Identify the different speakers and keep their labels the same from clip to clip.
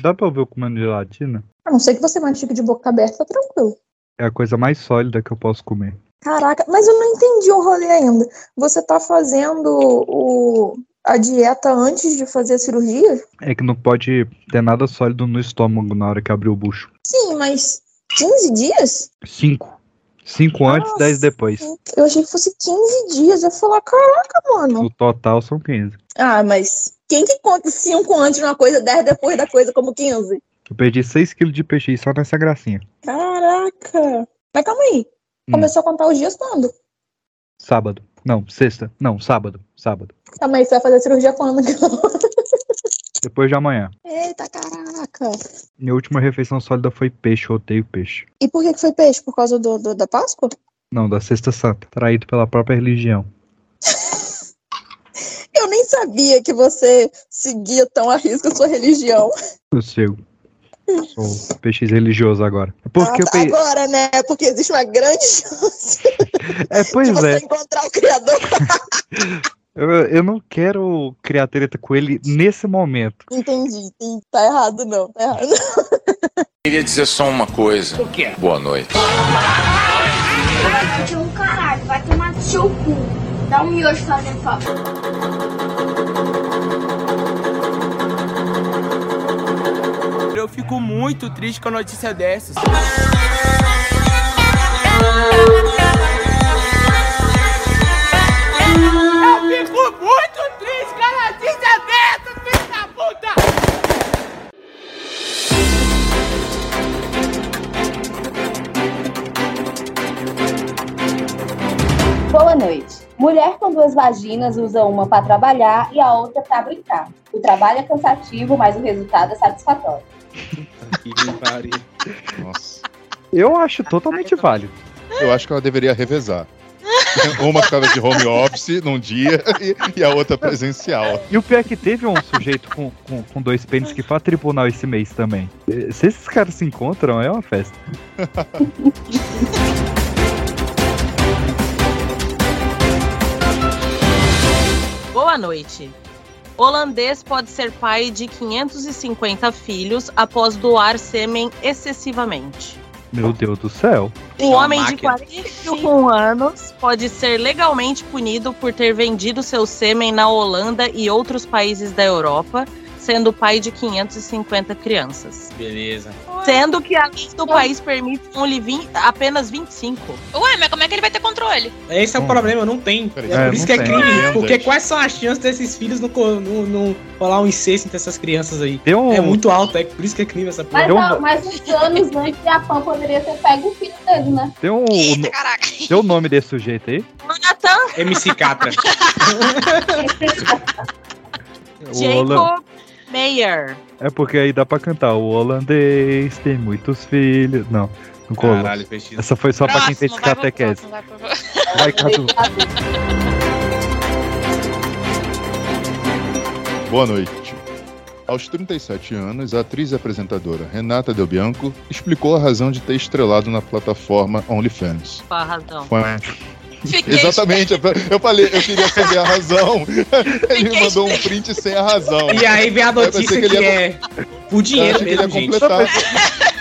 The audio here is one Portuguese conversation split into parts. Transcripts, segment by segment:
Speaker 1: Dá pra ouvir eu comendo gelatina?
Speaker 2: A não ser que você mastigue de boca aberta, tá tranquilo.
Speaker 1: É a coisa mais sólida que eu posso comer.
Speaker 2: Caraca, mas eu não entendi o rolê ainda. Você tá fazendo o, a dieta antes de fazer a cirurgia?
Speaker 1: É que não pode ter nada sólido no estômago na hora que abrir o bucho.
Speaker 2: Sim, mas 15 dias?
Speaker 1: Cinco. Cinco antes,
Speaker 2: Nossa.
Speaker 1: dez depois.
Speaker 2: Eu achei que fosse 15 dias. Eu ia falar, caraca, mano.
Speaker 1: No total são 15.
Speaker 2: Ah, mas quem que conta 5 antes de uma coisa, 10 depois da coisa, como 15?
Speaker 1: Eu perdi 6 quilos de peixe só nessa gracinha.
Speaker 2: Caraca. Mas calma aí.
Speaker 1: Hum.
Speaker 2: Começou a contar os dias quando?
Speaker 1: Sábado. Não, sexta. Não, sábado. Sábado.
Speaker 2: Calma aí, você vai fazer a cirurgia quando?
Speaker 1: Depois de amanhã.
Speaker 2: Eita, caraca.
Speaker 1: Minha última refeição sólida foi peixe, eu odeio peixe.
Speaker 2: E por que, que foi peixe? Por causa do, do- da Páscoa?
Speaker 1: Não, da Sexta Santa. Traído pela própria religião.
Speaker 2: Eu nem sabia que você seguia tão a risco a sua religião.
Speaker 1: Eu sigo. Sou um peixe religioso agora. É Porque eu
Speaker 2: Ah,
Speaker 1: pe...
Speaker 2: Agora, né? Porque existe uma grande chance
Speaker 1: É,
Speaker 2: de
Speaker 1: pois
Speaker 2: você
Speaker 1: é.
Speaker 2: encontrar o Criador.
Speaker 1: Eu, eu não quero criar treta com ele nesse momento.
Speaker 2: Entendi, entendi. Tá errado, não. Tá errado.
Speaker 3: Queria dizer só uma coisa. O quê? Boa noite.
Speaker 4: Vai um caralho, vai tomar no seu cu. Dá um miojo fazendo favor.
Speaker 5: Eu fico muito triste com a notícia dessas. Eu fico muito triste com a notícia dessas, filho da puta!
Speaker 6: Boa noite. Mulher com duas vaginas usa uma para trabalhar e a outra para brincar. O trabalho é cansativo, mas o resultado é satisfatório.
Speaker 7: Nossa.
Speaker 1: Eu acho totalmente válido.
Speaker 7: Eu acho que ela deveria revezar. Uma ficava de home office num dia e, e a outra presencial.
Speaker 1: E o pior é que teve um sujeito com, com, com dois pênis que foi a tribunal esse mês também. Eh, Se esses caras se encontram, é uma festa.
Speaker 8: Boa noite. Holandês pode ser pai de 550 filhos após doar sêmen excessivamente.
Speaker 1: Meu Deus do céu.
Speaker 5: é
Speaker 8: Um
Speaker 3: uma
Speaker 8: homem de
Speaker 3: máquina.
Speaker 8: 41 anos pode ser legalmente punido por ter vendido seu sêmen na Holanda e outros países da Europa, sendo pai de 550 crianças.
Speaker 5: Beleza.
Speaker 8: Sendo que a lei do país permite only vin- apenas 25.
Speaker 9: Ué, mas como é que ele vai ter controle?
Speaker 5: Esse é o problema, não tem.
Speaker 7: Peraí,
Speaker 1: É,
Speaker 5: É por
Speaker 1: não
Speaker 5: isso que é
Speaker 1: tem.
Speaker 5: crime.
Speaker 7: Não
Speaker 5: Porque
Speaker 7: deixa.
Speaker 5: quais são as chances desses filhos não, co- não, não rolar um incesto entre essas crianças aí?
Speaker 1: Deu um,
Speaker 5: É muito alto, é por isso que é crime essa porra.
Speaker 6: Mas,
Speaker 1: Eu-
Speaker 6: ó, mas uns anos antes, Japão poderia ter pego o filho dele, né?
Speaker 1: deu um,
Speaker 9: Eita, caraca.
Speaker 1: deu o nome desse sujeito aí.
Speaker 8: Jonathan
Speaker 5: MC Catra.
Speaker 1: O Holan-
Speaker 8: Jacob Meyer.
Speaker 1: É porque aí dá pra cantar. O holandês tem muitos filhos. Não, não colou.
Speaker 5: Caralho, peixe.
Speaker 1: Essa foi só pra quem fez
Speaker 9: vai pro
Speaker 1: catequese.
Speaker 9: próximo, vai pro próximo.
Speaker 1: Vai, Cadu.
Speaker 7: Boa noite. Aos 37 anos, a atriz e apresentadora Renata Del Bianco explicou a razão de ter estrelado na plataforma OnlyFans.
Speaker 8: Com a razão.
Speaker 9: Fiquei,
Speaker 7: Exatamente, eu falei, eu queria saber a razão. Ele me
Speaker 9: Fiquei-
Speaker 7: mandou um print sem a razão.
Speaker 5: E aí vem a notícia
Speaker 7: pensei
Speaker 5: que,
Speaker 7: que ele
Speaker 5: é por
Speaker 7: Eu
Speaker 5: dinheiro
Speaker 7: achei que ele
Speaker 5: mesmo,
Speaker 7: ia
Speaker 5: gente.
Speaker 7: completar.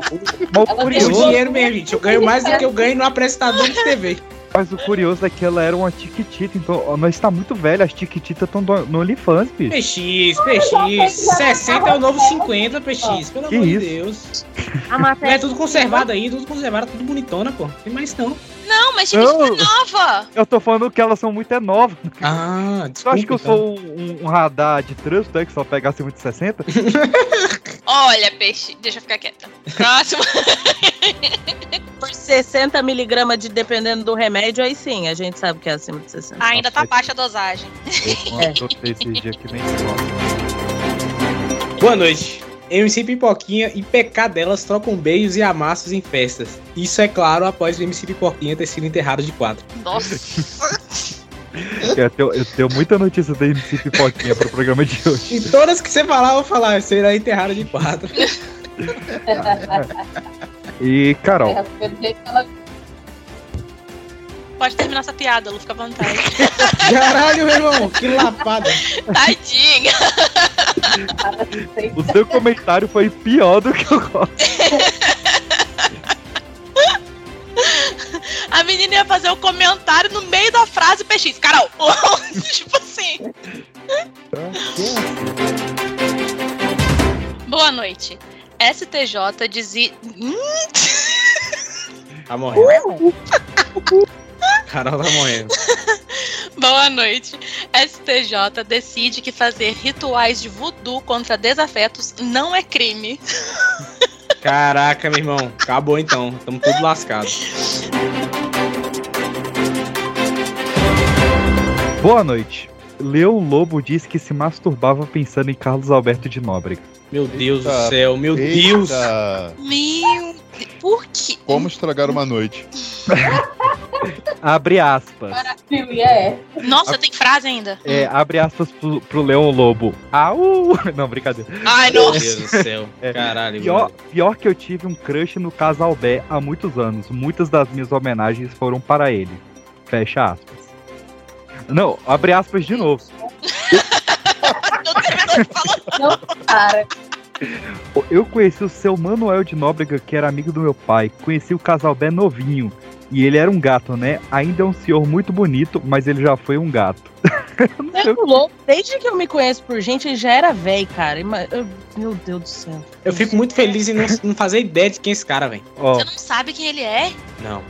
Speaker 1: Mas o
Speaker 6: Ela
Speaker 5: Por
Speaker 1: curioso,
Speaker 5: dinheiro mesmo, gente. Eu ganho mais do que eu ganho no apresentador de TV.
Speaker 1: mas o curioso é que ela era uma tiquitita, então ó, nós tá muito velha, as tiquititas estão no OnlyFans, bicho.
Speaker 5: PX, PX. 60 é o novo 50, PX. Pelo
Speaker 1: Que
Speaker 5: amor de
Speaker 1: isso?
Speaker 5: Deus.
Speaker 8: A
Speaker 5: Não é
Speaker 8: matéria
Speaker 5: tudo conservado aí, tudo conservado, tá tudo bonitona, pô. Tem mais não.
Speaker 9: Não, mas gente,
Speaker 1: Não,
Speaker 9: nova.
Speaker 1: eu tô falando que elas são muito é novas.
Speaker 5: Ah,
Speaker 1: Tu acha que eu sou um, um radar de trânsito, é, que só pega acima de 60?
Speaker 9: Olha, peixe, deixa eu ficar quieta. Próximo.
Speaker 8: por 60 miligramas de dependendo do remédio, aí sim, a gente sabe que é acima de 60.
Speaker 9: Ainda tá baixa a dosagem.
Speaker 1: Eu sei esse dia que nem se fala.
Speaker 5: né? Boa noite. MC Pipoquinha e PK delas trocam beijos e amassos em festas. Isso é claro após o MC Pipoquinha ter sido enterrado de quatro.
Speaker 9: Nossa.
Speaker 1: eu, tenho, eu tenho muita notícia da MC Pipoquinha pro programa de hoje.
Speaker 5: E todas que você falar, eu vou falar, será enterrado de quatro.
Speaker 1: E, Carol,
Speaker 6: pelo jeito que ela Pode terminar essa piada, Lu, fica à vontade.
Speaker 5: Caralho, meu irmão, que lapada.
Speaker 6: Tadinha.
Speaker 1: O seu comentário foi pior do que o gosto.
Speaker 6: A menina ia fazer o comentário no meio da frase PX. Carol, tipo assim. Boa noite. STJ dizia.
Speaker 5: Tá morrendo. Carol tá morrendo.
Speaker 6: Boa noite. STJ decide que fazer rituais de voodoo contra desafetos não é crime.
Speaker 5: Caraca, meu irmão. Acabou então. Tamo tudo lascado.
Speaker 1: Boa noite. Leão Lobo disse que se masturbava pensando em Carlos Alberto de Nóbrega.
Speaker 5: Meu Deus
Speaker 7: Eita,
Speaker 5: do céu, meu Deus.
Speaker 7: Eita,
Speaker 6: Meu. Deus, Por quê?
Speaker 7: Como estragar uma noite?
Speaker 1: Abre aspas.
Speaker 2: Filme é.
Speaker 6: Nossa, tem frase ainda.
Speaker 1: É, abre aspas pro, pro Leão Lobo. Au! Não, brincadeira.
Speaker 6: Ai,
Speaker 5: Meu
Speaker 6: nossa.
Speaker 5: Deus do céu.
Speaker 1: É.
Speaker 5: Caralho,
Speaker 1: Pior,
Speaker 5: mano.
Speaker 1: pior que eu tive um crush no Casalbé há muitos anos. Muitas das minhas homenagens foram para ele. Fecha aspas. Não, abre aspas de novo.
Speaker 6: Não terminou de falar.
Speaker 2: Não, cara.
Speaker 1: Eu conheci o seu Manuel de Nóbrega, que era amigo do meu pai. Conheci o Casalbé novinho. E ele era um gato, né? Ainda é um senhor muito bonito, mas ele já foi um gato.
Speaker 8: Leão Lobo, É desde que eu me conheço por gente, ele já era velho, cara. Ima- eu- Meu Deus do céu.
Speaker 5: Eu fico muito feliz em não, não fazer ideia de quem é esse cara, velho.
Speaker 1: Ó,
Speaker 6: Você não sabe quem ele é?
Speaker 5: Não.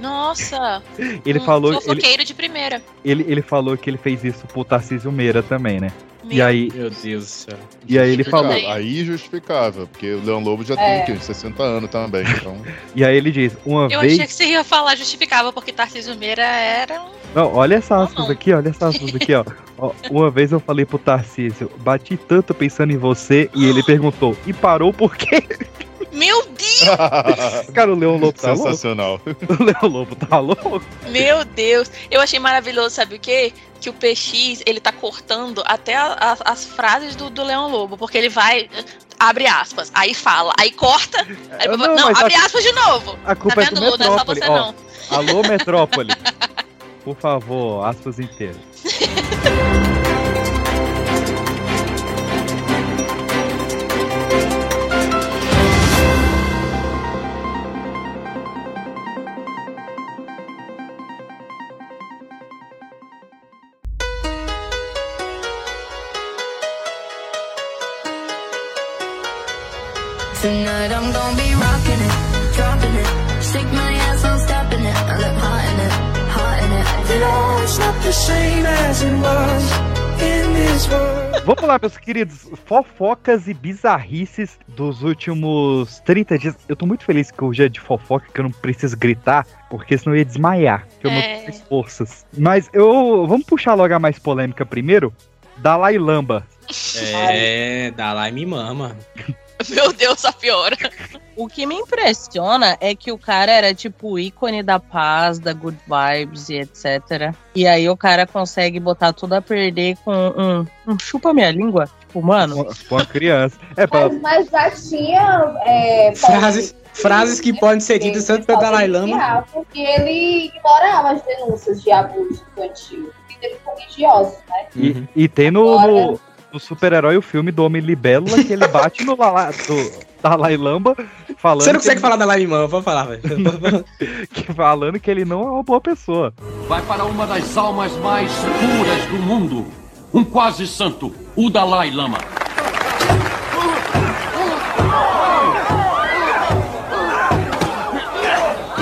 Speaker 6: Nossa.
Speaker 1: ele
Speaker 6: um
Speaker 1: falou, ele,
Speaker 6: Fofoqueiro de primeira.
Speaker 1: ele, ele falou que ele fez isso pro Tarcísio Meira também, né? E
Speaker 6: Meu
Speaker 1: aí,
Speaker 5: Meu Deus do céu.
Speaker 1: e aí ele
Speaker 7: Justificável.
Speaker 1: falou,
Speaker 7: Aí justificável, porque o Leão Lobo já
Speaker 2: É.
Speaker 7: tem o quê? 60 anos também. Então,
Speaker 1: e aí ele diz, uma
Speaker 6: Eu
Speaker 1: vez
Speaker 6: achei que você ia falar justificava porque Tarcísio Meira era um.
Speaker 1: Não, olha essas
Speaker 6: Não,
Speaker 1: aspas
Speaker 6: não.
Speaker 1: aqui, olha essas aspas aqui, ó. Ó, Uma vez eu falei pro Tarcísio, bati tanto pensando em você, e ele perguntou, e parou por quê?
Speaker 6: Meu Deus!
Speaker 1: Cara, o Leão Lobo tá louco?
Speaker 7: sensacional.
Speaker 1: O Leão Lobo tá louco?
Speaker 6: Meu Deus! Eu achei maravilhoso, sabe o quê? Que o PX, ele tá cortando até a- a- as frases do, do Leão Lobo, porque ele vai. Abre aspas, aí fala, aí corta, aí
Speaker 1: Eu-
Speaker 6: não, abre
Speaker 1: a,
Speaker 6: aspas de novo.
Speaker 1: a
Speaker 6: Tá
Speaker 1: culpa é
Speaker 6: vendo,
Speaker 1: do
Speaker 6: Lu? Não é só
Speaker 1: Metrópole,
Speaker 6: você,
Speaker 1: ó.
Speaker 6: não.
Speaker 1: Alô, Metrópole. Por favor, aspas inteiras.
Speaker 4: Tonight I'm gonna be rocking it, dropping it. Shake my ass, I'm stopping it. I look hot in it, hot in it. You know it's not the same as it was in this world.
Speaker 1: Vamos lá, meus queridos. Fofocas e bizarrices dos últimos 30 dias. Eu tô muito feliz que hoje é de fofoca, que eu não preciso gritar, porque senão eu ia desmaiar, que eu
Speaker 6: É.
Speaker 1: não tenho forças. Mas eu. Vamos puxar logo a mais polêmica primeiro? Dalai Lamba.
Speaker 5: É, dá lá e me mama.
Speaker 6: Meu Deus, só piora.
Speaker 8: O que me impressiona é que o cara era tipo o ícone da paz, da good vibes e etc. E aí o cara consegue botar tudo a perder com um, um chupa minha língua. Tipo,
Speaker 5: Ah,
Speaker 8: mano,
Speaker 1: Com com a criança. É, pra,
Speaker 2: Mas, mas já tinha. É,
Speaker 5: Frases, frases que podem ser ditas tanto pelo Dalai Lama.
Speaker 2: Porque ele ignorava as denúncias de abuso infantil. Líderes religiosos, né?
Speaker 1: e, e tem no, no, no super-herói o filme do Homem Libélula que ele bate no Lala, do Dalai Lamba falando,
Speaker 5: Você não
Speaker 1: que,
Speaker 5: consegue falar Dalai Lama, vou falar, velho.
Speaker 1: que- falando que ele não é uma boa pessoa.
Speaker 10: Vai para uma das almas mais puras do mundo. Um quase santo, o Dalai Lama.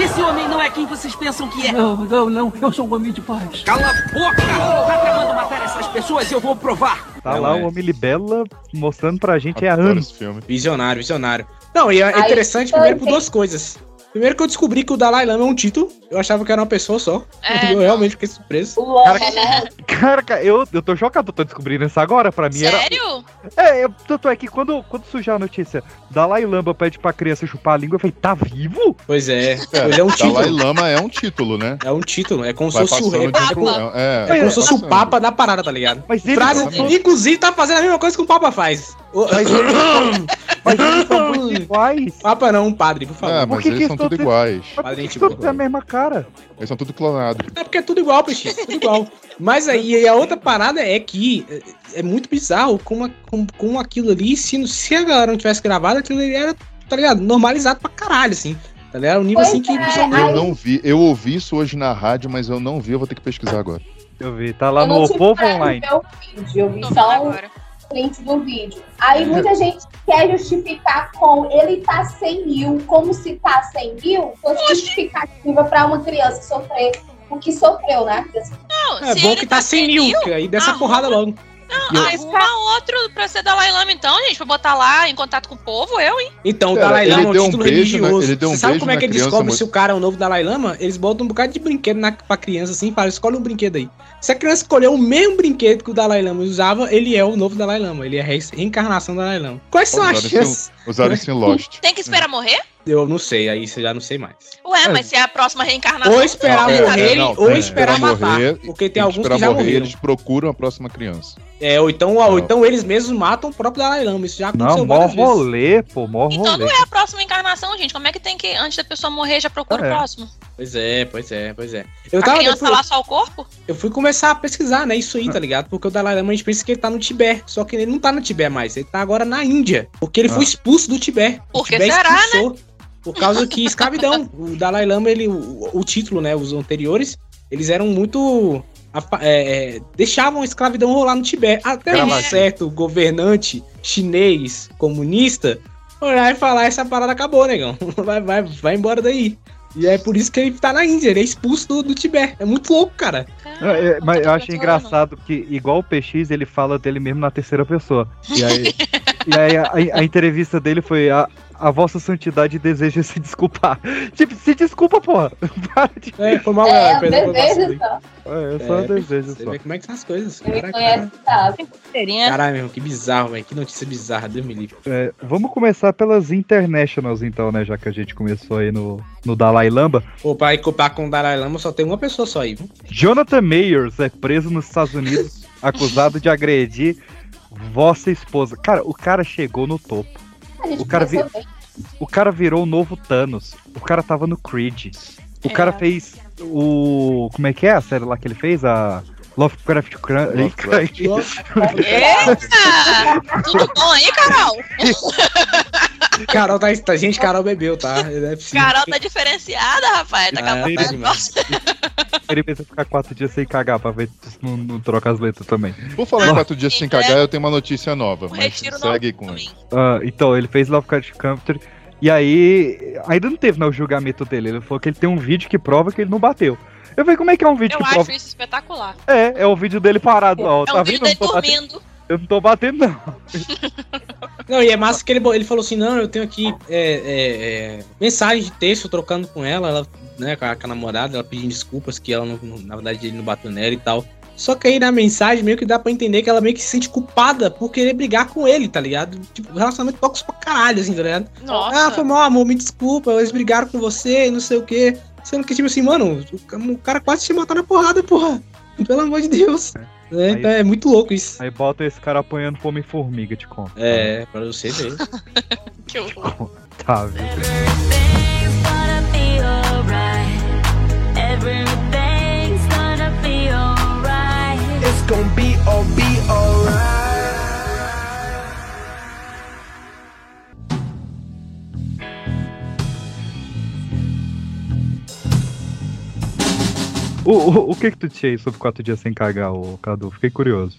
Speaker 8: esse homem não é quem vocês pensam que é.
Speaker 10: Não, não, não. Eu sou um homem de paz. Cala a boca! Tá tentando matar essas pessoas? Eu vou provar.
Speaker 1: Tá
Speaker 5: Não
Speaker 1: lá
Speaker 5: é.
Speaker 1: o Homem Libélula mostrando pra gente há
Speaker 7: Adoro
Speaker 1: anos.
Speaker 7: esse filme.
Speaker 5: Visionário, visionário. Não, e é
Speaker 2: Aí,
Speaker 5: interessante
Speaker 2: então,
Speaker 5: primeiro por
Speaker 2: tem-
Speaker 5: duas coisas. Primeiro que eu descobri que o Dalai Lama é um título. Eu achava que era uma pessoa só.
Speaker 6: É.
Speaker 5: eu realmente fiquei surpreso.
Speaker 2: O Lama,
Speaker 1: Cara,
Speaker 2: né?
Speaker 1: Caraca, eu, eu tô chocado, eu tô descobrindo isso agora. Pra mim era.
Speaker 6: Sério?
Speaker 1: É, eu, tanto é que quando, quando surgiu a notícia, Dalai Lama pede pra criança chupar a língua, eu falei, tá vivo?
Speaker 5: Pois é,
Speaker 7: É,
Speaker 5: pois é um
Speaker 7: Dalai
Speaker 5: título.
Speaker 7: Lama é um título, né?
Speaker 5: É um título, é como se
Speaker 7: Vai
Speaker 5: fosse o
Speaker 7: passando
Speaker 5: rei.
Speaker 7: de
Speaker 5: É como-
Speaker 7: um- É,
Speaker 5: é como
Speaker 7: vai
Speaker 5: se fosse o
Speaker 7: passando.
Speaker 5: papa da parada, tá ligado?
Speaker 1: Mas eles,
Speaker 5: Frase,
Speaker 1: são,
Speaker 7: Exatamente.
Speaker 5: inclusive, tá fazendo a mesma coisa que o Papa faz. O-
Speaker 1: mas eles são muito iguais?
Speaker 5: Papa não, um padre, por favor.
Speaker 7: Ah, mas eles são tudo iguais.
Speaker 5: Padre,
Speaker 1: Eles todos têm é a mesma cara.
Speaker 7: Eles são tudo clonados.
Speaker 5: É porque é tudo igual, peixe, tudo igual. Mas aí aí a outra parada é que é- é muito bizarro como, a- como, como aquilo ali, se, não- se a galera não tivesse gravado, aquilo ali era, tá ligado? Normalizado pra caralho, assim. Tá ligado? Um nível assim que.
Speaker 7: Eu não vi, eu ouvi isso hoje na rádio, mas eu não vi, eu vou ter que pesquisar agora.
Speaker 1: Deixa eu ver, tá lá
Speaker 2: Eu
Speaker 1: no
Speaker 2: não tive
Speaker 1: Povo
Speaker 2: coragem de
Speaker 1: Online.
Speaker 2: ver é o vídeo, eu vi só o print do vídeo. Aí
Speaker 5: Uhum.
Speaker 2: muita gente quer justificar com ele tá 100 mil, como se tá 100 mil, fosse justificativa pra uma criança sofrer o que sofreu, né?
Speaker 6: Não,
Speaker 5: É
Speaker 6: se
Speaker 5: bom
Speaker 6: ele
Speaker 5: que tá 100 mil, que aí dessa porrada logo.
Speaker 6: Não,
Speaker 5: E eu-
Speaker 6: arruma outro ah, pra ser Dalai Lama, então, gente, pra botar lá em contato com o povo, eu, hein?
Speaker 5: Então, o
Speaker 7: Cara,
Speaker 5: Dalai
Speaker 7: ele
Speaker 5: Lama é um
Speaker 7: deu um
Speaker 5: título
Speaker 7: beijo na-
Speaker 5: religioso.
Speaker 7: ele deu um
Speaker 5: Você sabe
Speaker 7: beijo
Speaker 5: como é
Speaker 7: na
Speaker 5: que eles
Speaker 7: criança,
Speaker 5: descobrem
Speaker 7: mo-
Speaker 5: se o cara é um novo Dalai Lama? Eles botam um bocado de brinquedo na, pra criança assim e falam: escolhe um brinquedo aí. Se a criança escolher o mesmo brinquedo que o Dalai Lama usava, ele é o novo Dalai Lama. Ele é a re- reencarnação do Dalai Lama. Quais são as
Speaker 7: Usaram
Speaker 5: chances?
Speaker 7: isso, usaram isso em Lost.
Speaker 6: Tem que
Speaker 5: Hum.
Speaker 6: esperar morrer?
Speaker 5: Eu não sei, aí você já não sei mais.
Speaker 6: Ué, mas se é a próxima reencarnação.
Speaker 5: Ou esperar
Speaker 6: não,
Speaker 5: morrer,
Speaker 6: tá
Speaker 5: ele- ou
Speaker 7: é, tem que
Speaker 5: esperar matar, porque tem
Speaker 7: que
Speaker 5: alguns que
Speaker 7: esperar
Speaker 5: já
Speaker 7: morrer,
Speaker 5: morreram.
Speaker 7: Eles procuram a próxima criança.
Speaker 5: É, ou então, ou então eles mesmos matam o próprio Dalai Lama. Isso já aconteceu
Speaker 1: Não, mó
Speaker 5: várias vezes.
Speaker 1: rolê, pô, mó
Speaker 6: Então
Speaker 1: rolê.
Speaker 6: não é a próxima encarnação, gente. Como é que tem que, antes da pessoa morrer, já procura
Speaker 1: É.
Speaker 6: o próximo?
Speaker 5: Pois é, pois é, pois é. Eu
Speaker 6: a
Speaker 5: tava
Speaker 6: criança
Speaker 5: depois-
Speaker 6: lá só o corpo?
Speaker 5: eu fui começar a pesquisar, né? Isso aí, tá ligado? Porque o Dalai Lama a gente pensa que ele tá no Tibete. Só que ele não tá no Tibete mais, ele tá agora na Índia. Porque ele
Speaker 1: Ah.
Speaker 5: foi expulso do Tibete. O
Speaker 6: Por que
Speaker 5: Tibete
Speaker 6: será, né?
Speaker 5: expulsou Por causa que escravidão. O Dalai Lama, ele, o, o título, né? Os anteriores, eles eram muito. afa- é, é, deixavam a escravidão rolar no Tibete. Até um
Speaker 7: Cravadinho.
Speaker 5: certo governante chinês comunista olhar e falar: essa parada acabou, negão. Vai, vai, vai embora daí. E é por isso que ele tá na Índia, ele é expulso do, do Tibete. É muito louco, cara.
Speaker 1: Não, é, mas eu acho engraçado que, igual o PX, ele fala dele mesmo na terceira pessoa. E aí, e aí a, a entrevista dele foi a, a Vossa Santidade deseja se desculpar. Tipo, se desculpa, porra. Para de.
Speaker 5: É, foi mal,
Speaker 2: É,
Speaker 5: galera.
Speaker 2: eu
Speaker 5: perdão pelo
Speaker 2: desejo
Speaker 5: vacilo
Speaker 2: só.
Speaker 1: É, eu só
Speaker 5: É,
Speaker 1: desejo
Speaker 5: Você
Speaker 1: só.
Speaker 5: vê como é que são as coisas.
Speaker 2: Eu me
Speaker 5: Caraca,
Speaker 2: conheço,
Speaker 5: Caralho,
Speaker 2: sabe?
Speaker 8: Besteirinha.
Speaker 5: Caralho, meu, que bizarro, velho. Que notícia bizarra, Deus me livre.
Speaker 1: É, vamos começar pelas internationals, então, né? Já que a gente começou aí no, no Dalai Lama.
Speaker 5: Pô, pra ir culpar com o Dalai Lama só tem uma pessoa só aí, viu?
Speaker 1: Jonathan Mayers é preso nos Estados Unidos, acusado de agredir vossa esposa. Cara, o cara chegou no topo.
Speaker 2: A gente
Speaker 1: O cara
Speaker 2: começou
Speaker 1: vi-
Speaker 2: bem.
Speaker 1: O cara virou o novo Thanos. O cara tava no Creed. O
Speaker 6: É.
Speaker 1: cara fez o. Como é que é a série lá que ele fez? A Lovecraft Cran-
Speaker 7: Lovecraft.
Speaker 1: Crank.
Speaker 6: Eita! Tudo bom aí, Carol?
Speaker 5: Carol tá, tá- Gente, Carol bebeu, tá? Não é possível.
Speaker 6: Carol tá diferenciada, rapaz. Tá
Speaker 5: Ah,
Speaker 6: capaz.
Speaker 5: tá demais.
Speaker 1: Ele precisa ficar quatro dias sem cagar pra ver se não, não troca as letras também.
Speaker 7: Por falar em quatro dias sem cagar, eu tenho uma notícia nova.
Speaker 6: Um
Speaker 7: Mas
Speaker 6: retiro não.
Speaker 7: segue com
Speaker 6: também.
Speaker 1: Ah, então, ele fez Lovecraft Country. E aí. Ainda não teve né, o julgamento dele. Ele falou que ele tem um vídeo que prova que ele não bateu. Eu falei, como é que é um vídeo
Speaker 6: Eu
Speaker 1: que
Speaker 6: acho
Speaker 1: prova?
Speaker 6: isso espetacular.
Speaker 1: É, é o vídeo dele parado, ó.
Speaker 6: É
Speaker 1: tá
Speaker 6: um
Speaker 1: vendo?
Speaker 6: vídeo
Speaker 1: Eu não,
Speaker 6: dele
Speaker 1: tô batendo,
Speaker 6: dormindo.
Speaker 1: eu não tô batendo, não.
Speaker 5: Não, e é massa que ele, bo- ele falou assim: não, eu tenho aqui é, é, é, mensagem de texto trocando com ela, ela, né, com a, com a namorada, ela pedindo desculpas que ela, não, não- na verdade, ele não bateu nela e tal. Só que aí na mensagem meio que dá pra entender que ela meio que se sente culpada por querer brigar com ele, tá ligado? Tipo, relacionamento tóxico pra caralho, assim, tá ligado? Ah, foi
Speaker 6: Nossa.
Speaker 5: mal, amor, me desculpa, eles brigaram com você e não sei o quê. Sendo que, tipo assim, mano, o ca- o cara quase te matou na porrada, porra. Pelo amor de Deus. É,
Speaker 1: Aí-
Speaker 5: então é muito louco isso.
Speaker 1: Aí bota esse cara apanhando pra Homem-Formiga, te conta.
Speaker 5: É, pra você ver.
Speaker 6: que horror.
Speaker 1: Tá, viu?
Speaker 4: Everything's gonna be alright. Everything's gonna be alright. It's gonna be all be alright.
Speaker 1: O, o, o que que tu tinha aí sobre quatro dias sem cagar, ô, Cadu? Fiquei curioso.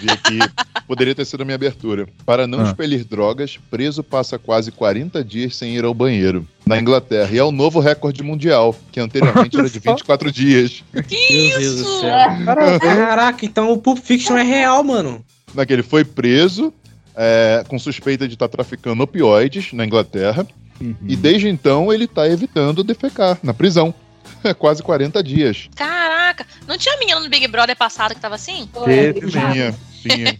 Speaker 7: Vi aqui. Poderia ter sido a minha abertura. Para não
Speaker 1: Ah.
Speaker 7: expelir drogas, preso passa quase 40 dias sem ir ao banheiro. Na Inglaterra. E é o novo recorde mundial, que anteriormente era de 24 dias.
Speaker 5: Meu Deus do
Speaker 6: Isso!
Speaker 5: céu.
Speaker 1: Caraca,
Speaker 5: Caraca, então o Pulp Fiction é real, mano.
Speaker 7: Naquele foi preso é, com suspeita de estar traficando opioides na Inglaterra. E
Speaker 1: Hum.
Speaker 7: desde então ele tá evitando defecar na prisão. É quase 40 dias.
Speaker 6: Caraca, não tinha menina no Big Brother passado que tava assim?
Speaker 1: Teve
Speaker 2: Obrigada.
Speaker 7: Tinha, tinha.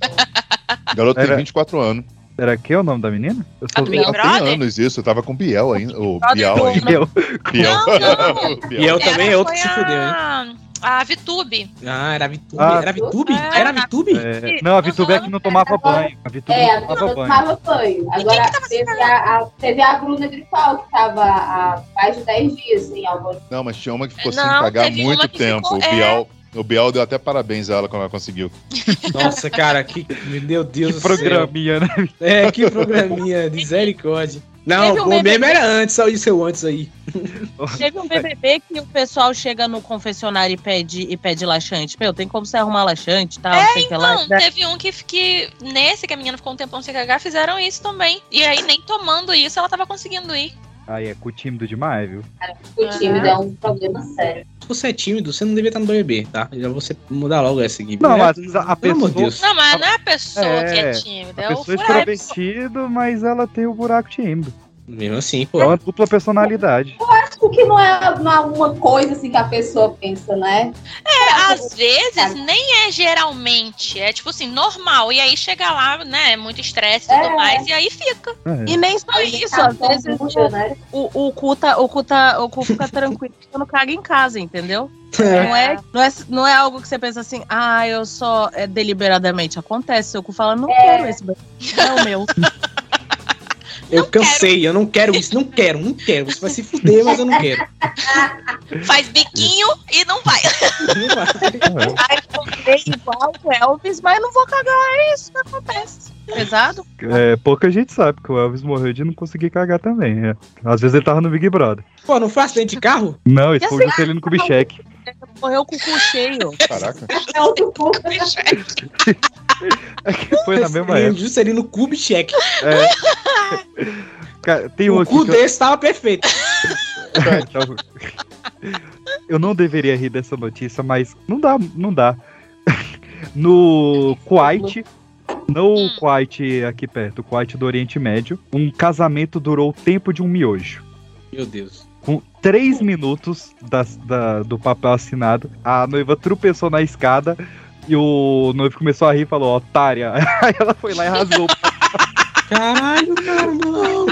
Speaker 7: Garoto tem
Speaker 1: Era-
Speaker 7: 24 anos.
Speaker 1: Era que é o nome da menina? Eu
Speaker 6: A do Big
Speaker 7: Há 100
Speaker 6: Brother?
Speaker 7: anos isso, eu tava com Biel ainda. Ô,
Speaker 6: Brother
Speaker 7: Biel
Speaker 6: do-
Speaker 7: ainda.
Speaker 1: Eu.
Speaker 7: Biel.
Speaker 6: Não, não.
Speaker 7: Biel.
Speaker 1: é
Speaker 5: E eu também,
Speaker 6: Ela
Speaker 5: outro que
Speaker 6: É, foi
Speaker 5: se fudeu, hein?
Speaker 6: a- A VTube.
Speaker 5: Ah, era VTube.
Speaker 1: Ah.
Speaker 5: Era VTube? Era VTube?
Speaker 1: É, não, a Vitube é que não tomava banho. A Vitube
Speaker 2: É,
Speaker 1: não
Speaker 2: não
Speaker 1: tomava banho.
Speaker 2: tomava banho. Agora,
Speaker 6: assim,
Speaker 2: teve, a, a- teve a Bruna Grifal, que tava há mais de 10 dias em algum
Speaker 7: Não, mas tinha uma que ficou
Speaker 2: Não,
Speaker 7: sem pagar há
Speaker 2: teve uma
Speaker 7: muito
Speaker 2: que
Speaker 7: tempo.
Speaker 2: ficou-
Speaker 7: o,
Speaker 2: é.
Speaker 7: Bial, o Bial deu até parabéns a ela quando ela conseguiu.
Speaker 5: Nossa, cara, que. Meu Deus do
Speaker 7: Que
Speaker 5: céu.
Speaker 7: programinha, né?
Speaker 5: É, que programinha, misericórdia. Não,
Speaker 8: Teve um
Speaker 5: o
Speaker 8: meme-
Speaker 5: meme era antes, saiu seu antes aí.
Speaker 8: Teve um BBB que o pessoal chega no confessionário e pede, e pede laxante. Meu, tem como você arrumar laxante e tal? não
Speaker 6: É,
Speaker 8: sei o que lá.
Speaker 6: então, teve um que, que nesse que a menina ficou um tempão sem cagar, fizeram isso também. E aí, nem tomando isso, ela tava conseguindo ir.
Speaker 1: Aí é cu tímido demais, viu?
Speaker 2: O tímido é um problema sério.
Speaker 5: Se você é tímido, você não devia estar no BBB, tá? Já você mudar logo essa aqui.
Speaker 1: Não,
Speaker 5: Né?
Speaker 1: mas a
Speaker 5: Pelo amor
Speaker 1: pessoa-
Speaker 5: de Deus.
Speaker 6: Não, mas não é a pessoa que é
Speaker 1: É,
Speaker 6: tímida,
Speaker 1: a
Speaker 6: é o
Speaker 1: pessoa é
Speaker 6: furaco.
Speaker 1: extrovertida, mas ela tem o buraco tímido.
Speaker 5: Mesmo assim, pô.
Speaker 1: É uma dupla personalidade.
Speaker 2: Eu acho que não é, não é uma coisa assim que a pessoa pensa, né?
Speaker 6: É, às vezes nem é geralmente, é tipo assim, normal. E aí chega lá, né? Muito estresse e tudo
Speaker 8: É.
Speaker 6: mais, e aí fica.
Speaker 1: É,
Speaker 8: E nem só isso, às
Speaker 2: tá
Speaker 8: vezes
Speaker 2: né?"
Speaker 8: o, o, cu tá, o, cu tá, o cu fica tranquilo quando caga em casa, entendeu?
Speaker 5: É.
Speaker 8: Não, é, não, é, não é algo que você pensa assim, ah, eu só é, deliberadamente acontece. Seu cu fala, não quero esse banho, é o meu.
Speaker 5: Eu cansei, eu não quero isso, não quero, não quero. Você vai se fuder, mas eu não quero.
Speaker 6: Faz biquinho e não vai.
Speaker 1: é,
Speaker 8: Ai, comprei igual o Elvis, mas não vou cagar, é isso que acontece. Pesado?
Speaker 1: É, pouca gente sabe que o Elvis morreu de não conseguir cagar também. é. Às vezes ele tava no Big Brother.
Speaker 5: Pô, não foi acidente de carro?
Speaker 1: Não,
Speaker 8: E
Speaker 1: ele foi
Speaker 8: assim-
Speaker 1: Juscelino Kubitschek.
Speaker 8: Morreu com o cu cheio.
Speaker 7: Caraca.
Speaker 2: É o cu
Speaker 1: Foi na mesma
Speaker 5: Ele-
Speaker 1: época.
Speaker 5: Juscelino Kubitschek.
Speaker 1: É. Cara, tem um
Speaker 5: O
Speaker 1: aqui
Speaker 5: cu
Speaker 1: que eu...
Speaker 5: desse tava perfeito.
Speaker 1: Então, eu não deveria rir dessa notícia, mas não dá, não dá. No Kuwait,
Speaker 6: Hum.
Speaker 1: no Kuwait aqui perto, Kuwait do Oriente Médio, um casamento durou o tempo de um miojo.
Speaker 5: Meu Deus.
Speaker 1: Com três
Speaker 6: Hum.
Speaker 1: minutos das- da- do papel assinado, a noiva tropeçou na escada e o noivo começou a rir e falou, otária. Aí ela foi lá e rasgou.
Speaker 5: Caralho, cara, não.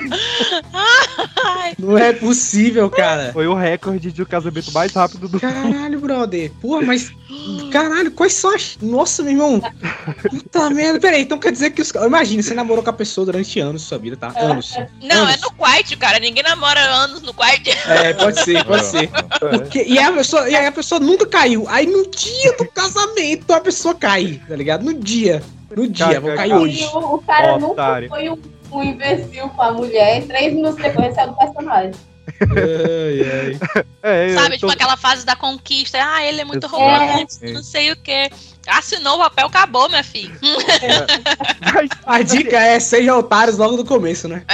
Speaker 5: Não é possível, cara.
Speaker 1: Foi o recorde de casamento mais rápido do
Speaker 5: Caralho, brother. Porra, mas. Caralho, quais são as. Nossa, meu irmão. Puta merda. Peraí, então quer dizer que os. Imagina, você namorou com a pessoa durante anos da sua vida, tá? Anos.
Speaker 6: Não, é no quarto, cara. Ninguém namora anos no quarto.
Speaker 5: É, pode ser, pode ser. Porque- e, aí a pessoa, e aí a pessoa nunca caiu. Aí no dia do casamento a pessoa cai, tá ligado? No dia. No dia,
Speaker 1: Cai,
Speaker 5: vou
Speaker 1: cai,
Speaker 5: cair
Speaker 1: cai.
Speaker 5: hoje.
Speaker 2: E o, o cara
Speaker 1: Otário.
Speaker 2: nunca foi um, um imbecil com a mulher. E três minutos depois saiu do personagem.
Speaker 1: É,
Speaker 6: Sabe,
Speaker 1: então-
Speaker 6: tipo aquela fase da conquista. Ah, ele é muito
Speaker 1: Exatamente.
Speaker 6: romântico, não sei o quê. Assinou o papel, acabou, minha filha.
Speaker 5: A dica é sejam otários logo do começo, né?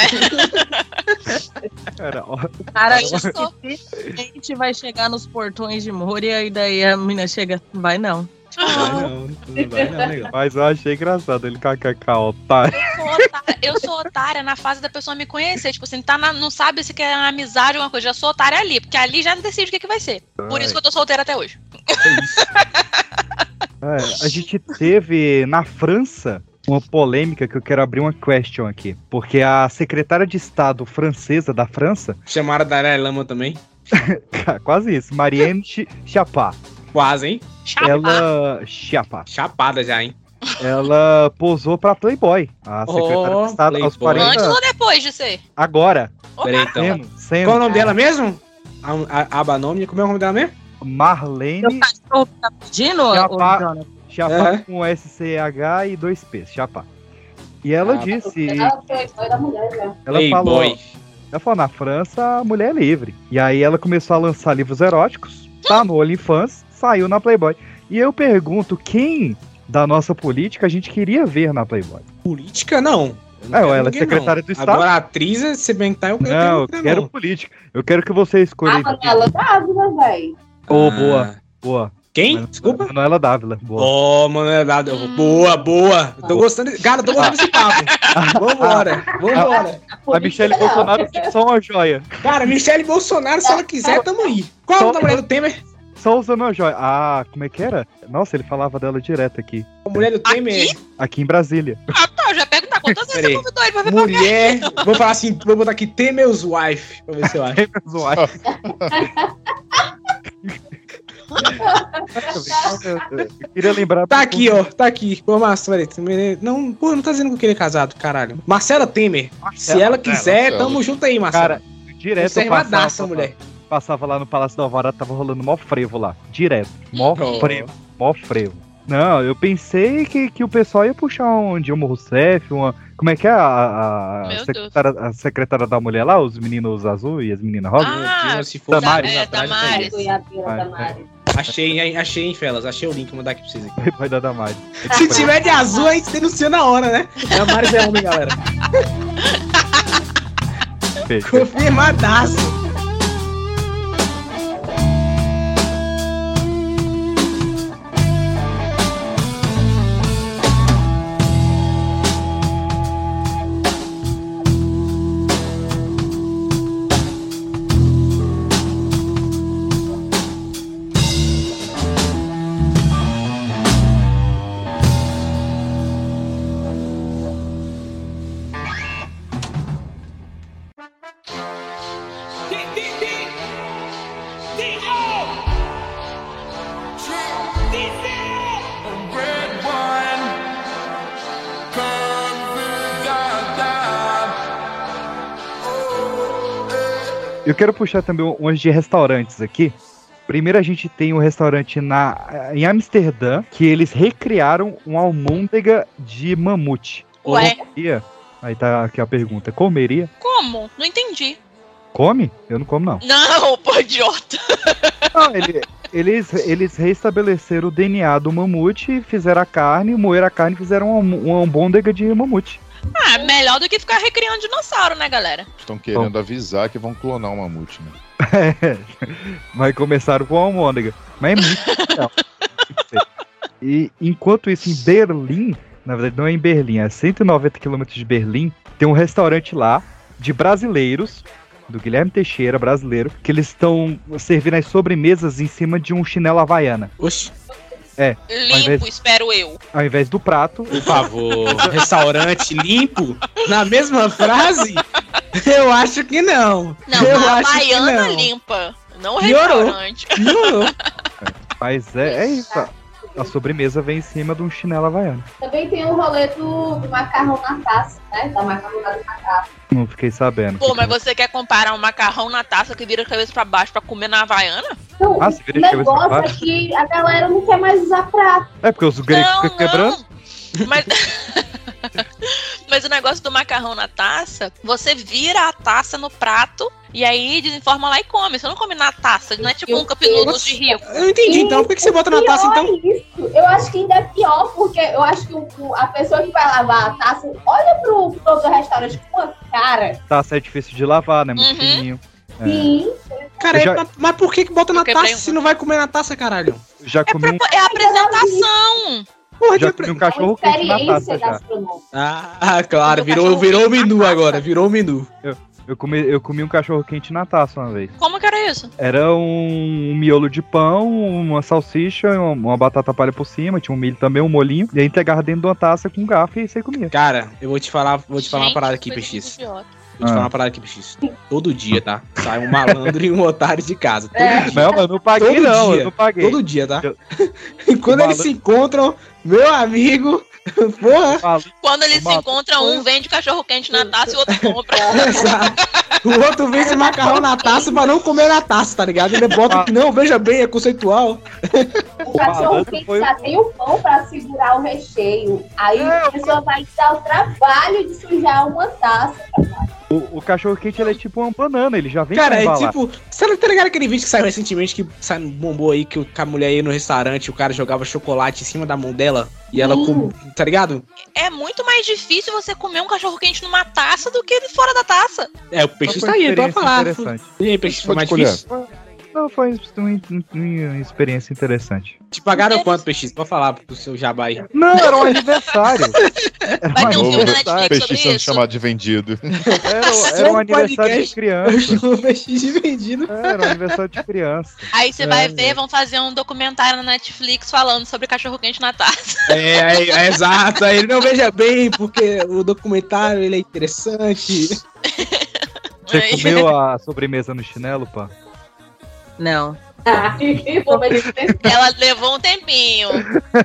Speaker 1: Cara, ó,
Speaker 8: Cara,
Speaker 6: Olha só.
Speaker 8: a gente vai chegar nos portões de Moria e daí a menina chega, vai não.
Speaker 5: não, não vai não, negão.
Speaker 1: Mas eu achei engraçado ele kkk, otário.
Speaker 6: Eu sou otária- Eu sou otária na fase da pessoa me conhecer. Tipo assim, tá na- não sabe se quer uma amizade ou uma coisa. Eu sou otária ali, porque ali já não decide o que, que vai ser. Por isso que eu tô solteira até hoje.
Speaker 1: É, a gente teve na França uma polêmica que eu quero abrir uma question aqui. Porque a secretária de Estado francesa da França,
Speaker 5: Chamaram a Dalai Lama também.
Speaker 1: quase isso, Marianne Chi- Chapa.
Speaker 5: Quase, hein?
Speaker 6: Chapa.
Speaker 1: Ela. Chapa.
Speaker 5: Chapada já, hein?
Speaker 1: Ela posou pra Playboy. A secretária
Speaker 5: Oh,
Speaker 1: de Estado aos
Speaker 5: Playboy.
Speaker 1: 40
Speaker 6: Antes ou depois de ser?
Speaker 1: Agora.
Speaker 5: Peraí, então.
Speaker 1: Sendo, sendo.
Speaker 5: Qual o nome dela mesmo? A, a, Abanômina, como é o nome dela mesmo?
Speaker 1: Marlene
Speaker 8: cachorro tá pedindo, ô,
Speaker 1: Já
Speaker 8: ô,
Speaker 1: pa-
Speaker 8: Jonathan?
Speaker 1: Chapa
Speaker 5: É.
Speaker 1: com SCH e dois P's, Chapa. E ela
Speaker 5: Ah,
Speaker 1: disse.
Speaker 2: tá. Ela é foi foi da mulher, né?
Speaker 1: Ela
Speaker 5: Ei,
Speaker 1: falou.
Speaker 5: boy.
Speaker 1: Ela falou, na França a mulher é livre. E aí ela começou a lançar livros eróticos, tá no OnlyFans, saiu na Playboy. E eu pergunto, quem da nossa política a gente queria ver na Playboy?
Speaker 5: Política, não. Eu não
Speaker 1: Ah,
Speaker 5: quero
Speaker 1: ela é
Speaker 5: ninguém,
Speaker 1: secretária do Estado.
Speaker 5: Agora, a atriz, é- se bem que tá, eu quero
Speaker 1: Não, eu
Speaker 5: ninguém,
Speaker 1: quero política. Eu quero que você escolha.
Speaker 2: A Manuela Dávila, velho.
Speaker 1: Ô,
Speaker 5: Ah.
Speaker 1: boa, boa.
Speaker 5: Quem?
Speaker 1: Mano-
Speaker 5: Desculpa.
Speaker 1: Manuela Dávila, boa.
Speaker 5: Ô, mano, é nada. Boa, boa. Eu Tô gostando. desse- Cara, eu tô gostando desse papo. Vambora, vambora.
Speaker 1: a Michelle Bolsonaro tem só uma joia.
Speaker 5: Cara, Michele Bolsonaro, se ela quiser, tamo aí. Qual é o nome da mulher do Temer?
Speaker 1: Só usando uma joia. Ah, como é que era? Nossa, ele falava dela direto aqui.
Speaker 5: A mulher do Temer. é
Speaker 1: Aqui em Brasília.
Speaker 6: Ah, tá, eu já pego tá quantas vezes
Speaker 5: Peraí.
Speaker 6: você convidou ele pra ver pra
Speaker 5: Mulher. Vou falar assim, vou botar aqui Temer's Wife. Pra ver se eu acho.
Speaker 1: Zoar. Eu queria lembrar.
Speaker 5: Tá aqui, ó. Tá aqui. Ô, Márcio, peraí. tu me- Não, pô, não tá dizendo que eu queria casado, caralho. Marcela Temer. Se ela quiser,
Speaker 7: Marcela.
Speaker 5: tamo junto aí, Marcela.
Speaker 1: É, Cara, direto
Speaker 5: Você é
Speaker 1: eu passava-
Speaker 5: irmadaça, mulher.
Speaker 1: Passava lá no Palácio do Alvorada, tava rolando mó frevo lá. Direto. Mó frevo. Mó frevo. Não, eu pensei que, que o pessoal ia puxar um Dilma Rousseff, uma. Como é que é a- a, a,
Speaker 6: Meu
Speaker 1: secretária, a secretária da mulher lá? Os meninos azul e as meninas rosa? né?
Speaker 6: Ah,
Speaker 5: Se for
Speaker 1: Damares.
Speaker 6: é,
Speaker 5: atrás,
Speaker 6: Damares.
Speaker 5: tá aí. Achei, hein, achei, hein, Felas. Achei o link, vou mandar aqui pra vocês. aqui.
Speaker 1: Vai dar da Mari.
Speaker 5: Se tiver de azul, a gente denuncia na hora, né? Damares é homem, galera. Confirmadaço.
Speaker 1: Eu quero puxar também um, umas de restaurantes aqui. Primeiro a gente tem um restaurante na, em Amsterdã, que eles recriaram uma almôndega de mamute.
Speaker 6: Ué,
Speaker 1: Ia. Aí tá aqui a pergunta, comeria?
Speaker 6: como? Não entendi.
Speaker 1: Come? Eu não como não.
Speaker 6: Não, pô, idiota.
Speaker 1: Não, ele- eles, eles reestabeleceram o DNA do mamute, fizeram a carne, moeram a carne e fizeram uma, almo- uma almôndega de mamute.
Speaker 6: Ah, melhor do que ficar recriando dinossauro, né, galera?
Speaker 7: Estão querendo avisar que vão clonar o mamute, né?
Speaker 1: Mas começaram com a almôndega. Mas é muito legal. E enquanto isso, em Berlim, na verdade não é em Berlim, é 190 quilômetros de Berlim, tem um restaurante lá de brasileiros, do Guilherme Teixeira, brasileiro, que eles estão servindo as sobremesas em cima de um chinelo havaiana.
Speaker 5: Oxi,
Speaker 6: Limpo,
Speaker 1: invés-
Speaker 6: espero eu.
Speaker 1: Ao invés do prato,
Speaker 5: por favor. Restaurante limpo? Na mesma frase? Eu acho que não.
Speaker 6: Não,
Speaker 5: Eu
Speaker 6: a
Speaker 5: acho que
Speaker 6: baiana
Speaker 5: não.
Speaker 6: limpa. Não o
Speaker 5: Piorou.
Speaker 6: restaurante.
Speaker 5: Não,
Speaker 1: Mas é, é isso. a- A sobremesa vem em cima de um chinelo havaiano.
Speaker 2: Também tem o rolê do, do macarrão na taça, né? Da macarronada na taça.
Speaker 1: Não fiquei sabendo.
Speaker 6: Pô, mas você quer comparar um macarrão na taça que vira de cabeça pra baixo pra comer na Havaiana?
Speaker 2: Então,
Speaker 1: Ah, você
Speaker 2: o
Speaker 1: vira de cabeça pra
Speaker 2: negócio é
Speaker 1: baixo?
Speaker 2: que a galera não quer mais usar prato.
Speaker 1: É porque os gregos
Speaker 6: não,
Speaker 1: ficam quebrando.
Speaker 6: não. Mas... mas o negócio do macarrão na taça, você vira a taça no prato e aí desenforma lá e come. Você não come na taça, não é tipo
Speaker 2: Eu
Speaker 6: um capinudo de rico.
Speaker 5: eu não entendi então. Por que que você bota na
Speaker 2: Pior
Speaker 5: taça então?
Speaker 2: é isso. Eu acho que ainda é pior, porque eu acho que o- o- a pessoa que vai lavar a taça olha pro pro dono do restaurante com uma cara.
Speaker 1: Taça é difícil de lavar, né? Muito
Speaker 6: Uhum.
Speaker 1: fininho. É.
Speaker 2: Sim.
Speaker 5: Cara, é
Speaker 1: Eu já-
Speaker 5: mas- mas por que que bota na
Speaker 6: Porque
Speaker 5: taça
Speaker 6: bem-
Speaker 5: se não vai comer na taça, caralho?
Speaker 1: Eu Já comi um,
Speaker 6: É a apresentação.
Speaker 5: Porra,
Speaker 1: já
Speaker 5: de...
Speaker 1: comi um
Speaker 2: É uma
Speaker 1: cachorro quente na
Speaker 2: experiência
Speaker 1: taça já.
Speaker 2: gastronômica.
Speaker 5: Ah, claro,
Speaker 6: O
Speaker 5: virou,
Speaker 6: cachorro
Speaker 5: virou o
Speaker 6: quente na
Speaker 5: menu
Speaker 6: taça.
Speaker 5: agora, virou o menu.
Speaker 1: Eu comi, eu comi um cachorro quente na taça uma vez.
Speaker 6: Como que era isso?
Speaker 1: Era um miolo de pão, uma salsicha, uma, uma batata palha por cima, tinha um milho também, um molinho. E aí entregava dentro de uma taça com um garfo e você comia.
Speaker 5: Cara, eu vou te falar, vou te falar
Speaker 6: Gente,
Speaker 5: uma parada aqui,
Speaker 6: coisa de
Speaker 5: PX.
Speaker 6: idiota.
Speaker 5: Vou
Speaker 1: Ah.
Speaker 5: te falar uma parada aqui, PX. Todo dia, tá? Sai um malandro e um otário de casa. Todo
Speaker 2: É.
Speaker 5: dia.
Speaker 1: Não, mas eu não paguei,
Speaker 5: Todo
Speaker 1: não.
Speaker 5: dia.
Speaker 1: Eu não paguei.
Speaker 5: Todo dia, tá?
Speaker 1: Eu-
Speaker 5: E quando
Speaker 1: O
Speaker 5: eles
Speaker 1: malu-
Speaker 5: se encontram, meu amigo, porra,
Speaker 6: Quando eles se
Speaker 1: Uma-
Speaker 6: encontram, um vende cachorro quente na taça e o outro compra.
Speaker 5: exato. O outro vende macarrão na taça pra não comer na taça, tá ligado? Ele bota que não, veja bem, é conceitual.
Speaker 2: O cachorro
Speaker 1: malandro
Speaker 2: quente
Speaker 1: foi-
Speaker 2: já tem o pão pra segurar o recheio. Aí
Speaker 1: É,
Speaker 2: a pessoa vai te dar o trabalho de sujar uma taça.
Speaker 1: O, o cachorro quente ele é tipo uma banana, ele já vem
Speaker 5: Cara,
Speaker 1: com
Speaker 5: é
Speaker 1: embalagem.
Speaker 5: tipo, você não tá ligado aquele vídeo que saiu recentemente que sa- bombou aí, que o- que a mulher ia no restaurante, o cara jogava chocolate em cima da mão dela e ela, com,
Speaker 2: Sim.
Speaker 5: tá ligado?
Speaker 6: É muito mais difícil você comer um cachorro quente numa taça do que fora da taça.
Speaker 5: É, o
Speaker 1: Mas
Speaker 5: peixe
Speaker 1: foi
Speaker 5: tá aí, eu tô
Speaker 1: experiência
Speaker 5: falando.
Speaker 1: interessante.
Speaker 5: E aí, peixe, foi
Speaker 7: Pode
Speaker 5: mais
Speaker 7: escolher.
Speaker 5: difícil?
Speaker 1: Não, foi uma, uma experiência interessante.
Speaker 5: Te pagaram é quanto, peixe? Pode falar pro seu jabá aí.
Speaker 1: Não, era um aniversário. Era
Speaker 6: Vai ter um filme na
Speaker 1: aniversário.
Speaker 6: Netflix
Speaker 7: Peixe
Speaker 6: sobre
Speaker 7: sendo
Speaker 6: isso?
Speaker 7: chamado de vendido.
Speaker 1: Era, era um
Speaker 5: Só um
Speaker 1: aniversário de
Speaker 5: podcast.
Speaker 1: criança.
Speaker 5: Eu chamo o peixe de vendido.
Speaker 1: Era um aniversário de criança.
Speaker 6: Aí você vai
Speaker 5: É.
Speaker 6: ver, vão fazer um documentário na Netflix falando sobre cachorro quente na taça.
Speaker 5: É, é, é exato. Aí Ele não veja bem, porque o documentário ele é interessante.
Speaker 1: Você comeu a sobremesa no chinelo, pá?
Speaker 8: Não.
Speaker 6: Ela levou um tempinho.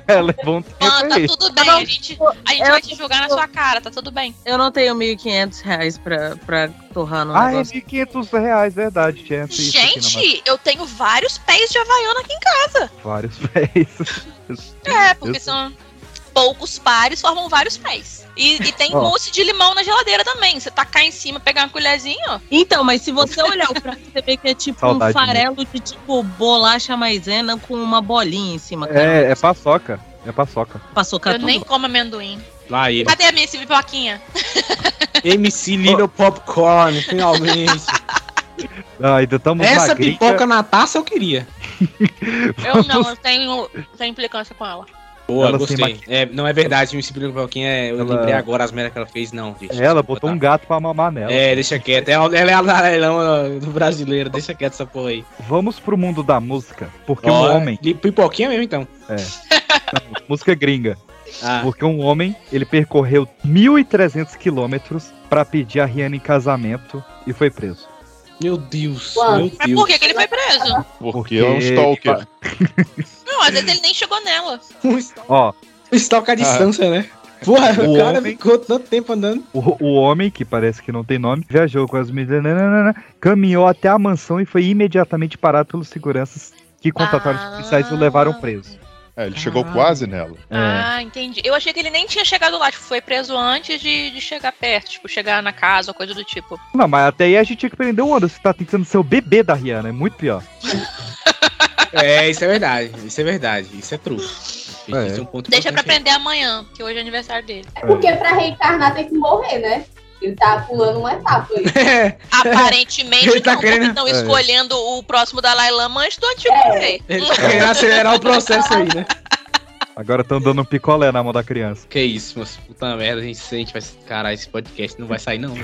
Speaker 1: Ela levou um tempo
Speaker 6: Mano, tá
Speaker 1: É aí.
Speaker 6: tudo bem. A gente, a gente
Speaker 8: Eu-
Speaker 6: vai te julgar na sua cara, tá tudo bem.
Speaker 8: Eu não tenho 1.500 reais pra, pra torrar no
Speaker 1: Ah, é
Speaker 8: negócio.
Speaker 1: de 500 reais, verdade. Tinha isso aqui na
Speaker 6: Gente, eu tenho vários pés de Havaiana aqui em casa.
Speaker 1: mão. Vários pés.
Speaker 6: É, porque
Speaker 1: Eu-
Speaker 6: são poucos pares, formam vários pés. E, e tem
Speaker 1: Ó.
Speaker 6: mousse de limão na geladeira também. Você tacar em cima, pegar uma colherzinha, ó.
Speaker 8: Então, mas se você olhar o prato, você vê que é tipo
Speaker 1: Saudade,
Speaker 8: um farelo de tipo bolacha maisena com uma bolinha em cima. cara.
Speaker 1: É, é paçoca. É paçoca.
Speaker 8: Passou
Speaker 6: Eu
Speaker 8: catuba.
Speaker 6: nem como amendoim.
Speaker 5: Lá ele.
Speaker 6: Cadê a minha pipoquinha?
Speaker 5: MC Little Popcorn, finalmente.
Speaker 1: Ah, ainda estamos
Speaker 5: Essa
Speaker 1: na gringa.
Speaker 5: pipoca na taça eu queria.
Speaker 6: Eu não, eu tenho, tenho implicância com ela.
Speaker 5: Boa,
Speaker 1: Ela sem
Speaker 5: gostei. É, não é verdade, MC Little Popcorn é. Eu
Speaker 1: Ela-
Speaker 5: lembrei agora as merdas que ela fez, não. Gente,
Speaker 1: Ela
Speaker 5: Desculpa,
Speaker 1: botou
Speaker 5: tá?
Speaker 1: um gato pra mamar nela.
Speaker 5: É, deixa quieto. Ela, ela é a Narelão do brasileiro, deixa quieto essa porra aí.
Speaker 1: Vamos pro mundo da música, porque
Speaker 5: Ó,
Speaker 1: um homem,
Speaker 5: li- Pipoquinha mesmo, então.
Speaker 1: música gringa,
Speaker 5: Ah,
Speaker 1: porque um homem, ele percorreu 1.300 quilômetros pra pedir a Rihanna em casamento e foi preso.
Speaker 5: meu Deus,
Speaker 2: Uau.
Speaker 5: meu
Speaker 6: Mas É por
Speaker 5: Deus.
Speaker 6: que, que ele foi preso?
Speaker 7: Porque é um
Speaker 1: Porque-
Speaker 7: stalker.
Speaker 6: Não, às vezes ele nem chegou nela.
Speaker 5: Um
Speaker 1: Ó, Ah.
Speaker 5: Stalker à distância, né? Porra, o cara ficou tanto tempo andando.
Speaker 1: o, o homem, que parece que não tem nome, viajou com as meninas, nananana, caminhou até a mansão e foi imediatamente parado pelos seguranças que contrataram os policiais e o levaram preso.
Speaker 7: É, ele chegou
Speaker 2: Ah.
Speaker 7: quase nela.
Speaker 1: É,
Speaker 6: Ah, entendi. Eu achei que ele nem tinha chegado lá, tipo, foi preso antes de, de chegar perto, tipo, chegar na casa ou coisa do tipo.
Speaker 1: Não, mas até aí a gente tinha que prender o Anderson, que tá tentando ser o bebê da Rihanna, é muito pior.
Speaker 5: É, isso é verdade, isso é verdade, isso é truque.
Speaker 1: É.
Speaker 5: Isso é um ponto
Speaker 6: Deixa pra
Speaker 5: importante.
Speaker 6: prender amanhã, que hoje é aniversário dele.
Speaker 2: Porque pra reencarnar tem que morrer, né? Ele tá pulando uma etapa aí.
Speaker 6: Aparentemente
Speaker 5: Ele tá
Speaker 6: não, porque
Speaker 5: querendo-
Speaker 6: estão escolhendo o próximo Dalai Lama antes do antigo rei.
Speaker 5: Ele tá querendo acelerar o processo aí, né?
Speaker 1: Agora estão dando um picolé na mão da criança.
Speaker 5: Que isso, moço. Puta merda, a gente sente, vai. Caralho, esse podcast não vai sair, não.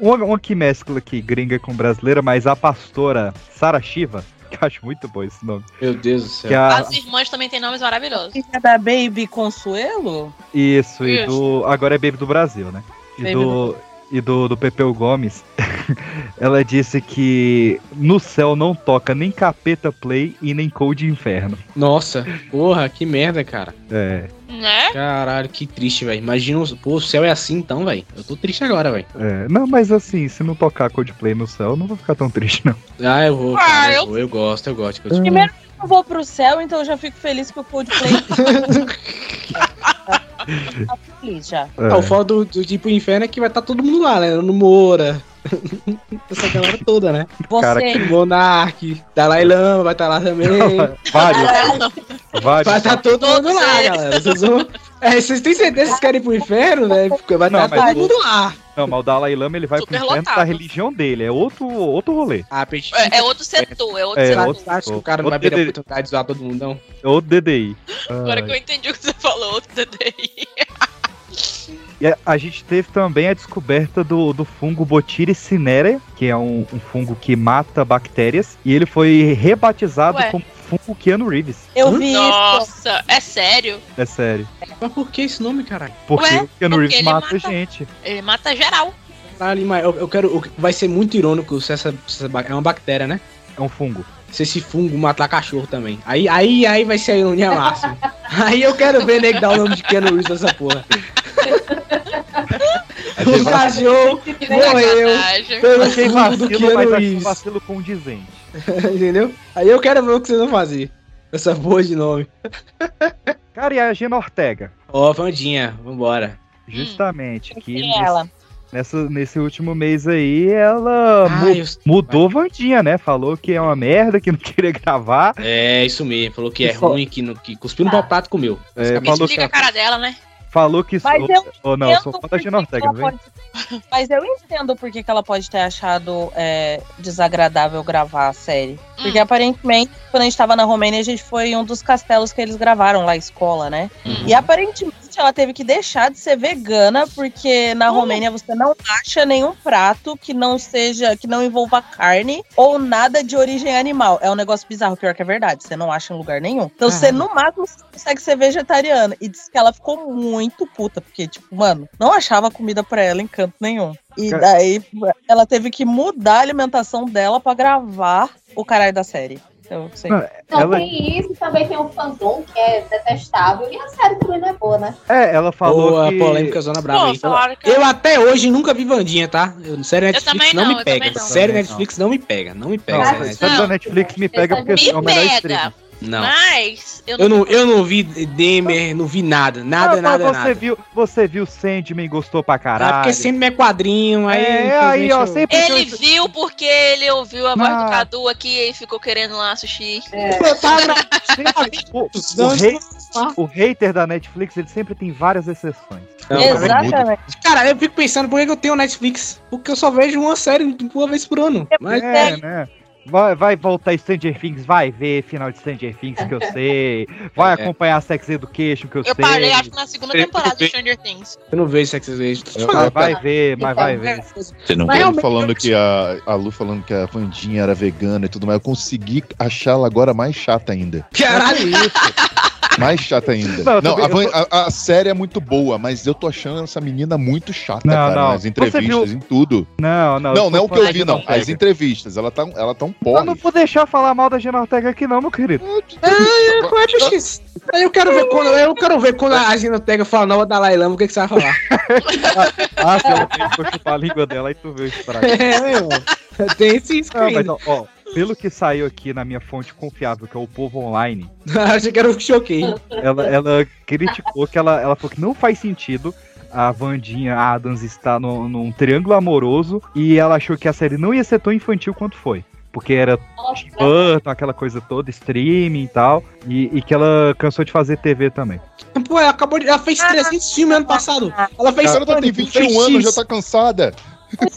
Speaker 1: Uma, Um uma que mescla aqui, gringa com brasileira, mas a pastora Sara Shiva, que eu acho muito bom esse nome.
Speaker 5: Meu Deus do
Speaker 1: Que é
Speaker 5: céu.
Speaker 1: a,
Speaker 6: As irmãs também têm nomes maravilhosos.
Speaker 8: Filha da Baby Consuelo?
Speaker 1: isso, e do. Agora é Baby do Brasil, né? E
Speaker 8: Baby
Speaker 1: do. E do, do Pepeu Gomes, ela disse que no céu não toca nem capeta play e nem cold inferno.
Speaker 5: Nossa, porra, que merda, cara.
Speaker 1: É,
Speaker 6: Né?
Speaker 5: Caralho, que triste, velho. Imagina, os- pô, o céu é assim então, velho. Eu tô triste agora, velho.
Speaker 1: é. Não, mas assim, se não tocar Coldplay no céu, eu não vou ficar tão triste, não.
Speaker 5: Ah, eu vou,
Speaker 6: Ah,
Speaker 5: cara, eu...
Speaker 6: eu-
Speaker 5: vou, eu gosto, eu gosto. Eu
Speaker 8: Primeiro que eu vou pro céu, então eu já fico feliz que o Coldplay tá feliz já.
Speaker 1: É.
Speaker 5: Ah, o foda do, do tipo inferno é que vai estar todo mundo lá, né? No Moura. Essa galera toda, né?
Speaker 8: Você,
Speaker 1: Cara,
Speaker 5: Monark, Dalai Lama vai estar lá também. Vai
Speaker 1: É, vários, vários.
Speaker 5: estar todo
Speaker 6: Todos
Speaker 5: mundo lá,
Speaker 6: eles.
Speaker 5: galera. Vocês, vão... é, vocês têm certeza que vocês querem ir pro inferno, né? Porque vai
Speaker 1: Não,
Speaker 5: estar
Speaker 1: mas-
Speaker 5: todo mundo lá.
Speaker 1: Não, mas o Dalai Lama ele vai pro
Speaker 6: Super
Speaker 1: inferno
Speaker 6: lotado.
Speaker 1: da religião dele, é outro, outro rolê.
Speaker 5: Ah, peixe.
Speaker 6: É, é outro setor, é outro
Speaker 1: É,
Speaker 6: setor.
Speaker 1: outro-
Speaker 5: Você acha que o cara não vai
Speaker 1: Outro
Speaker 5: perder a
Speaker 1: dele.
Speaker 5: oportunidade de zoar todo mundo, não?
Speaker 1: É outro DDI.
Speaker 6: Agora
Speaker 1: Ai.
Speaker 6: que eu entendi o que você falou, outro DDI.
Speaker 1: E a, a gente teve também a descoberta do, do fungo Botrytis cinerea, que é um, um fungo que mata bactérias, e ele foi rebatizado
Speaker 6: Ué.
Speaker 1: como fungo Keanu Reeves.
Speaker 8: eu vi isso.
Speaker 6: Nossa, é sério?
Speaker 1: É sério.
Speaker 5: Mas por que esse nome, caralho?
Speaker 1: Porque
Speaker 6: Ué,
Speaker 1: o Keanu
Speaker 6: porque
Speaker 1: Reeves
Speaker 6: ele
Speaker 1: mata,
Speaker 6: mata.
Speaker 1: gente.
Speaker 6: Ele mata geral.
Speaker 5: Caralho, mas eu, eu quero. eu- vai ser muito irônico se essa, se essa ba- É uma bactéria, né?
Speaker 1: É um fungo.
Speaker 5: se esse fungo matar cachorro também. Aí, aí, aí vai ser a ironia máxima. aí eu quero ver nego dar o nome de Keanu Reeves nessa porra. o cachorro morreu
Speaker 6: Sacanagem.
Speaker 5: pelo
Speaker 1: Mas quem
Speaker 5: fungo do
Speaker 1: vacila vai
Speaker 5: Keanu
Speaker 1: dar um
Speaker 5: Reeves.
Speaker 1: vacilo condizente.
Speaker 5: Entendeu? Aí eu quero ver o que vocês vão fazer. Essa porra de nome.
Speaker 1: Cara, e a Gina Ortega?
Speaker 6: Hum.
Speaker 5: Ó, Vandinha, vambora.
Speaker 1: Justamente,
Speaker 6: é
Speaker 1: que
Speaker 8: E ela?
Speaker 1: nessa, nesse último mês aí, ela mu-
Speaker 5: Ai, eu-
Speaker 1: mudou Vandinha, né? Falou que é uma merda, que não queria gravar.
Speaker 5: É, isso mesmo. Falou que é
Speaker 1: E só-
Speaker 5: ruim, que, não, que cuspiu no pau prato e comeu.
Speaker 1: É,
Speaker 6: Me
Speaker 1: falou,
Speaker 6: explica a
Speaker 1: que,
Speaker 6: cara dela, né?
Speaker 1: falou que.
Speaker 8: Mas
Speaker 1: Ou,
Speaker 8: eu
Speaker 1: ou não,
Speaker 8: entendo
Speaker 1: sou fã da
Speaker 8: por que
Speaker 1: Gina Ortega,
Speaker 8: ela
Speaker 1: não vem?
Speaker 8: pode- Mas eu entendo porque que ela pode ter achado é, desagradável gravar a série. Porque
Speaker 1: Hum.
Speaker 8: aparentemente,
Speaker 1: Hum.
Speaker 8: quando a gente tava na Romênia, a gente foi em um dos castelos que eles gravaram lá, escola, né? E aparentemente Gente, ela teve que deixar de ser vegana, porque
Speaker 1: Hum.
Speaker 8: na Romênia você não acha nenhum prato que não seja, que não envolva carne ou nada de origem animal. É um negócio bizarro, pior que é verdade. Você não acha em lugar nenhum. Então você, no máximo, você consegue ser vegetariana. E disse que ela ficou muito puta, porque, tipo, mano, não achava comida pra ela em canto nenhum. E
Speaker 1: Cara-
Speaker 8: daí ela teve que mudar a alimentação dela pra gravar o caralho da série. Eu sei.
Speaker 1: Não,
Speaker 6: é
Speaker 2: Então
Speaker 1: Ela-
Speaker 2: tem isso, também tem o fandom, que é detestável. E a série também não é boa, né?
Speaker 1: É, ela falou
Speaker 5: Boa,
Speaker 1: que...
Speaker 5: polêmica, zona brava.
Speaker 6: Pô,
Speaker 5: hein?
Speaker 6: falaram que-
Speaker 5: Eu até hoje nunca vi Vandinha, tá? Eu, sério,
Speaker 6: Eu
Speaker 5: Netflix
Speaker 6: também
Speaker 5: não,
Speaker 6: não,
Speaker 5: me
Speaker 6: eu
Speaker 5: pega.
Speaker 6: também não.
Speaker 5: Sério,
Speaker 1: Também não.
Speaker 5: Netflix não me pega. Não me pega.
Speaker 1: Não,
Speaker 5: série
Speaker 1: sério,
Speaker 5: Netflix.
Speaker 1: sabe da Netflix me pega porque
Speaker 6: Me
Speaker 1: é o melhor stream.
Speaker 6: pega,
Speaker 5: Não.
Speaker 6: mas... Eu
Speaker 5: Eu
Speaker 6: não...
Speaker 5: não, eu não vi Demer, não vi nada.
Speaker 1: Ah,
Speaker 5: Nada,
Speaker 1: mas
Speaker 5: nada,
Speaker 1: você
Speaker 5: nada.
Speaker 1: viu, você viu Sandman e gostou pra
Speaker 5: Ah,
Speaker 1: caralho.
Speaker 5: porque sempre é quadrinho, aí...
Speaker 1: É, aí, ó,
Speaker 5: infelizmente, eu-
Speaker 1: sempre um-
Speaker 6: Ele
Speaker 1: que eu-
Speaker 6: viu porque ele ouviu a voz
Speaker 1: Ah.
Speaker 6: do Cadu aqui e ficou querendo lá sushi.
Speaker 1: tá sempre- o, o rei- o hater da Netflix, ele sempre tem várias exceções.
Speaker 5: Não, cara,
Speaker 8: Exatamente.
Speaker 5: Cara, eu fico pensando por que que eu tenho Netflix. Porque eu só vejo uma série uma vez por ano. Mas
Speaker 1: É, né? Vai, vai voltar Stranger Things, vai ver final de Stranger Things que eu sei. Vai
Speaker 5: É.
Speaker 1: acompanhar Sex Education que eu,
Speaker 6: Eu
Speaker 1: sei.
Speaker 6: parei, acho, na segunda
Speaker 5: Sei.
Speaker 6: temporada de Stranger Things.
Speaker 5: eu não vejo Sex Education. Deixa eu
Speaker 1: Mas
Speaker 5: falar.
Speaker 1: vai ver, mas vai
Speaker 6: Então, é.
Speaker 1: ver.
Speaker 11: Você não
Speaker 7: A
Speaker 5: Mas-
Speaker 11: vê?
Speaker 7: Lu
Speaker 5: Realmente,
Speaker 7: falando
Speaker 5: eu-
Speaker 7: que a, a Lu falando que a Vandinha era vegana e tudo mais, eu consegui achá-la agora mais chata ainda.
Speaker 5: Caralho,
Speaker 7: Mais chata ainda.
Speaker 1: Não, eu
Speaker 7: Não,
Speaker 1: também-
Speaker 7: a,
Speaker 1: eu
Speaker 7: Van- a- a série é muito boa, mas eu tô achando essa menina muito chata,
Speaker 1: Não,
Speaker 7: cara,
Speaker 1: não.
Speaker 7: nas
Speaker 1: Você
Speaker 7: entrevistas, em tudo.
Speaker 1: Não, não.
Speaker 7: Não, não é o que eu
Speaker 6: falando
Speaker 7: vi,
Speaker 6: que
Speaker 7: não.
Speaker 6: não
Speaker 7: As entrevistas, ela tá, ela tá um
Speaker 1: Eu
Speaker 7: porre.
Speaker 1: não vou deixar falar mal da Gina Ortega aqui não, meu querido.
Speaker 5: qual é, bicho? Aí eu quero ver quando, eu quero ver quando a Ginotega fala nova Dalai Lama, o que, que você vai falar?
Speaker 1: Ah, se ela for chupar a língua dela, aí tu vê o estrago.
Speaker 5: é, meu. Tem esse risco
Speaker 1: Não, Ah, mas
Speaker 5: ainda.
Speaker 1: ó, ó, pelo que saiu aqui na minha fonte confiável, que é o Povo Online,
Speaker 5: Achei que era um o choquei.
Speaker 1: ela, ela criticou que ela, ela falou que não faz sentido a Vandinha Adams estar no, num triângulo amoroso e ela achou que a série não ia ser tão infantil quanto foi. Porque era Burton, aquela coisa toda, streaming e tal. E, e que ela cansou de fazer TV também.
Speaker 6: Ah.
Speaker 5: Pô, ela acabou de. Ela fez
Speaker 6: tá
Speaker 5: 300 filmes ano passado. Ela fez.
Speaker 7: A senhora tá, tem
Speaker 5: Pânico,
Speaker 7: 21
Speaker 5: fez
Speaker 7: anos,
Speaker 5: X.
Speaker 7: já tá cansada.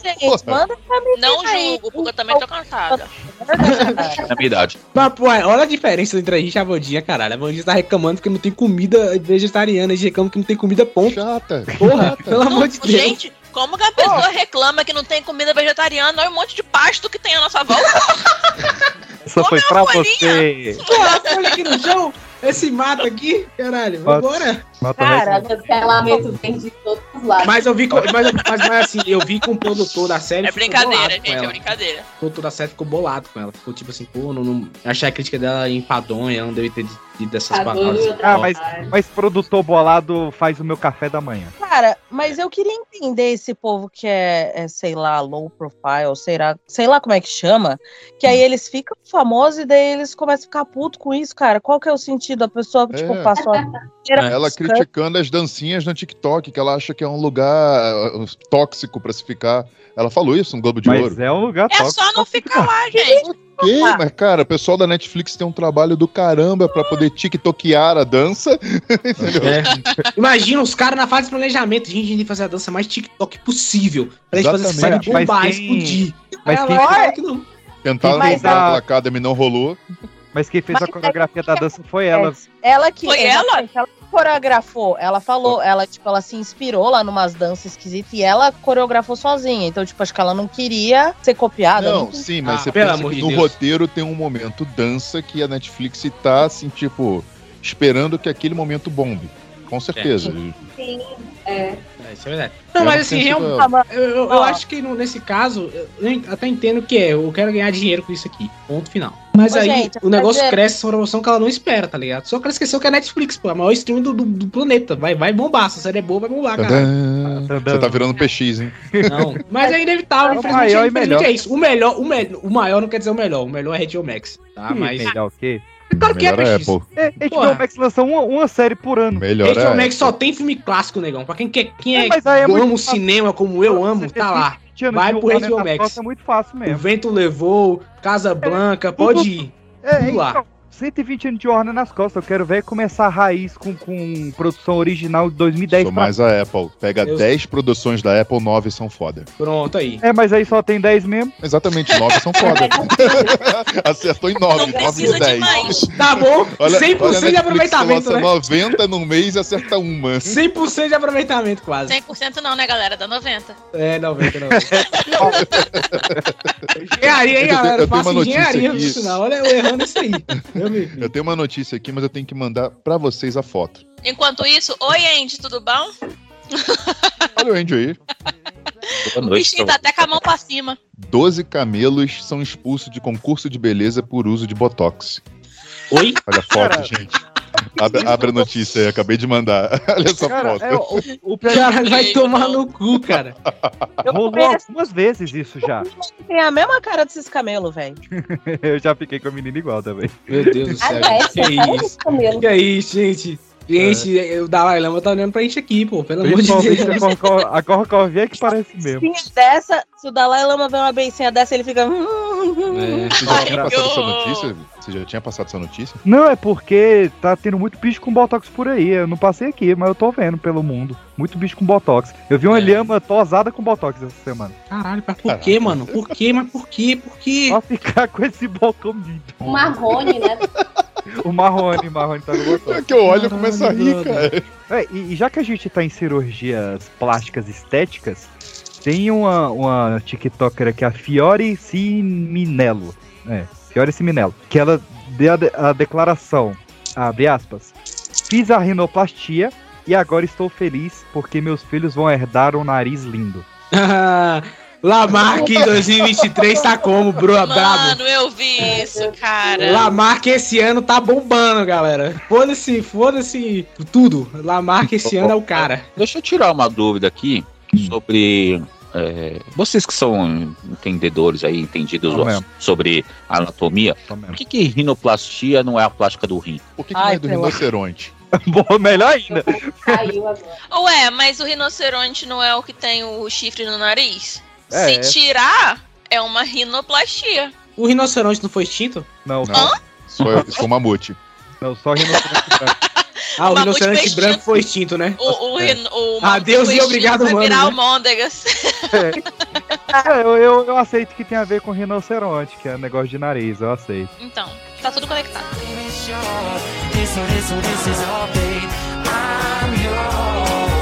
Speaker 8: Gente, manda pra mim.
Speaker 6: Não
Speaker 8: aí.
Speaker 6: julgo, porque eu também tô cansada.
Speaker 11: Na É minha idade.
Speaker 5: Mas, pô, é, olha a diferença entre a gente e a Vandinha, caralho. A Vandinha tá reclamando que não tem comida vegetariana, a gente reclama que não tem comida ponto.
Speaker 7: Chata.
Speaker 5: Porra, pelo amor de
Speaker 6: Não,
Speaker 5: Deus.
Speaker 6: Gente, como que a pessoa reclama que não tem comida vegetariana? Olha um monte de pasto que tem à nossa volta.
Speaker 1: Essa foi
Speaker 6: Come uma
Speaker 1: pra
Speaker 6: folhinha.
Speaker 1: você!
Speaker 5: Porra, olha aqui no chão, esse mato aqui, caralho, vambora.
Speaker 1: Nota
Speaker 8: Cara,
Speaker 1: reta.
Speaker 2: Cancelamento vem de todos os lados.
Speaker 5: Mas eu vi com, mas, mas, mas assim, eu vi com o produtor da série.
Speaker 6: É
Speaker 5: ficou
Speaker 6: brincadeira,
Speaker 5: bolado com
Speaker 6: gente, é
Speaker 5: ela.
Speaker 6: brincadeira.
Speaker 5: O produtor da série ficou bolado com ela. Ficou tipo assim, pô, não, não- achei a crítica dela empadonha, ela não deve ter dito dessas
Speaker 6: Tá
Speaker 2: Padonha,
Speaker 5: palavras.
Speaker 2: outra
Speaker 1: Ah, mas, mas produtor bolado faz o meu café da manhã.
Speaker 8: Cara,
Speaker 7: É.
Speaker 8: mas eu queria entender esse povo que é, é, sei lá, low profile, sei lá, sei lá como é que chama, que
Speaker 7: Hum.
Speaker 8: aí eles ficam famosos e daí eles começam a ficar puto com isso, cara. Qual que é o sentido? A pessoa,
Speaker 7: É.
Speaker 8: tipo, passou a vida inteira
Speaker 7: Ela
Speaker 8: buscando-
Speaker 7: criticando as dancinhas no TikTok, que ela acha que é um lugar ah, tóxico pra se ficar. Ela falou isso no Globo de Ouro.
Speaker 1: Mas é um lugar
Speaker 6: É
Speaker 1: top.
Speaker 6: só não ficar lá, gente.
Speaker 7: Ok, mas cara, o pessoal da Netflix tem um trabalho do caramba pra poder tiktokear a dança.
Speaker 5: É. Imagina os caras na fase de planejamento. Gente, a gente tem que fazer a dança mais TikTok possível. Pra gente fazer essa série
Speaker 7: Exatamente.
Speaker 5: bombar,
Speaker 1: Mas tem-
Speaker 5: explodir.
Speaker 1: mas
Speaker 5: Ela,
Speaker 1: tem-
Speaker 5: "Ah, que não."
Speaker 7: Tentaram
Speaker 8: Mas
Speaker 7: entrar
Speaker 1: a-
Speaker 7: na Academy, não rolou.
Speaker 1: Mas quem fez
Speaker 8: Mas
Speaker 1: a coreografia da dança foi ela.
Speaker 8: Ela que
Speaker 6: Foi ela?
Speaker 8: exatamente, ela que coreografou, ela falou, ela tipo, ela se inspirou lá numas danças esquisitas e ela coreografou sozinha. Então, tipo, acho que ela não queria ser copiada.
Speaker 7: não,
Speaker 8: não-
Speaker 7: sim, mas
Speaker 5: Ah,
Speaker 7: você
Speaker 5: pelo
Speaker 7: pensa
Speaker 5: amor
Speaker 7: que
Speaker 5: de
Speaker 7: no
Speaker 5: Deus.
Speaker 7: roteiro tem um momento dança que a Netflix tá assim, tipo, esperando que aquele momento bombe. Com certeza.
Speaker 2: Sim, é.
Speaker 5: É, isso é verdade. Não, mas assim, realmente.
Speaker 8: Ah, mas-
Speaker 5: Eu, eu- eu
Speaker 8: Ó.
Speaker 5: acho que no- nesse caso, eu eu até entendo que é, eu quero ganhar dinheiro com isso aqui. Ponto final. Mas
Speaker 8: Ô,
Speaker 5: aí
Speaker 8: gente,
Speaker 5: o negócio
Speaker 8: mas é-
Speaker 5: cresce essa promoção que ela não espera, tá ligado? Só que ela esqueceu que é a Netflix, pô, é a maior stream do, do- do planeta. Vai, vai bombar. Se a série é boa, vai bombar, cara.
Speaker 7: Tadã. Você tá virando PX, hein?
Speaker 5: Não. Mas é inevitável,
Speaker 1: É o
Speaker 5: infelizmente,
Speaker 1: maior e
Speaker 5: infelizmente
Speaker 1: melhor.
Speaker 5: é isso. O melhor, o, me- o maior não quer dizer o melhor. O melhor é HBO Max, tá?
Speaker 1: Ah,
Speaker 5: Mas.
Speaker 1: mas... Melhor o quê?
Speaker 5: Claro que é,
Speaker 7: Melhor é
Speaker 5: é
Speaker 7: Apple.
Speaker 1: É, HBO
Speaker 5: Porra.
Speaker 1: Max lançou uma, uma série por ano.
Speaker 7: Melhor
Speaker 5: HBO
Speaker 7: é.
Speaker 5: Max só tem filme clássico, negão. Pra quem quer, quem é,
Speaker 1: É, mas aí é
Speaker 5: ama
Speaker 1: muito
Speaker 5: o
Speaker 1: fácil.
Speaker 5: cinema como eu amo,
Speaker 1: Você
Speaker 5: tá
Speaker 1: tem
Speaker 5: lá.
Speaker 1: 20 anos
Speaker 5: Vai
Speaker 1: de
Speaker 5: pro
Speaker 1: Warner
Speaker 5: HBO
Speaker 1: na
Speaker 5: Max.
Speaker 1: costa, É muito fácil
Speaker 5: O
Speaker 1: mesmo.
Speaker 5: vento levou, Casa Branca, pode ir.
Speaker 1: É,
Speaker 5: Vamos lá.
Speaker 1: então, 120 anos de Orna nas costas. Eu quero ver começar a raiz com, com produção original de 2010.
Speaker 7: Sou mais a Apple. Pega
Speaker 1: Eu-
Speaker 7: 10 produções da Apple, 9 são foda.
Speaker 5: Pronto, aí.
Speaker 1: É, mas aí só tem 10 mesmo.
Speaker 7: Exatamente, 9 são foda. Acertou em 9, 9 de 10.
Speaker 5: Tá bom? 100% de
Speaker 7: Olha- olha a Netflix,
Speaker 5: aproveitamento,
Speaker 7: lança
Speaker 5: né?
Speaker 7: 90 num mês e acerta uma.
Speaker 5: 100% de aproveitamento, quase.
Speaker 6: 100% não, né, galera? Dá 90.
Speaker 5: É, 90, 90. engenharia, É hein,
Speaker 7: Eu tenho-
Speaker 5: galera?
Speaker 7: eu tenho
Speaker 5: Faço
Speaker 7: uma notícia
Speaker 5: engenharia no
Speaker 7: aqui.
Speaker 5: final. Olha eu errando isso aí. Eu me-
Speaker 7: Eu tenho uma notícia aqui, mas eu tenho que mandar pra vocês a foto.
Speaker 6: Enquanto isso, oi, Andy, tudo bom?
Speaker 7: Olha o Andy aí.
Speaker 6: o bichinho
Speaker 3: então.
Speaker 6: tá até com a mão pra cima.
Speaker 7: 12 camelos são expulsos de concurso de beleza por uso de botox.
Speaker 5: Oi?
Speaker 7: Olha a foto, gente. Abre, abre a notícia aí, acabei de mandar. Olha essa
Speaker 1: Cara,
Speaker 7: foto.
Speaker 1: é, o, o pior-
Speaker 5: Cara, vai tomar no cu, cara.
Speaker 1: rolou algumas vezes isso já.
Speaker 8: Tem a mesma cara desses camelos, velho.
Speaker 1: Eu já fiquei com a menina igual também.
Speaker 5: Meu Deus
Speaker 8: Ah,
Speaker 5: do céu. que é isso? Que é isso, gente? Gente, o Dalai Lama tá olhando pra gente aqui, pô. Pelo amor de
Speaker 1: Principalmente a
Speaker 5: Deus.
Speaker 1: Corcor- a Corcovia que parece mesmo.
Speaker 8: Sim, é dessa, se o Dalai Lama vê uma beicinha dessa, ele fica. "Hum,
Speaker 7: Você já, tinha passado essa notícia? Você já tinha passado essa notícia?
Speaker 1: Não, é porque tá tendo muito bicho com botox por aí. Eu não passei aqui, mas eu tô vendo pelo mundo. Muito bicho com botox. Eu vi uma lhama tosada com botox essa semana.
Speaker 5: Caralho, mas por que, mano? Por que? Mas por que? Por que?
Speaker 1: Só ficar com esse botão lindo.
Speaker 2: O Marrone, né?
Speaker 1: O Marrone, o Marrone tá no botox.
Speaker 7: É que eu olho e começo a rir, cara.
Speaker 1: É, e, e já que a gente tá em cirurgias plásticas estéticas, tem uma, uma TikToker aqui, a Fiore Siminello. É, Fiore Siminello. Que ela deu a, de- a declaração, abre aspas, fiz a rinoplastia e agora estou feliz porque meus filhos vão herdar um nariz lindo.
Speaker 5: Lamarck em 2023 tá como, bro? Brabo.
Speaker 6: Mano, eu vi isso, cara.
Speaker 5: Lamarck esse ano tá bombando, galera. Foda-se, foda-se tudo. Lamarck esse ano é o cara.
Speaker 3: Deixa eu tirar uma dúvida aqui sobre. é, vocês que são entendedores aí, entendidos
Speaker 1: Tá mesmo.
Speaker 3: sobre anatomia,
Speaker 1: Tá
Speaker 3: por
Speaker 1: mesmo.
Speaker 3: que, que rinoplastia não é a plástica do rim?
Speaker 7: Por que, que
Speaker 8: Ai,
Speaker 7: não é do
Speaker 8: pelo-
Speaker 7: rinoceronte?
Speaker 1: Bom, melhor ainda.
Speaker 2: Caiu agora.
Speaker 6: Ué, mas o rinoceronte não é o que tem o chifre no nariz?
Speaker 1: É, é.
Speaker 6: Se tirar, é uma rinoplastia.
Speaker 5: O rinoceronte não foi extinto?
Speaker 1: Não,
Speaker 7: Não, sou, sou mamute.
Speaker 1: não, só rinoceronte.
Speaker 5: Ah, o
Speaker 6: O mamute foi
Speaker 5: rinoceronte
Speaker 6: extinto.
Speaker 5: branco foi extinto, né?
Speaker 6: O, o, rino- o
Speaker 5: Ah, Deus e obrigado,
Speaker 6: vai
Speaker 5: mano,
Speaker 6: virar
Speaker 5: né?
Speaker 6: o Môndegas.
Speaker 1: É, eu, eu, eu aceito que tem a ver com rinoceronte, que é negócio de nariz, eu aceito.
Speaker 6: Então, tá tudo conectado.
Speaker 4: This one, this one, this is all, babe. I'm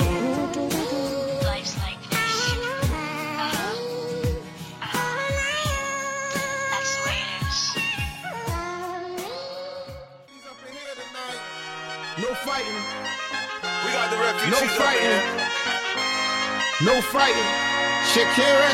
Speaker 4: yours.
Speaker 10: No fighting. No fighting. No fighting. Shakira,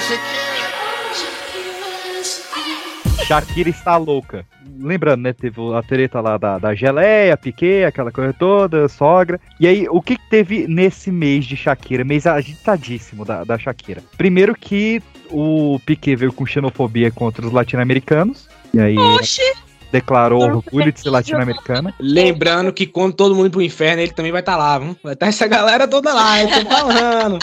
Speaker 1: Shakira está louca. Lembrando, né? Teve a treta lá da, da geleia, Piquet, aquela coisa toda, sogra. E aí, o que, que teve nesse mês de Shakira? Mês agitadíssimo da, da Shakira. Primeiro que o Piquet veio com xenofobia contra os latino-americanos. E aí
Speaker 6: Oxi!
Speaker 1: declarou orgulho de ser latino-americana.
Speaker 5: Lembrando que quando todo mundo ir pro inferno, ele também vai estar tá lá, viu? Vai estar essa galera toda lá, eu tô falando.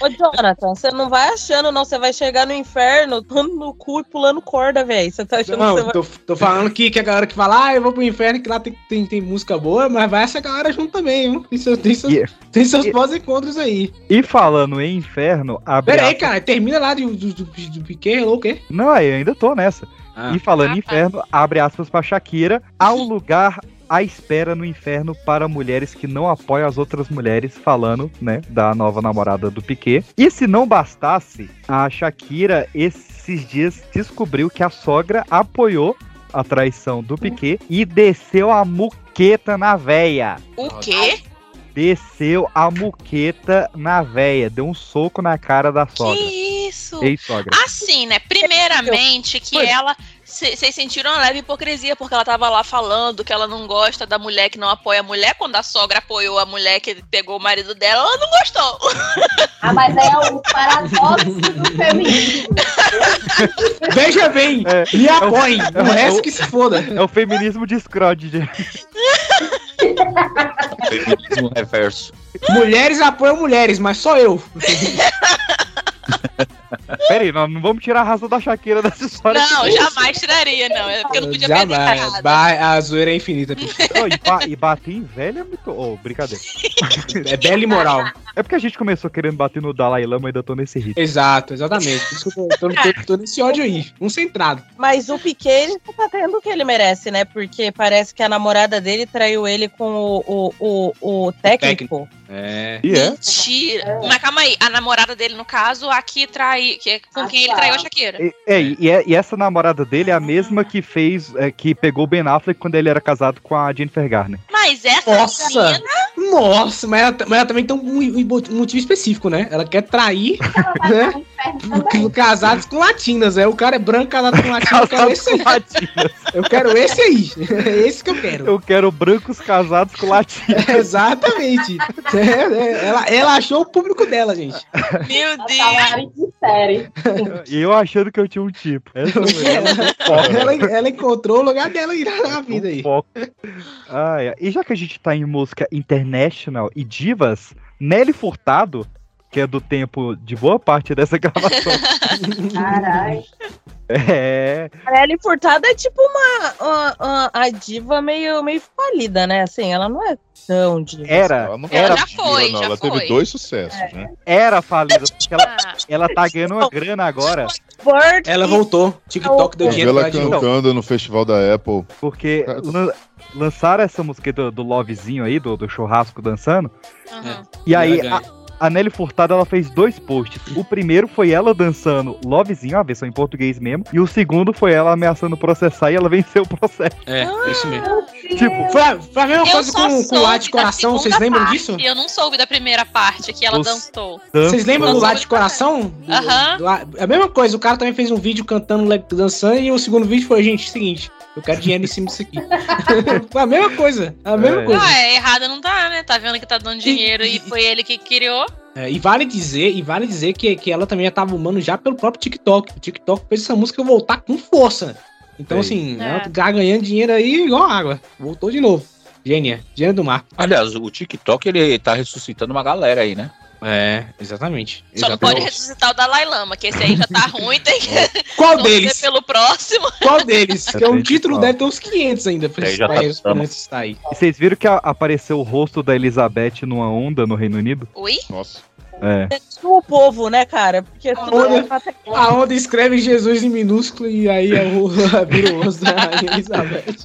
Speaker 8: Ô, Jonathan, você não vai achando, não. Você vai chegar no inferno, tomando no cu e pulando corda, velho. Você tá achando que você
Speaker 5: Não,
Speaker 8: vai.
Speaker 5: tô, tô falando que, que a galera que fala, ah, eu vou pro inferno, que lá tem, tem, tem música boa, mas vai essa galera junto também, viu? Tem seus, tem seus,
Speaker 1: Yeah.
Speaker 5: tem seus
Speaker 1: Yeah.
Speaker 5: pós-encontros aí.
Speaker 1: E falando em inferno, abre
Speaker 5: Pera aí,
Speaker 1: aspas-
Speaker 5: cara, termina lá do, do, do, do Piquet, hello, o quê?
Speaker 1: Não, eu ainda tô nessa.
Speaker 5: Ah.
Speaker 1: E falando em
Speaker 6: Ah, tá.
Speaker 1: inferno, abre aspas pra Shakira, há um lugar à espera no inferno para mulheres que não apoiam as outras mulheres, falando, né, da nova namorada do Piquet. E se não bastasse, a Shakira esses dias descobriu que a sogra apoiou a traição do Piquet e desceu a muqueta na véia.
Speaker 5: Ah,
Speaker 6: O quê?
Speaker 1: Desceu a muqueta na véia, deu um soco na cara da
Speaker 5: tá
Speaker 1: sogra.
Speaker 6: Que isso?
Speaker 1: Ei, sogra.
Speaker 6: Assim, né? Primeiramente, que ela. Vocês sentiram uma leve hipocrisia, porque ela tava lá falando que ela não gosta da mulher que não apoia a mulher. Quando a sogra apoiou a mulher que pegou o marido dela, ela não gostou.
Speaker 2: Ah, mas é o paradoxo do
Speaker 8: é
Speaker 2: feminismo.
Speaker 5: Veja bem,
Speaker 1: É,
Speaker 5: me apoiem,
Speaker 1: é
Speaker 5: o
Speaker 1: o-
Speaker 5: resto que se foda.
Speaker 1: É o feminismo de Scrooge, gente.
Speaker 3: Feminismo reverso.
Speaker 5: Mulheres apoiam mulheres, mas só eu.
Speaker 1: Peraí, nós não vamos tirar a razão da Shakira dessa história.
Speaker 6: Não, jamais tiraria, não. É porque eu não podia perder
Speaker 5: Jamais.
Speaker 6: nada.
Speaker 5: Ba- a zoeira é infinita. bicho.
Speaker 1: Ô, e, ba e bater em velho é muito. Ô, brincadeira.
Speaker 5: É bela e moral.
Speaker 1: É porque a gente começou querendo bater no Dalai Lama e ainda tô nesse ritmo.
Speaker 5: Exato, exatamente. Por isso que eu tô, tô- tô- tô nesse ódio aí. Um centrado.
Speaker 8: Mas o Piquet, ele não tá tendo o que ele merece, né? Porque parece que a namorada dele traiu ele com o, o, o, o técnico.
Speaker 5: É.
Speaker 1: E é?
Speaker 6: Mentira. Mas calma aí, a namorada dele, no caso, aqui trai. Que é com quem ele traiu a Shakira.
Speaker 1: E, é, e, é- e essa namorada dele é a mesma que fez, é, que pegou o Ben Affleck quando ele era casado com a Jennifer Garner.
Speaker 6: Mas essa
Speaker 5: Nossa!
Speaker 6: menina.
Speaker 5: Nossa, mas ela, t- mas ela também tem um, um- um motivo específico, né? Ela quer trair
Speaker 6: um
Speaker 5: né? casados com latinas. É, o cara é branco casado com latino. Eu quero
Speaker 1: Casados
Speaker 5: esse
Speaker 1: com
Speaker 5: aí.
Speaker 1: latinas.
Speaker 5: Eu quero esse aí. É esse que eu quero.
Speaker 1: Eu quero brancos casados com latinas.
Speaker 5: Exatamente. É, é, ela, ela achou o público dela, gente.
Speaker 6: Meu Deus.
Speaker 2: Salário de série.
Speaker 1: E eu achando que eu tinha um tipo. Essa mulher é um foco.
Speaker 5: Ela, ela encontrou o lugar dela aí na na vida aí.
Speaker 1: Um foco. Ah, é. E já que a gente tá em música international e divas, Nelly Furtado, que é do tempo de boa parte dessa gravação,
Speaker 2: Caralho.
Speaker 1: é,
Speaker 8: A Ellen Furtado é tipo uma, uma, uma- a diva meio, meio falida, né? Assim, ela não é tão diva.
Speaker 1: era,
Speaker 7: Ela não
Speaker 1: era,
Speaker 6: já foi,
Speaker 7: não,
Speaker 6: já
Speaker 7: ela
Speaker 6: foi. É.
Speaker 7: teve dois sucessos, né?
Speaker 1: era falida, porque ela,
Speaker 6: Ah,
Speaker 1: ela tá ganhando uma grana agora,
Speaker 8: Bird
Speaker 5: Ela
Speaker 8: e-
Speaker 5: voltou. TikTok deu
Speaker 7: Eu vi
Speaker 5: dinheiro pra ela
Speaker 7: ela
Speaker 5: de novo.
Speaker 7: cantando no festival da Apple.
Speaker 1: porque lan- lançaram essa música do, do Lovezinho aí, do, do churrasco dançando,
Speaker 6: aham.
Speaker 1: e aí
Speaker 5: Ela ganha.
Speaker 1: a, a Nelly Furtado ela fez dois posts. O primeiro foi ela dançando Lovezinho, a versão em português mesmo, e o segundo foi ela ameaçando processar e ela venceu o processo.
Speaker 5: É, isso mesmo.
Speaker 1: Tipo,
Speaker 5: Foi a, foi a mesma
Speaker 6: Eu
Speaker 5: coisa
Speaker 6: só
Speaker 5: com, com o Lá de
Speaker 6: soube da
Speaker 5: Coração, vocês
Speaker 6: segunda
Speaker 5: lembram
Speaker 6: parte,
Speaker 5: disso?
Speaker 6: Eu não soube da primeira parte que ela
Speaker 1: Os-
Speaker 6: dançou.
Speaker 5: Vocês lembram
Speaker 3: Uhum.
Speaker 5: do Lá de Coração? Do-
Speaker 6: Aham.
Speaker 5: do Lá- É a mesma coisa, o cara também fez um vídeo cantando, le- dançando, e o segundo vídeo foi, gente, seguinte, eu quero dinheiro em cima disso aqui. Foi a mesma coisa, a mesma
Speaker 1: É.
Speaker 5: coisa.
Speaker 6: Ué, errada não tá, né? Tá vendo que tá dando dinheiro e foi ele que criou.
Speaker 5: É, e vale dizer, e vale dizer que, que ela também já tava humano já pelo próprio TikTok. O TikTok fez essa música voltar com força. Então,
Speaker 1: Sei.
Speaker 5: assim,
Speaker 6: É.
Speaker 5: ela tá ganhando dinheiro aí igual água. Voltou de novo. Gênia, gênia do mar.
Speaker 3: Aliás, o TikTok ele tá ressuscitando uma galera aí, né?
Speaker 5: É, exatamente.
Speaker 6: Só não pode ressuscitar o Dalai Lama, que esse aí já tá ruim, tem que
Speaker 5: Qual
Speaker 6: torcer
Speaker 5: deles?
Speaker 6: pelo próximo.
Speaker 5: Qual deles? Que é um
Speaker 1: Depende
Speaker 5: título,
Speaker 1: qual.
Speaker 5: deve ter uns 500 ainda pra
Speaker 3: Aí
Speaker 5: esse
Speaker 3: já tá
Speaker 5: país,
Speaker 3: bom.
Speaker 5: pra antes estar aí.
Speaker 1: E vocês viram que a- apareceu o rosto da Elizabeth numa onda no Reino Unido?
Speaker 6: Ui?
Speaker 7: Nossa.
Speaker 1: É.
Speaker 8: o povo, né, cara? Porque tudo
Speaker 5: Olha.
Speaker 8: até
Speaker 5: A onda escreve Jesus em minúsculo e aí é o vira o osso da Elizabeth.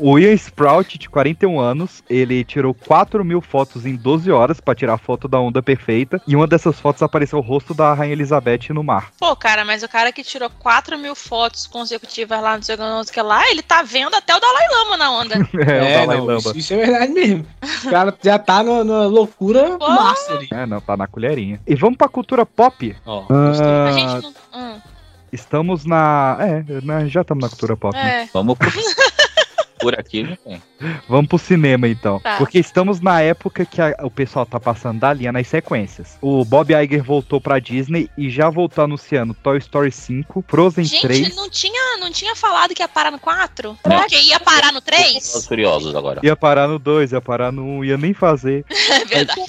Speaker 1: O William Sprout, de 41 anos, ele tirou 4 mil fotos em 12 horas pra tirar a foto da onda perfeita. E uma dessas fotos apareceu o rosto da Rainha Elizabeth no mar.
Speaker 6: Pô, cara, mas o cara que tirou 4 mil fotos consecutivas lá no Jogando que lá, ele tá vendo até o Dalai Lama na onda.
Speaker 1: É, o Dalai
Speaker 5: não,
Speaker 1: Lama.
Speaker 5: Isso, isso é verdade mesmo. O cara já tá na na loucura
Speaker 6: Pô.
Speaker 5: massa ali.
Speaker 1: É, não, tá na colherinha. E vamos pra cultura pop.
Speaker 5: Ó,
Speaker 6: A
Speaker 1: Ah,
Speaker 6: gente não. hum,
Speaker 1: estamos na. É, nós já estamos na cultura pop. né?
Speaker 6: é.
Speaker 3: Vamos pro... por aqui, não tem.
Speaker 1: Vamos pro cinema então.
Speaker 6: Tá.
Speaker 1: Porque estamos na época que a- o pessoal tá passando da linha nas sequências. O Bob Iger voltou pra Disney e já voltou anunciando Toy Story 5, Frozen
Speaker 6: Gente,
Speaker 1: 3.
Speaker 6: não tinha, não tinha falado que ia parar no 4?
Speaker 3: Não.
Speaker 6: Porque ia parar no 3?
Speaker 3: Os curiosos agora.
Speaker 1: Ia parar no 2, ia parar no 1, ia nem fazer.
Speaker 6: É verdade.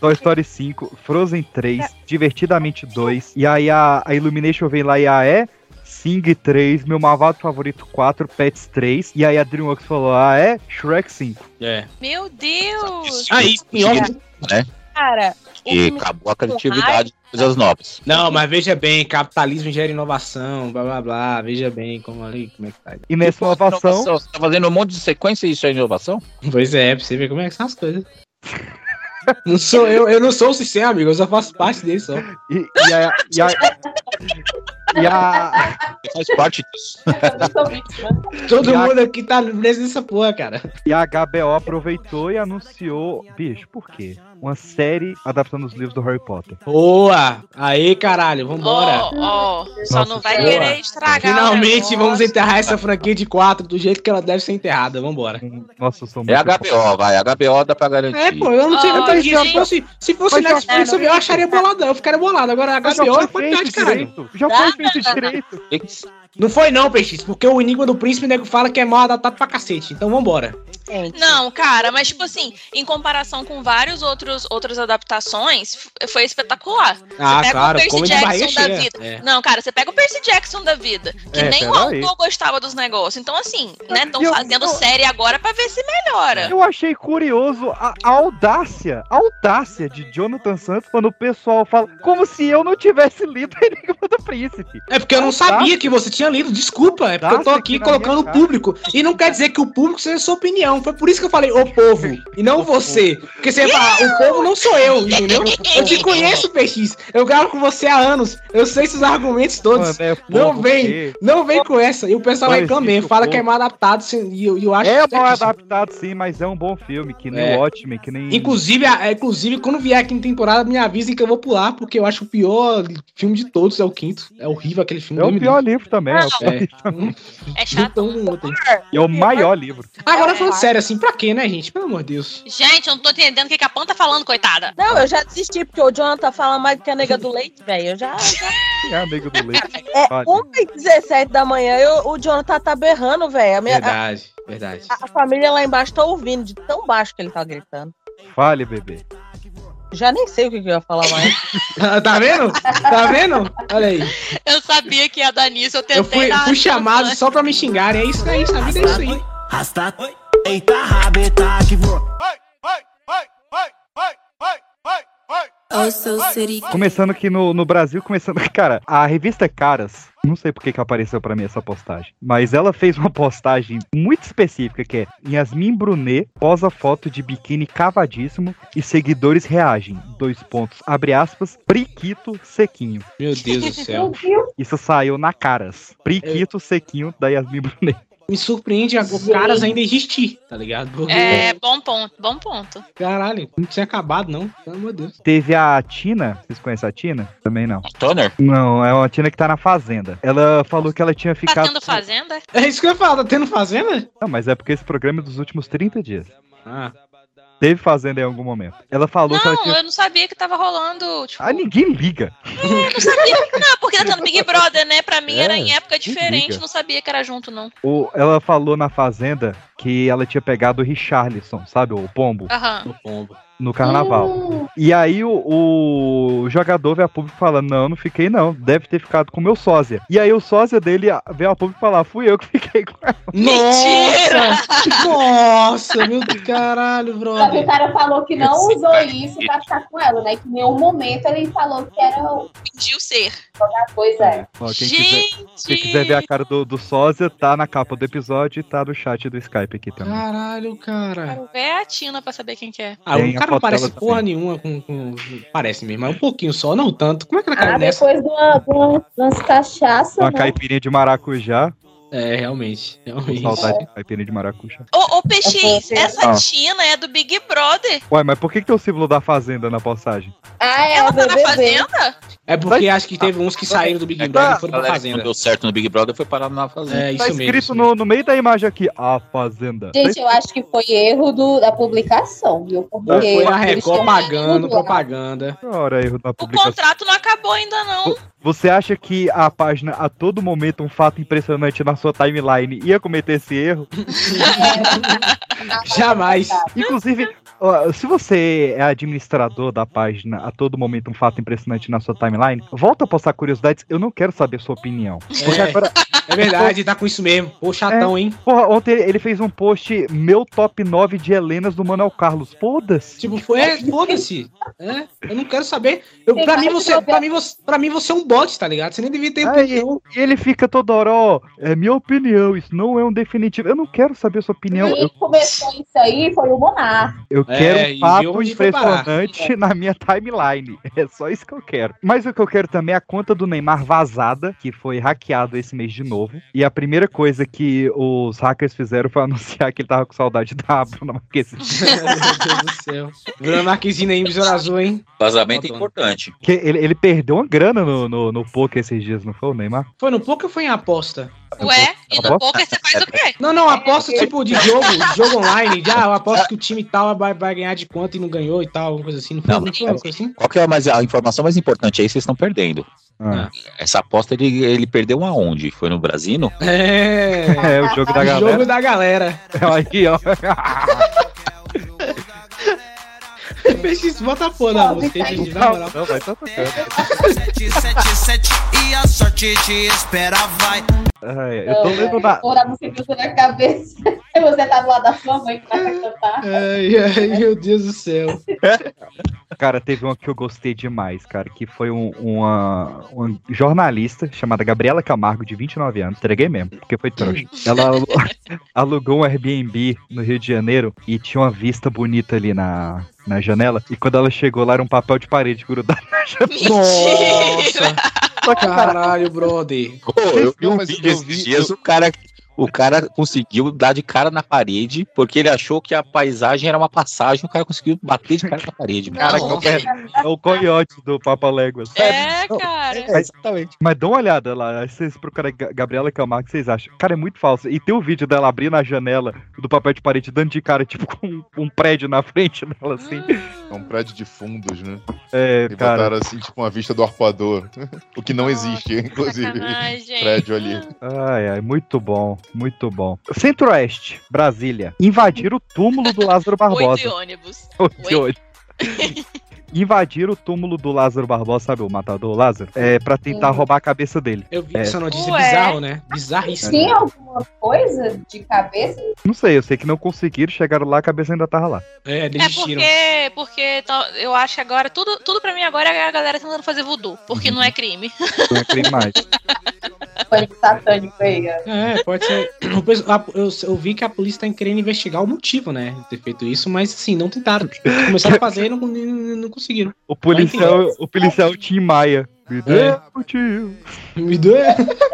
Speaker 1: Toy Story 5, Frozen
Speaker 6: Tá.
Speaker 1: 3, Divertidamente 2. E aí a, a Illumination vem lá e a é Sing 3, Meu Malvado Favorito 4, Pets 3. E aí a DreamWorks falou, ah é Shrek 5.
Speaker 5: é.
Speaker 6: Meu Deus.
Speaker 5: Aí, pior.
Speaker 8: cara. o
Speaker 3: E
Speaker 8: filme
Speaker 3: acabou a
Speaker 8: com
Speaker 3: criatividade de coisas novas.
Speaker 5: Não, mas veja bem, capitalismo gera inovação, blá blá blá, veja bem como ali, como é que tá.
Speaker 1: E nessa inovação...
Speaker 3: Você tá fazendo um monte de sequência e isso é inovação?
Speaker 5: Pois é, pra você ver como é que são as coisas. Não sou eu, eu não sou o sistema, amigo, eu só faço parte dele só.
Speaker 1: E, e a... E a, e a
Speaker 3: Faz parte disso.
Speaker 5: Todo
Speaker 1: E a-
Speaker 5: mundo aqui tá preso nessa porra, cara.
Speaker 1: E a HBO aproveitou e anunciou, bicho, por quê? Uma série adaptando os livros do Harry Potter.
Speaker 5: Boa! Aí, caralho, vambora!
Speaker 6: Ó, ó, só
Speaker 1: Nossa
Speaker 6: não vai
Speaker 1: Senhora.
Speaker 6: querer estragar. né?
Speaker 5: Finalmente
Speaker 6: o
Speaker 5: vamos
Speaker 6: negócio.
Speaker 5: enterrar essa franquia de quatro do jeito que ela deve ser enterrada, vambora.
Speaker 1: Hum, Nossa, eu sou muito.
Speaker 3: É HBO, vai. HBO dá pra garantir.
Speaker 5: É, pô, eu não sei. eu tô
Speaker 6: Ó,
Speaker 5: dizendo, se
Speaker 6: gente.
Speaker 5: fosse, se fosse
Speaker 1: Mas já
Speaker 5: Netflix, eu acharia boladão, eu ficaria bolado. Agora a
Speaker 1: Mas já
Speaker 5: HBO é
Speaker 1: foi feito
Speaker 5: quantidade, caralho.
Speaker 1: direito. Já foi feito direito.
Speaker 3: Tem que-
Speaker 5: Não foi não, Peixes, porque o Enigma do Príncipe, o nego fala que é mal adaptado pra cacete. Então vambora.
Speaker 8: gente.
Speaker 6: Não, cara, mas tipo assim, em comparação com vários outros outras adaptações, f- foi espetacular.
Speaker 5: Ah,
Speaker 6: você pega
Speaker 5: claro,
Speaker 6: o Percy
Speaker 5: Comedy Bahia
Speaker 6: Jackson da
Speaker 5: cheia,
Speaker 6: vida.
Speaker 5: é.
Speaker 6: Não, cara, você pega o Percy Jackson da vida, que
Speaker 5: É,
Speaker 6: nem o
Speaker 5: peraí.
Speaker 6: autor gostava dos negócios. Então assim, né, estão
Speaker 1: E eu-
Speaker 6: fazendo
Speaker 1: eu-
Speaker 6: série agora pra ver se melhora.
Speaker 1: Eu achei curioso a, a audácia, a audácia de Jonathan Santos quando o pessoal fala como se eu não tivesse lido Enigma do Príncipe.
Speaker 5: É porque eu não sabia que você tinha lido, desculpa. É porque eu tô
Speaker 1: Nossa,
Speaker 5: aqui
Speaker 1: que na minha
Speaker 5: colocando o
Speaker 1: cara.
Speaker 5: público. E não quer dizer que o público seja a sua opinião. Foi por isso que eu falei, ô povo, e não você. Porque você ia falar, o povo não sou eu, entendeu? Eu te conheço, PX. Eu gravo com você há anos. Eu sei seus argumentos
Speaker 1: Mano,
Speaker 5: todos.
Speaker 1: é
Speaker 5: não
Speaker 1: povo
Speaker 5: vem,
Speaker 1: que-
Speaker 5: não vem com essa. E o pessoal
Speaker 1: Não
Speaker 5: reclama
Speaker 1: existe
Speaker 5: mesmo,
Speaker 1: o
Speaker 5: fala que é
Speaker 1: povo.
Speaker 5: mal adaptado. sim, E eu, e eu acho
Speaker 1: é
Speaker 5: certíssimo.
Speaker 1: mal adaptado sim, mas é um bom filme, que nem
Speaker 5: É.
Speaker 1: o Watchmen, que nem...
Speaker 5: Inclusive, a- é, inclusive, quando vier aqui em temporada, me avisem que eu vou pular, porque eu acho o pior filme de todos, é o quinto. É horrível aquele filme.
Speaker 1: é
Speaker 5: Deus
Speaker 1: o
Speaker 5: me
Speaker 1: pior livro também. É, o pior
Speaker 5: É.
Speaker 1: livro também.
Speaker 6: É chato.
Speaker 1: é o maior livro.
Speaker 6: É
Speaker 5: Agora falando sério, assim, pra quê, né, gente? Pelo amor de Deus.
Speaker 6: Gente, eu não tô entendendo o que, que a Pan tá falando, coitada.
Speaker 8: Não, eu já desisti, porque o Jonathan fala mais do que a nega do leite, velho. Eu já. já-
Speaker 1: É amigo do leite.
Speaker 8: É
Speaker 1: Olha.
Speaker 8: 1h17 da manhã, eu, o Jonathan tá berrando, velho. A, minha-
Speaker 3: É.
Speaker 8: a,
Speaker 5: Verdade, verdade.
Speaker 8: a família lá embaixo tá ouvindo, de tão baixo que ele tá gritando.
Speaker 1: Fale, bebê.
Speaker 8: Já nem sei o que, que eu ia falar mais.
Speaker 5: tá vendo? Tá vendo? Olha aí.
Speaker 6: Eu sabia que ia dar nisso, eu tentei
Speaker 5: Eu fui,
Speaker 6: dar
Speaker 5: fui chamado só pra me xingarem. É isso aí, a vida é isso aí.
Speaker 4: Rasta, eita, rabeta que voa. Eu sou seri.
Speaker 1: Começando aqui no, no Brasil, começando. Cara, a revista Caras, não sei por que que apareceu pra mim essa postagem, mas ela fez uma postagem muito específica que é Yasmin Brunet posa foto de biquíni cavadíssimo e seguidores reagem. Dois pontos, abre aspas, Priquito Sequinho.
Speaker 5: Meu Deus do
Speaker 2: Meu
Speaker 5: céu.
Speaker 2: Deus,
Speaker 1: Isso saiu na Caras. Priquito Sequinho da Yasmin Brunet.
Speaker 5: Me surpreende a- o caras ainda existir, tá ligado? Porque,
Speaker 6: É, bom ponto, bom ponto. Tá
Speaker 5: Caralho, não tinha acabado, não. Pelo amor de Deus.
Speaker 1: Teve a Tina, vocês conhecem a Tina? Também não.
Speaker 3: Toner?
Speaker 1: Não, é uma Tina que tá na Fazenda. Ela falou que ela tinha
Speaker 6: Tá
Speaker 1: ficado.
Speaker 6: tendo fazenda?
Speaker 5: É isso que eu ia falar, tá tendo fazenda?
Speaker 1: Não, mas é porque esse programa é dos últimos 30 dias.
Speaker 5: Ah,
Speaker 1: Teve fazenda em algum momento. Ela falou que ela
Speaker 6: Não,
Speaker 1: tinha.
Speaker 6: eu não sabia que tava rolando. Tipo,
Speaker 1: Ah, ninguém liga.
Speaker 6: eu não sabia. Não, porque tá tendo Big Brother, né? Pra mim era
Speaker 1: É,
Speaker 6: em época diferente,
Speaker 1: liga.
Speaker 6: não sabia que era junto, não.
Speaker 1: Ou ela falou na fazenda que ela tinha pegado o Richarlison, sabe? O pombo,
Speaker 6: Aham.
Speaker 5: tô pombo.
Speaker 1: no carnaval.
Speaker 2: hum,
Speaker 1: E aí o, o jogador vê a público falando: Não, não fiquei não. Deve ter ficado com o meu sósia. E aí o sósia dele vê a público falar: Fui eu que fiquei com ela.
Speaker 6: Mentira!
Speaker 5: Nossa! Nossa, meu Deus, caralho,
Speaker 2: sabe, o
Speaker 5: brother.
Speaker 2: cara falou que não
Speaker 3: Esse
Speaker 2: usou
Speaker 3: cara
Speaker 2: isso
Speaker 3: aqui.
Speaker 2: pra ficar com ela, né? Que em nenhum momento ele falou que era uma
Speaker 6: Fingiu ser.
Speaker 2: coisa. É.
Speaker 1: Ó, quem, quiser,
Speaker 6: Gente!
Speaker 1: quem quiser ver a cara do, do sósia, tá na capa do episódio e tá no chat do Skype aqui também.
Speaker 5: Caralho, cara.
Speaker 6: Quero ver a Tina pra saber quem que é.
Speaker 5: Ah,
Speaker 1: Tem
Speaker 5: o
Speaker 1: a
Speaker 5: cara não
Speaker 1: foto dela
Speaker 5: parece porra
Speaker 1: também.
Speaker 5: nenhuma com, com- Parece mesmo, mas um pouquinho só, não tanto. Como é que ela caiu
Speaker 2: Ah,
Speaker 5: nessa?
Speaker 2: depois de, uma, de, uma, de umas cachaça,
Speaker 1: Uma
Speaker 2: né?
Speaker 1: caipirinha de maracujá.
Speaker 5: É, realmente. realmente.
Speaker 1: Saudade de caipirinha de maracujá.
Speaker 6: Ô, ô
Speaker 2: Assim,
Speaker 6: PX, essa
Speaker 1: Ah.
Speaker 6: Tina é do Big Brother.
Speaker 1: Ué, mas por que, que tem o símbolo da fazenda na postagem?
Speaker 2: Ah, é,
Speaker 6: Ela
Speaker 2: o
Speaker 6: tá na
Speaker 2: BBB.
Speaker 6: fazenda?
Speaker 5: É porque acho que teve
Speaker 1: Ah,
Speaker 5: uns que saíram do Big Brother e foram pra
Speaker 3: Tá, galera que
Speaker 5: fazenda.
Speaker 3: não deu certo no Big Brother foi parar na fazenda.
Speaker 5: É,
Speaker 1: tá
Speaker 5: isso mesmo.
Speaker 1: escrito
Speaker 5: isso mesmo.
Speaker 1: no, no meio da imagem aqui, a Fazenda.
Speaker 2: Gente, eu acho que foi erro do- da publicação, viu? Porque
Speaker 5: Ou foi na
Speaker 2: eles
Speaker 5: Record
Speaker 2: tinham
Speaker 5: pagando
Speaker 2: tudo né? lá.
Speaker 5: propaganda.
Speaker 1: Ora, erro na
Speaker 6: O
Speaker 1: publicação.
Speaker 6: contrato não acabou ainda, não.
Speaker 1: Você acha que a página, a todo momento, um fato impressionante na sua timeline ia cometer esse erro?
Speaker 2: Ah, tá.
Speaker 5: Jamais.
Speaker 1: Inclusive, ó, se você é administrador da página, a todo momento, um fato impressionante na sua timeline, volta a postar curiosidades. Eu não quero saber sua opinião. Porque
Speaker 5: É.
Speaker 1: agora, É.
Speaker 5: É verdade, tá com isso mesmo. Pô, chatão, hein?
Speaker 1: porra, ontem ele fez um post, meu top 9 de Helenas do Manuel Carlos. Foda-se.
Speaker 5: Tipo, foi, é, foda-se. É, eu não quero saber. Eu,
Speaker 2: Tem
Speaker 5: pra, mim,
Speaker 2: vários
Speaker 5: você, pra, mim, você, pra mim, você é um bot, tá ligado? Você nem devia ter.
Speaker 1: Aí, e ele fica toda hora, ó, é minha opinião, isso não é um definitivo. Eu não quero saber sua opinião, eu,
Speaker 2: Quem começou isso aí foi o Monarca.
Speaker 1: eu
Speaker 5: É,
Speaker 1: quero
Speaker 5: e
Speaker 1: um
Speaker 5: viu
Speaker 1: papo
Speaker 5: onde foi
Speaker 1: impressionante na minha timeline. É só isso que eu quero. Mas o que eu quero também é a conta do Neymar vazada, que foi hackeado esse mês de novo. E a primeira coisa que os hackers fizeram foi anunciar que ele tava com saudade da Bruna Marquezine.
Speaker 5: Meu Deus do céu. Bruno Marquezine aí, Besouro Azul, hein?
Speaker 3: Vazamento é
Speaker 5: Tá bom.
Speaker 3: importante.
Speaker 1: Que ele, ele perdeu uma grana no, no, no poker esses dias, não foi o Neymar?
Speaker 5: Foi no pouco ou foi em aposta?
Speaker 6: Ué, e no poker você faz o quê?
Speaker 5: Não, não, aposta tipo de jogo, jogo online, já, eu aposto que o time tal vai, vai ganhar de quanto e não ganhou e tal, alguma coisa assim. Não, foi-
Speaker 3: Não,
Speaker 5: não foi uma coisa assim?
Speaker 3: Qual que é a, mais, a informação mais importante aí? Vocês estão perdendo.
Speaker 5: Ah.
Speaker 3: Essa aposta ele, ele perdeu aonde? Foi no Brasino?
Speaker 5: É.
Speaker 3: É, o jogo da galera.
Speaker 5: Jogo da galera.
Speaker 1: Aí, ó.
Speaker 5: Peixe, bota a porra na música, aí, gente, na moral.
Speaker 1: Não, vai tá tocando.
Speaker 12: 777 e a sorte te espera, vai.
Speaker 1: Ai, eu tô lendo da.
Speaker 2: Ou da música que eu tô na cabeça. Você tá do lado da sua mãe que vai cantar.
Speaker 5: Ai, ai, meu Deus do céu.
Speaker 1: Cara, teve uma que eu gostei demais, cara, que foi um- uma, uma jornalista chamada Gabriela Camargo, de 29 anos, entreguei mesmo, porque foi trouxa. Ela alu- alugou um Airbnb no Rio de Janeiro e tinha uma vista bonita ali na, na janela, e quando ela chegou lá era um papel de parede grudado na
Speaker 5: Nossa. Caralho, brother.
Speaker 3: Pô, eu vi
Speaker 7: Não,
Speaker 3: um
Speaker 7: mas
Speaker 3: vídeo
Speaker 7: eu
Speaker 3: esses
Speaker 7: vi-
Speaker 3: dias, o cara, o cara conseguiu dar de cara na parede, porque ele achou que a paisagem era uma passagem, o cara conseguiu bater de cara na parede.
Speaker 1: Cara,
Speaker 3: Nossa.
Speaker 1: que é, é o coiote do Papa Léguas.
Speaker 6: É, cara.
Speaker 1: Mas- Mas dá uma olhada lá, aí vocês procuram Ga- Gabriela Camargo, o que vocês acham? Cara, é muito falso. E tem o vídeo dela abrindo a janela do papel de parede, dando de cara, tipo, com um, um prédio na frente dela, assim.
Speaker 7: É um prédio de fundos, né?
Speaker 1: É,
Speaker 7: E
Speaker 1: cara.
Speaker 7: botaram assim, tipo, uma vista do arpoador. o que não existe, inclusive.
Speaker 6: sacanagem.
Speaker 7: Prédio ali.
Speaker 1: Ai, ai, muito bom, muito bom. Centro-Oeste, Brasília. Invadiram o túmulo do Lázaro
Speaker 6: Oito e
Speaker 1: Barbosa.
Speaker 6: ônibus.
Speaker 1: Oito e oito. Invadiram o túmulo do Lázaro Barbosa, sabe o matador Lázaro? É, pra tentar
Speaker 2: Sim.
Speaker 1: roubar a cabeça dele.
Speaker 5: Eu vi
Speaker 1: É.
Speaker 5: essa notícia
Speaker 2: Ué.
Speaker 5: bizarro, né? Bizarríssimo.
Speaker 2: Tinha alguma coisa de cabeça?
Speaker 1: Não sei, eu sei que não conseguiram, chegaram lá, a cabeça ainda tava lá.
Speaker 5: É,
Speaker 6: É
Speaker 5: desistiram.
Speaker 6: porque, porque tá- eu acho que agora tudo, tudo pra mim agora é a galera tentando fazer voodoo, porque não é crime.
Speaker 1: Não é crime mais.
Speaker 2: Pânico satânico aí, ó.
Speaker 5: É, pode ser. O pessoal- a- Eu, eu vi que a polícia tá querendo investigar o motivo, né? De ter feito isso, mas assim, não tentaram. Começaram a fazer e não, não, não conseguiram.
Speaker 1: O policial, o
Speaker 2: É.
Speaker 1: policial Tim Maia. Me dê
Speaker 5: É.
Speaker 1: o tio.
Speaker 5: Me doeu.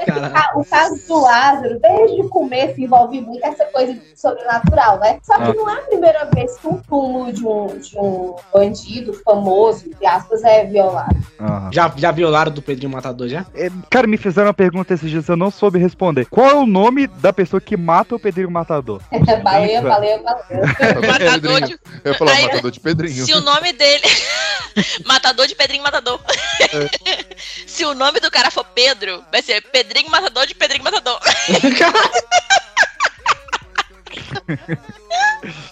Speaker 5: Caralho.
Speaker 2: Ah, O caso do Lázaro, desde o começo, envolve muito essa coisa de sobrenatural, né? Só
Speaker 1: Ah.
Speaker 2: que não é a primeira vez que um túmulo de um, de um bandido famoso, entre aspas, é violado.
Speaker 1: Aham.
Speaker 5: Já, já violaram do Pedrinho Matador já?
Speaker 1: É, Cara, me fizeram uma pergunta esses dias, eu não soube responder. Qual é o nome da pessoa que mata o Pedrinho Matador?
Speaker 2: É baleia,
Speaker 1: Isso.
Speaker 2: baleia, baleia.
Speaker 7: É,
Speaker 6: Matador de,
Speaker 7: Eu ia falar,
Speaker 6: Aí-
Speaker 7: matador de Pedrinho.
Speaker 6: se o nome dele. matador de Pedrinho Matador. se o nome do cara for Pedro, vai ser Pedrinho Matador de Pedrinho Matador.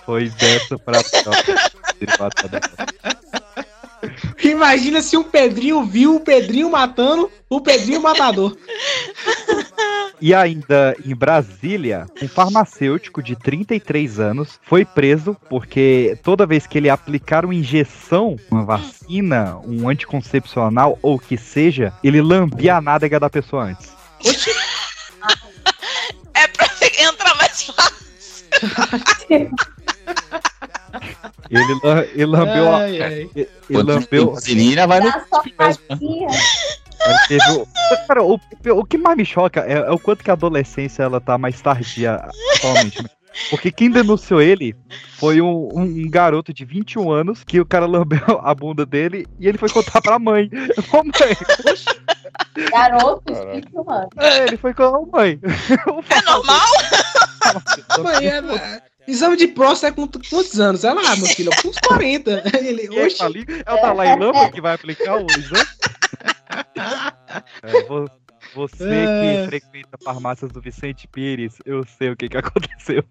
Speaker 1: Foi dessa pra Pedrinho Matador.
Speaker 5: Imagina se o Pedrinho viu o Pedrinho matando o Pedrinho Matador.
Speaker 1: E ainda em Brasília, um farmacêutico de 33 anos foi preso porque toda vez que ele aplicar uma injeção, uma vacina, um anticoncepcional ou o que seja, ele lambia a nádega da pessoa antes.
Speaker 6: É pra entrar mais fácil.
Speaker 1: Ele, la- ele lambeu a.
Speaker 5: Ai, ai.
Speaker 1: Ele ele
Speaker 3: Quando tem
Speaker 1: lambeu.
Speaker 3: vaselina, vai no.
Speaker 2: Dá só fatia.
Speaker 1: Aí teve o- Cara, o, o que mais me choca é, é o quanto que a adolescência ela tá mais tardia atualmente. né? Porque quem denunciou ele foi um, um garoto de 21 anos que o cara lambeu a bunda dele e ele foi contar pra mãe. Ô mãe,
Speaker 2: Garoto,
Speaker 7: Caraca.
Speaker 2: espírito humano.
Speaker 1: É, ele foi com a mãe. então,
Speaker 6: É normal?
Speaker 5: Mãe, é- Exame de próstata é com t- quantos anos? Ela, ah, meu filho, com uns 40. Ele,
Speaker 1: E ele
Speaker 5: oxe,
Speaker 1: tá ali, é o Dalai Lama que vai aplicar o exame? É, vo- você
Speaker 5: É.
Speaker 1: que frequenta farmácias do Vicente Pires, eu sei o que, que aconteceu.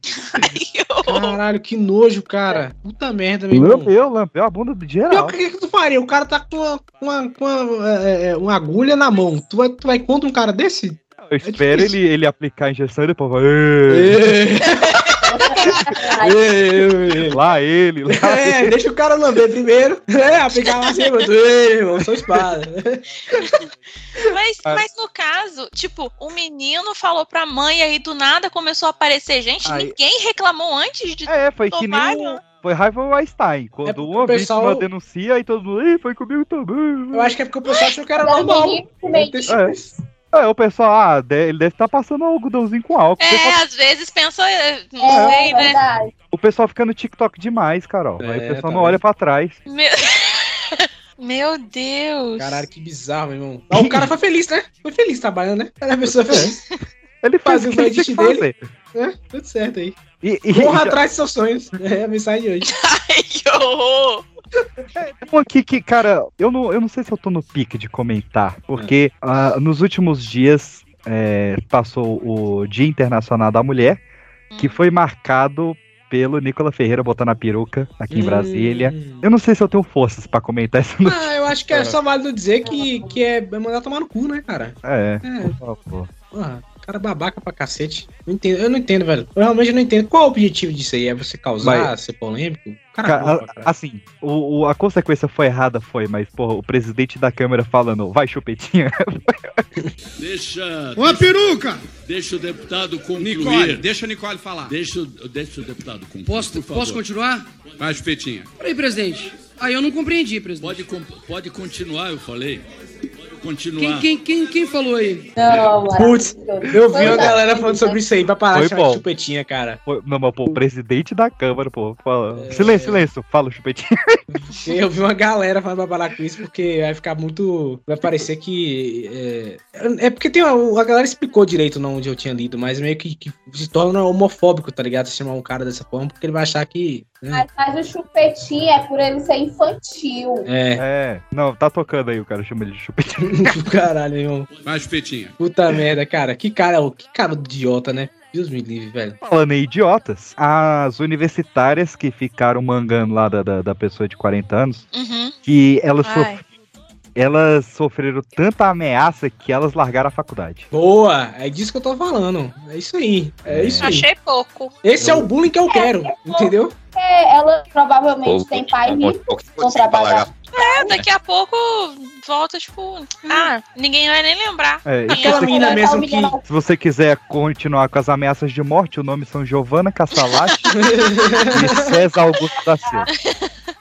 Speaker 5: caralho, que nojo, cara. Puta merda, meu irmão.
Speaker 1: Lambeu, lambeu a bunda do
Speaker 5: Pior
Speaker 1: geral.
Speaker 5: que o que, que tu faria? O cara tá com uma, com uma, com uma, é, é, uma agulha na mão. Tu vai, tu vai contra um cara desse?
Speaker 1: Eu espero
Speaker 5: É difícil.
Speaker 1: ele, ele aplicar a injeção e depois vai. "Ê,
Speaker 2: Ai,
Speaker 1: Lá ele, lá
Speaker 5: É, deixa o cara lamber primeiro. É, aplicar lá assim, mano. Ei, irmão, sou espada.
Speaker 6: Mas,
Speaker 1: Ah.
Speaker 6: mas no caso, tipo, o menino falou pra mãe aí do nada começou a aparecer gente.
Speaker 1: Aí-
Speaker 6: Ninguém reclamou antes de. um.
Speaker 1: É, foi que nem o,
Speaker 6: Tomário.
Speaker 1: Foi raiva Weinstein. Quando
Speaker 5: É porque
Speaker 1: uma
Speaker 5: o pessoal-
Speaker 1: vítima denuncia e todo mundo. Ih, foi comigo também.
Speaker 5: Eu acho que é porque o pessoal achou que era
Speaker 6: Tá
Speaker 2: Não,
Speaker 5: normal.
Speaker 6: né?
Speaker 2: ninguém comente.
Speaker 1: Aí o pessoal, ah, de- ele deve estar passando um algodãozinho com álcool. O pessoal-
Speaker 6: É, às vezes pensa. é, Não
Speaker 2: É,
Speaker 6: sei, né?
Speaker 2: verdade.
Speaker 1: O pessoal fica no TikTok demais, Carol. Aí
Speaker 5: É,
Speaker 1: o pessoal
Speaker 5: tá
Speaker 1: não olha pra trás.
Speaker 6: Meu... Meu Deus.
Speaker 5: É. Caralho, que bizarro, meu irmão. Ó, o cara foi feliz, né? Foi feliz trabalhando, né? Era a pessoa feliz.
Speaker 1: Ele faz
Speaker 5: Fazer
Speaker 1: o
Speaker 5: o
Speaker 1: que ele tinha que
Speaker 5: playlist dele. tá
Speaker 1: fazer.
Speaker 5: É, tudo certo aí.
Speaker 1: E,
Speaker 5: Corra
Speaker 1: já-
Speaker 5: atrás dos seus sonhos. É a mensagem de hoje.
Speaker 6: Que horror!
Speaker 1: Tem um aqui que, cara, eu não, eu não sei se eu tô no pique de comentar, porque ah, nos últimos dias é, passou o Dia Internacional da Mulher, que foi marcado pelo Nicola Ferreira botando a peruca aqui em
Speaker 5: Hum.
Speaker 1: Brasília. Eu não sei se eu tenho forças pra comentar isso.
Speaker 5: Ah, eu acho que é só válido dizer que, que é mandar tomar no cu, né, cara?
Speaker 1: É,
Speaker 5: É.
Speaker 1: por favor.
Speaker 5: Porra, cara babaca pra cacete. Não entendo, eu não entendo, velho. Eu realmente não entendo. Qual é o objetivo disso aí? É você causar,
Speaker 1: Mas-
Speaker 5: ser polêmico?
Speaker 1: Ca-
Speaker 5: Cara,
Speaker 1: a- assim, o, o- a consequência foi errada, foi, mas, porra, o presidente da Câmara falando, vai chupetinha.
Speaker 13: Deixa.
Speaker 14: Uma
Speaker 13: peruca! Deixa o deputado concluir.
Speaker 14: Nicole,
Speaker 13: deixa o Nicole falar. Deixa, o- deixa o deputado concluir.
Speaker 14: Posso,
Speaker 13: por favor.
Speaker 14: posso continuar?
Speaker 13: Vai, Chupetinha.
Speaker 14: Peraí, presidente. Aí eu não compreendi,
Speaker 13: Pode,
Speaker 14: presidente.
Speaker 13: com- pode continuar, eu falei. Pode
Speaker 14: Quem,
Speaker 13: continuar.
Speaker 14: quem, quem, quem falou aí?
Speaker 5: Putz, eu vi a galera falando sobre isso aí. Vai parar de
Speaker 1: Foi
Speaker 5: chamar de
Speaker 1: bom.
Speaker 5: chupetinha, cara.
Speaker 1: Foi- não, mas, pô, o presidente da Câmara, pô,
Speaker 5: É.
Speaker 1: fala. Silêncio, silêncio, fala chupetinha.
Speaker 5: Eu vi uma galera falando pra parar com isso, porque vai ficar muito. Vai parecer que. É, é porque tem uma, a galera explicou direito não onde eu tinha lido, mas meio que, que se torna homofóbico, tá ligado? Se chamar um cara dessa forma, porque ele vai achar que. né?
Speaker 2: Mas, mas o chupetinho é por ele ser infantil.
Speaker 1: É. Não, tá tocando aí, o cara chama ele de chupetinha.
Speaker 5: Caralho, irmão.
Speaker 13: Vai, Chupetinha.
Speaker 5: Puta merda, cara. Que cara, que cara idiota, né? Deus me livre, velho.
Speaker 1: Falando em idiotas, as universitárias que ficaram mangando lá da, da, da pessoa de 40 anos, que elas, sof-
Speaker 6: Uhum. Ai.
Speaker 1: elas sofreram tanta ameaça que elas largaram a faculdade.
Speaker 5: Boa, é disso que eu tô falando. É isso aí. É isso aí.
Speaker 6: Achei pouco.
Speaker 5: Esse é o bullying que eu quero, entendeu?
Speaker 2: É, ela provavelmente
Speaker 6: Pô,
Speaker 2: tem pai
Speaker 6: vou-
Speaker 2: rico, não trabalha.
Speaker 6: É, daqui a pouco volta, tipo.
Speaker 2: Hum.
Speaker 6: Ah, ninguém vai nem lembrar.
Speaker 1: É,
Speaker 6: Ninguém
Speaker 1: Aquela
Speaker 6: vai
Speaker 1: menina
Speaker 6: lembrar.
Speaker 1: mesmo que- Se você quiser continuar com as ameaças de morte, o nome são Giovanna Cassalati e César Augusto da Silva.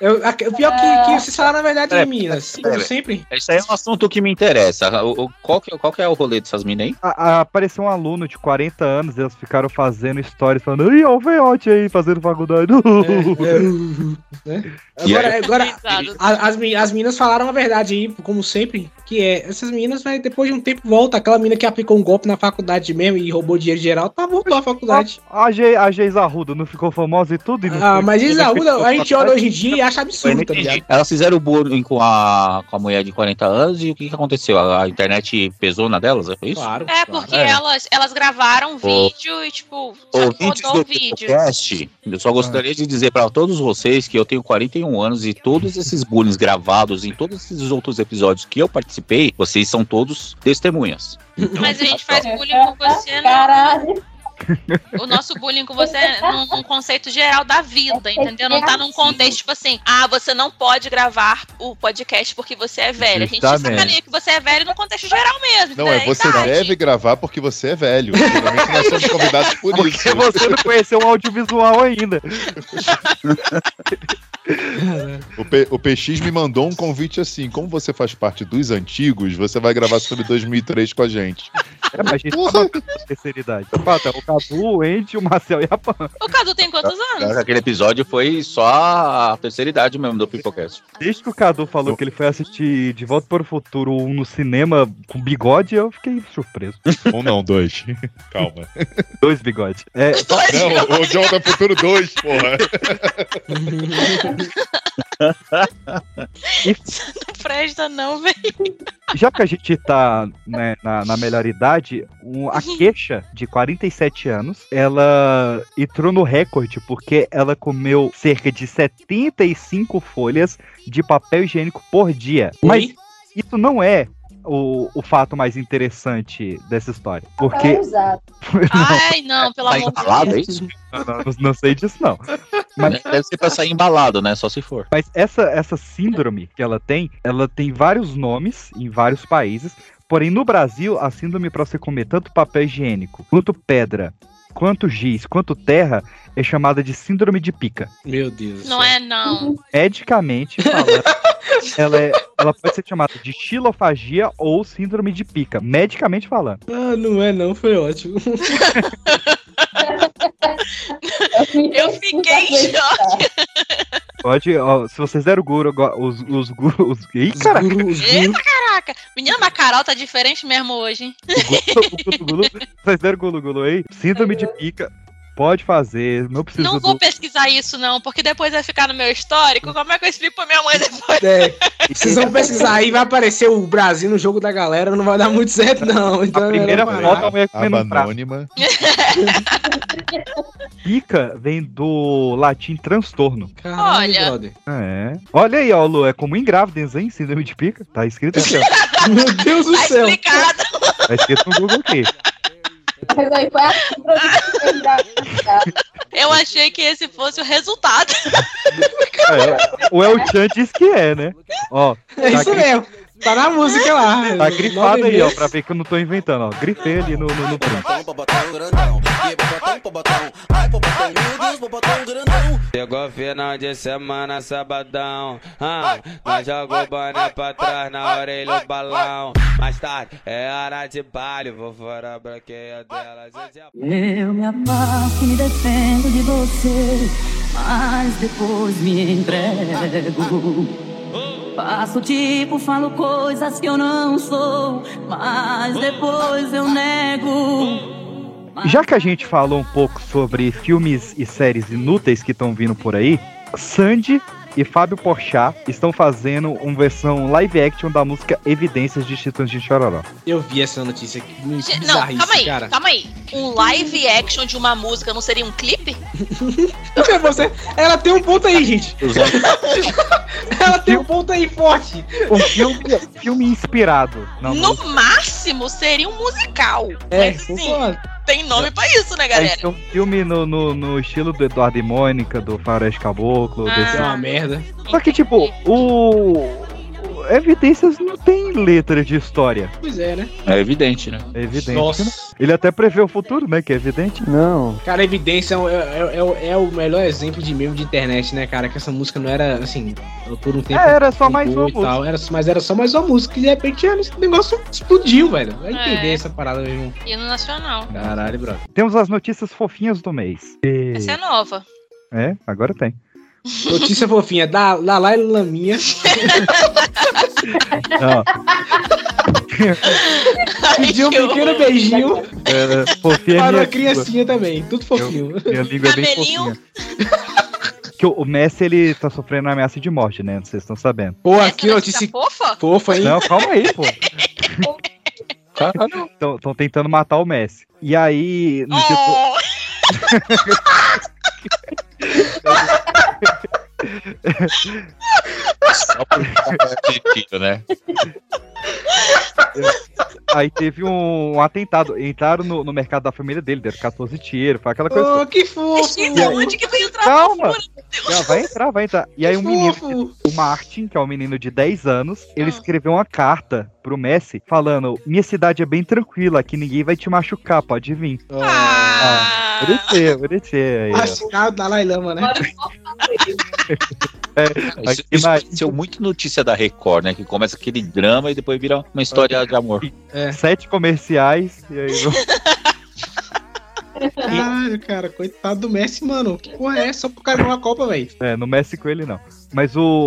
Speaker 5: Eu, a, o pior que, que vocês falaram na verdade
Speaker 1: É,
Speaker 5: em Minas.
Speaker 3: pera.
Speaker 5: Sempre.
Speaker 3: Isso aí é um assunto que me interessa. O, o- qual, que, qual que é o rolê dessas minas aí?
Speaker 1: A- a- apareceu um aluno de 40 anos, eles ficaram fazendo stories falando, ih, ó o veiote aí fazendo faculdade.
Speaker 5: É.
Speaker 1: E
Speaker 5: né? Agora,
Speaker 1: aí?
Speaker 5: agora a- as, mi- as meninas falaram a verdade aí, como sempre, que é, essas meninas, vai, depois de um tempo, volta. Aquela menina que aplicou um golpe na faculdade mesmo e roubou dinheiro geral, tá, voltou à faculdade.
Speaker 1: A, Ge- a Geis Arruda não ficou famosa e tudo? E não
Speaker 5: Ah,
Speaker 1: foi-
Speaker 5: mas
Speaker 1: não
Speaker 5: Geis Arruda,
Speaker 1: ficou
Speaker 5: a gente
Speaker 1: famosa?
Speaker 5: olha hoje em dia e acha absurdo, tá ligado?
Speaker 3: Elas fizeram o bullying com a, com a mulher de 40 anos e o que, que aconteceu? A, a internet pesou na delas? Foi isso?
Speaker 5: Claro.
Speaker 6: É, porque
Speaker 3: É.
Speaker 6: elas, elas gravaram um
Speaker 3: Ô.
Speaker 6: vídeo e, tipo, só que
Speaker 3: Ouvintes
Speaker 6: rodou o
Speaker 3: do
Speaker 6: vídeo.
Speaker 3: podcast, eu só gostaria de dizer para todos vocês que eu tenho 41 anos e todos esses bullying gravados em todos esses outros episódios que eu participei, vocês são todos testemunhas.
Speaker 6: Mas a gente faz bullying com você no... O nosso bullying com você é num, num conceito geral da vida, entendeu? Não tá num contexto, tipo assim, ah, você não pode gravar o podcast porque você é velho. A gente
Speaker 7: Justamente.
Speaker 6: sacaneia que você é velho num contexto geral mesmo.
Speaker 7: Não, é
Speaker 6: entendeu?
Speaker 7: você
Speaker 6: Idade.
Speaker 7: deve gravar porque você é velho. Geralmente nós somos convidados por isso.
Speaker 1: Porque você não conheceu o audiovisual ainda.
Speaker 7: O, P- o PX me mandou um convite assim: como você faz parte dos antigos, você vai gravar sobre 2003 com a gente.
Speaker 1: É, mas a gente tá na terceira idade. Falta o Cabu, o Andy, o Marcel e a Pan.
Speaker 6: O Cadu tem quantos anos?
Speaker 3: Aquele episódio foi só a terceira idade mesmo do Pipocast.
Speaker 1: Desde que o Cadu falou que ele foi assistir De Volta para o Futuro 1 no cinema com bigode, eu fiquei surpreso.
Speaker 7: Um não, dois. Calma.
Speaker 1: Dois bigodes. É, só-
Speaker 7: Não, o John da Futuro 2, porra.
Speaker 1: E
Speaker 6: Não presta, não, velho.
Speaker 1: já que a gente tá né, na, na melhor idade, um- a queixa de 47 anos, ela entrou no recorde porque ela comeu cerca de 75 folhas de papel higiênico por dia. Mas isso não é o, o fato mais interessante dessa história. Porque.
Speaker 6: Ai, não, pelo
Speaker 3: Tá
Speaker 6: amor
Speaker 3: embalado, é
Speaker 6: de Deus.
Speaker 3: isso?
Speaker 1: Não, não, não sei disso, não.
Speaker 3: É, Deve ser pra sair embalado, né? Só se for.
Speaker 1: Mas essa, essa síndrome que ela tem, ela tem vários nomes em vários países. Porém, no Brasil, a síndrome para você comer tanto papel higiênico, quanto pedra, quanto giz, quanto terra, é chamada de síndrome de pica.
Speaker 5: Meu Deus.
Speaker 6: Não é, não.
Speaker 1: Medicamente falando, ela, é- ela pode ser chamada de xilofagia ou síndrome de pica. Medicamente falando.
Speaker 5: Ah, não é não, foi ótimo.
Speaker 6: Eu fiquei em choque.
Speaker 1: Pode, ó, se vocês deram o guru, agora- os, os guru. Os, ih, caraca!
Speaker 6: Eita, caraca! Menina, mas Carol tá diferente mesmo hoje, hein?
Speaker 1: Gulu, gulu. Vocês deram gulu, gulu aí? Síndrome de pica. Pode fazer, não precisa
Speaker 6: Não
Speaker 1: do-
Speaker 6: vou pesquisar isso, não, porque depois vai ficar no meu histórico. Como é que eu explico pra minha mãe depois?
Speaker 5: É, vocês vão pesquisar aí, vai aparecer o Brasil no jogo da galera, não vai dar muito certo, não. Então,
Speaker 1: A primeira foto é a mulher comendo um prato.
Speaker 7: anônima.
Speaker 1: Pica vem do latim transtorno.
Speaker 6: Olha. brother.
Speaker 1: É. Olha aí, ó, Lu, é como engrávidas, hein? Síndrome de pica. Tá escrito aqui, ó.
Speaker 5: Meu Deus do céu.
Speaker 1: Tá escrito no Google aqui.
Speaker 2: Mas aí foi a introdução da- da-
Speaker 6: Eu achei que esse fosse o resultado.
Speaker 1: É, o El Chan diz que é, né? Ó,
Speaker 5: É isso mesmo. Tá na música lá.
Speaker 1: Tá grifado
Speaker 5: Nove
Speaker 1: aí, ó,
Speaker 5: meses.
Speaker 1: pra ver que eu não tô inventando, ó. Grifei ali no, no, no print.
Speaker 15: Chegou final de semana, sabadão. Ah, nós joga o banner pra trás na orelha o balão. Mais tarde é hora de baile, vou fora a branqueia dela.
Speaker 4: Eu me abaixo, me defendo de você, mas depois me entrego. Faço tipo, falo coisas que eu não sou, mas depois eu nego.
Speaker 1: Já que a gente falou um pouco sobre filmes e séries inúteis que estão vindo por aí, Sandy e Fábio Porchat estão fazendo uma versão live action da música Evidências de Titãs de Chororó.
Speaker 5: Eu vi essa notícia aqui. Muito
Speaker 6: Não,
Speaker 5: bizarrice,
Speaker 6: calma aí,
Speaker 5: cara.
Speaker 6: calma aí. Um live action de uma música não seria um clipe?
Speaker 5: Porque você, ela tem um ponto aí, gente. ela tem um ponto aí forte.
Speaker 1: Um filme, filme inspirado na
Speaker 6: no
Speaker 1: música.
Speaker 6: máximo seria um musical.
Speaker 1: É,
Speaker 6: Mas assim, tem nome pra isso,
Speaker 1: Vai
Speaker 6: né, galera?
Speaker 1: ser um filme no, no, no estilo do Eduardo e Mônica, do Faroeste Caboclo,
Speaker 6: Ah.
Speaker 1: desse...
Speaker 6: É uma
Speaker 5: merda.
Speaker 1: Só que, tipo, o... o Evidências não tem letra de história.
Speaker 5: Pois é, né?
Speaker 3: É evidente, né?
Speaker 1: É evidente.
Speaker 5: Nossa.
Speaker 1: né? Ele até prevê o futuro, né? Que é evidente. Não.
Speaker 5: Cara, Evidência é, o- é- é o- é o melhor exemplo de meme de internet, né, cara? Que essa música não era, assim, por um tempo...
Speaker 1: É, era só mais
Speaker 5: boa
Speaker 1: uma
Speaker 5: e tal, Era, mas era só mais uma música. E de repente, olha, esse negócio explodiu, velho. Vai entender
Speaker 6: É.
Speaker 5: essa parada mesmo.
Speaker 6: E no nacional.
Speaker 5: Caralho, bro.
Speaker 1: Temos as notícias fofinhas do mês. E-
Speaker 6: Essa é nova.
Speaker 1: É, agora tem.
Speaker 5: Notícia fofinha da Lalai Laminha.
Speaker 1: Ó,
Speaker 5: Pediu um pequeno beijinho
Speaker 1: é, fofinha é
Speaker 5: para
Speaker 1: minha
Speaker 5: uma criancinha também. Tudo fofinho.
Speaker 1: língua. Minha língua é bem fofinha. Que o- o Messi, ele tá sofrendo ameaça de morte, né? Vocês estão sabendo.
Speaker 5: Pô, aqui notícia
Speaker 6: É tá fofa?
Speaker 5: fofa, hein?
Speaker 1: Não, calma aí, pô.
Speaker 5: Tá,
Speaker 1: Estão tentando matar o Messi. E aí. No dia
Speaker 3: Só por sentido, né?
Speaker 1: Aí teve um, atentado. Entraram no, no mercado da família dele, deram 14 tiros, foi aquela coisa.
Speaker 5: Oh, que fofo!
Speaker 1: E aí-
Speaker 6: que veio o
Speaker 1: Calma! Não, vai entrar, vai entrar. E aí um menino,
Speaker 5: fofo.
Speaker 1: o Martin, que é um menino de 10 anos, ele escreveu uma carta pro Messi falando: Minha cidade é bem tranquila, aqui ninguém vai te machucar, pode vir. Ah, bonitinho, bonitinho aí, ó.
Speaker 5: Assinado Dalai Lama, né?
Speaker 1: É,
Speaker 3: Isso, isso aconteceu muito notícia da Record, né? Que começa aquele drama e depois vira uma história de amor.
Speaker 1: Sete comerciais, e aí.
Speaker 5: Caralho, cara, coitado do Messi, mano. Que porra é? Só pro cara ganhar uma Copa, velho.
Speaker 1: É, no Messi com ele não. Mas o.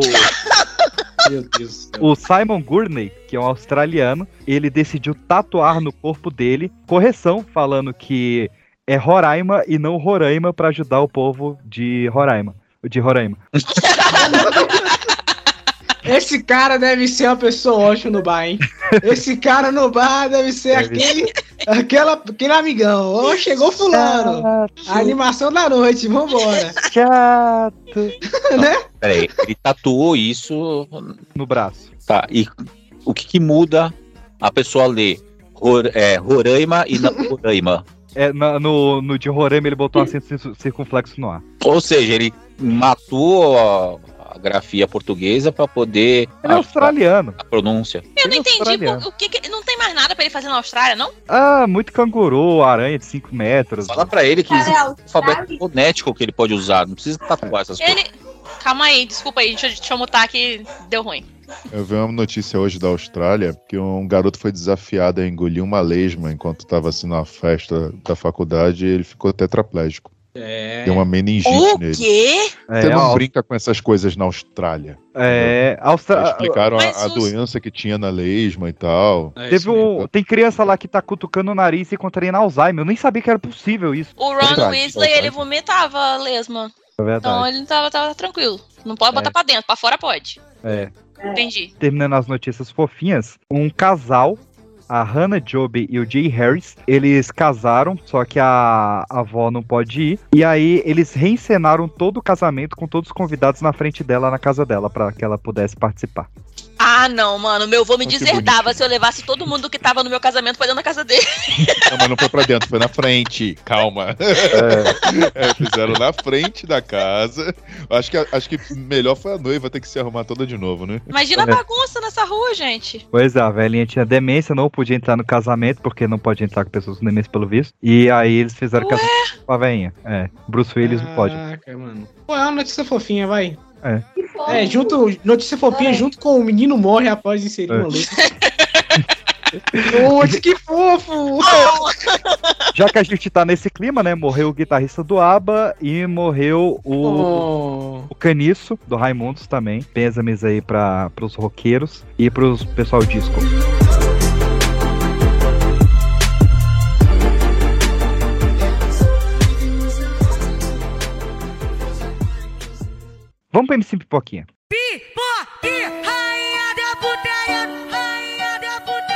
Speaker 5: Meu Deus.
Speaker 1: O Simon Gurney, que é um australiano, ele decidiu tatuar no corpo dele correção, falando que é Roraima e não Roraima pra ajudar o povo de Roraima. De Roraima.
Speaker 5: Esse cara deve ser uma pessoa ótima no bar, hein? Esse cara no bar deve ser
Speaker 1: Deve
Speaker 5: aquele, aquela, aquele amigão. Ô, chegou fulano. A animação da noite, vambora.
Speaker 1: Chato.
Speaker 5: né?
Speaker 3: Peraí, ele tatuou isso
Speaker 1: no braço.
Speaker 3: Tá, e o que, que muda a pessoa ler Ror- é, Roraima e não Roraima?
Speaker 1: É, na- no, no de Roraima ele botou um acento cir- circunflexo no ar.
Speaker 3: Ou seja, ele matou a, a grafia portuguesa para poder.
Speaker 1: Ele é australiano.
Speaker 3: Ah, tá. A, a pronúncia.
Speaker 6: Eu não entendi
Speaker 1: australiano.
Speaker 6: por- o que, que- Não tem mais nada pra ele fazer na Austrália, não?
Speaker 1: Ah, muito canguru, aranha de 5 metros.
Speaker 3: Fala pra ele que
Speaker 6: Cara,
Speaker 3: existe
Speaker 6: é
Speaker 3: um alfabeto fonético que ele pode usar, não precisa tatuar essas coisas.
Speaker 6: Ele. Calma aí, desculpa aí, deixa, eu- deixa eu mutar que deu ruim.
Speaker 7: Eu vi uma notícia hoje da Austrália que um garoto foi desafiado a engolir uma lesma enquanto estava assim na festa da faculdade e ele ficou tetraplégico.
Speaker 5: É.
Speaker 1: um-
Speaker 7: Tem uma meningite
Speaker 6: O
Speaker 7: nele.
Speaker 6: quê?
Speaker 7: Você
Speaker 1: É,
Speaker 7: não
Speaker 1: ó.
Speaker 7: brinca com essas coisas na Austrália.
Speaker 1: É, Austra-
Speaker 7: Eles explicaram a,
Speaker 1: Mas
Speaker 7: a
Speaker 1: os-
Speaker 7: doença que tinha na lesma e tal.
Speaker 1: Teve um, tem criança lá que tá cutucando o nariz e contraindo Alzheimer. Eu nem sabia que era possível isso.
Speaker 6: O Ron
Speaker 1: Verdade,
Speaker 6: Weasley,
Speaker 1: verdade.
Speaker 6: ele vomitava lesma.
Speaker 1: É
Speaker 6: Então
Speaker 1: verdade.
Speaker 6: ele não tava, tava tranquilo. Não pode botar
Speaker 1: É.
Speaker 6: pra dentro, pra fora pode.
Speaker 1: É.
Speaker 6: Entendi.
Speaker 1: Terminando as notícias fofinhas, um casal, a Hannah Joby e o Jay Harris, eles casaram, só que a a avó não pode ir. E aí eles reencenaram todo o casamento com todos os convidados na frente dela, na casa dela, pra que ela pudesse participar.
Speaker 6: Ah, não, mano. Meu avô me
Speaker 1: Olha que
Speaker 6: deserdava se eu levasse todo mundo que tava no meu casamento pra dentro da casa dele.
Speaker 7: Não, mas não foi pra dentro, foi na frente. Calma. É, fizeram na frente da casa. Acho que, acho que melhor foi a noiva ter que se arrumar toda de novo, né?
Speaker 6: Imagina a
Speaker 1: É.
Speaker 6: bagunça nessa rua, gente.
Speaker 1: Pois é, a velhinha tinha demência, não podia entrar no casamento, porque não pode entrar com pessoas com demência, pelo visto. E aí eles fizeram casamento com a velhinha. É, Bruce Willis não pode.
Speaker 5: Caraca, mano. Pô, é uma notícia fofinha, vai.
Speaker 1: É.
Speaker 5: É, junto, notícia fofinha, junto com o menino morre após inserir
Speaker 1: É.
Speaker 5: uma luz. Putz, que fofo!
Speaker 1: Já que a gente tá nesse clima, né? Morreu o guitarrista do ABBA e morreu o, o Caniço, do Raimundos também. Pêsames aí pra, pros roqueiros e pros pessoal disco. Vamos pra MC Pipoquinha.
Speaker 4: Pipoque, rainha da putaria, rainha da putaria,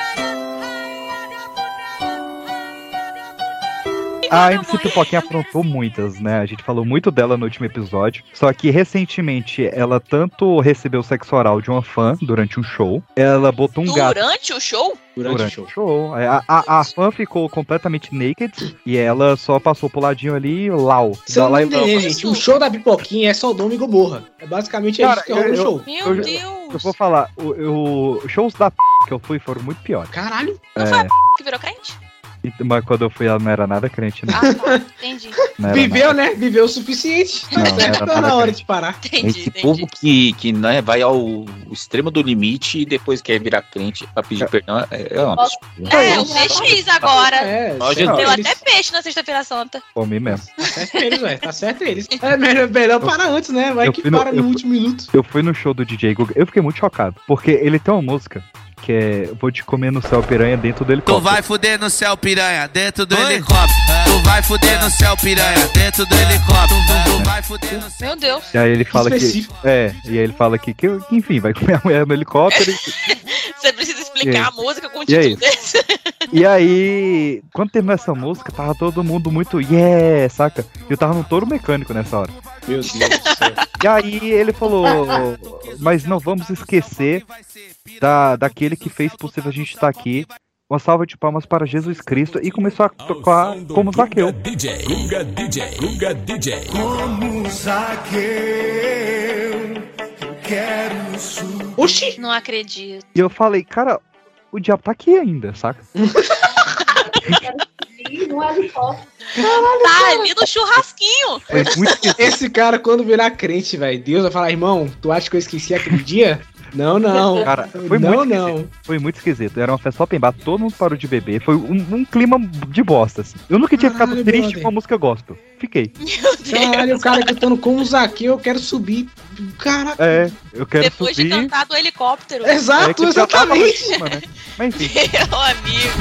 Speaker 1: A MC Pipoquinha aprontou muitas, né? A gente falou muito dela no último episódio. Só que recentemente ela tanto recebeu sexo oral de uma fã durante um show. Ela botou um gato
Speaker 6: Durante o show?
Speaker 1: durante o show. É, A, a- a fã ficou completamente naked e ela só passou pro ladinho ali e lau.
Speaker 5: Você não
Speaker 1: lá
Speaker 5: vai
Speaker 1: e
Speaker 5: entender, gente. O show da pipoquinha é só o Domingo Borra. É basicamente é
Speaker 1: Cara,
Speaker 5: isso que rola
Speaker 1: eu-
Speaker 5: no
Speaker 1: eu-
Speaker 5: show.
Speaker 1: Meu eu-
Speaker 6: Deus!
Speaker 1: Eu vou falar, o- eu- os shows da p que eu fui foram muito piores.
Speaker 5: Caralho!
Speaker 1: É,
Speaker 6: Que virou crente? Ah, tá.
Speaker 1: e- mas quando eu fui ela não era nada crente, não.
Speaker 6: Entendi.
Speaker 1: Não era
Speaker 5: Ah, Viveu, né? Viveu o suficiente.
Speaker 1: Não, não era
Speaker 5: tá
Speaker 1: nada
Speaker 5: na hora de parar.
Speaker 6: Entendi,
Speaker 3: Esse povo que, que né, vai ao extremo do limite e depois quer virar crente pra pedir perdão é, é uma absurdo.
Speaker 6: É, o PX agora.
Speaker 5: É,
Speaker 3: Ó,
Speaker 6: Deu
Speaker 3: Jesus.
Speaker 6: até peixe na sexta-feira santa.
Speaker 1: Comi mesmo.
Speaker 5: Certo eles, ué. Tá certo eles. É melhor, melhor parar antes, né? Vai
Speaker 1: Eu
Speaker 5: que
Speaker 1: fui no-
Speaker 5: para no
Speaker 1: eu fui-
Speaker 5: último minuto.
Speaker 1: Eu fui no show do DJ Guga, eu fiquei muito chocado, porque ele tem uma música que é Vou te comer no céu piranha dentro dele.
Speaker 12: Tu vai fuder no céu, piranha, dentro do helicóptero. Tu vai fuder no céu, piranha, dentro do helicóptero. É. Tu, tu vai fuder
Speaker 4: Um
Speaker 12: no
Speaker 6: Meu Deus.
Speaker 1: E aí ele fala que.
Speaker 12: específico.
Speaker 1: É, e aí ele fala que, que, que, enfim, vai comer a mulher no helicóptero.
Speaker 6: Você precisa explicar
Speaker 1: E aí?
Speaker 6: a música com um
Speaker 1: E aí?
Speaker 6: título desse.
Speaker 1: e aí, quando terminou essa música, tava todo mundo muito yeah, saca? E eu tava no touro mecânico nessa hora.
Speaker 5: Meu Deus do céu.
Speaker 1: E aí ele falou, mas não vamos esquecer da, daquele que fez possível a gente estar aqui. Uma salva de palmas para Jesus Cristo e começou a tocar como Zaqueu.
Speaker 16: DJ, Guga DJ, Guga DJ.
Speaker 12: Como Zaqueu, quero
Speaker 5: Oxi!
Speaker 6: Não acredito.
Speaker 1: E eu falei, cara, o diabo tá aqui ainda, saca?
Speaker 2: Ih, Não é helicóptero.
Speaker 6: tá ali no churrasquinho.
Speaker 5: Esse cara, quando virar crente, velho, Deus vai falar, irmão, tu acha que eu esqueci aquele dia? Não, não.
Speaker 1: Cara, foi
Speaker 5: não,
Speaker 1: muito
Speaker 5: não.
Speaker 1: esquisito. Foi muito esquisito. Era uma festa open bar, todo mundo parou de beber. Foi um, um clima de bosta, assim. Eu nunca tinha ficado
Speaker 5: Caralho,
Speaker 1: triste
Speaker 5: brother.
Speaker 1: com a música gospel. Fiquei.
Speaker 5: Caralho, o cara cantando como o Zaqueu, eu quero subir. Caraca.
Speaker 1: É, eu quero
Speaker 6: Depois de
Speaker 1: subir.
Speaker 6: cantar do helicóptero.
Speaker 1: É que
Speaker 5: Exato,
Speaker 1: já tava lá em
Speaker 5: exatamente.
Speaker 1: cima, né? Mas enfim.
Speaker 6: Meu amigo.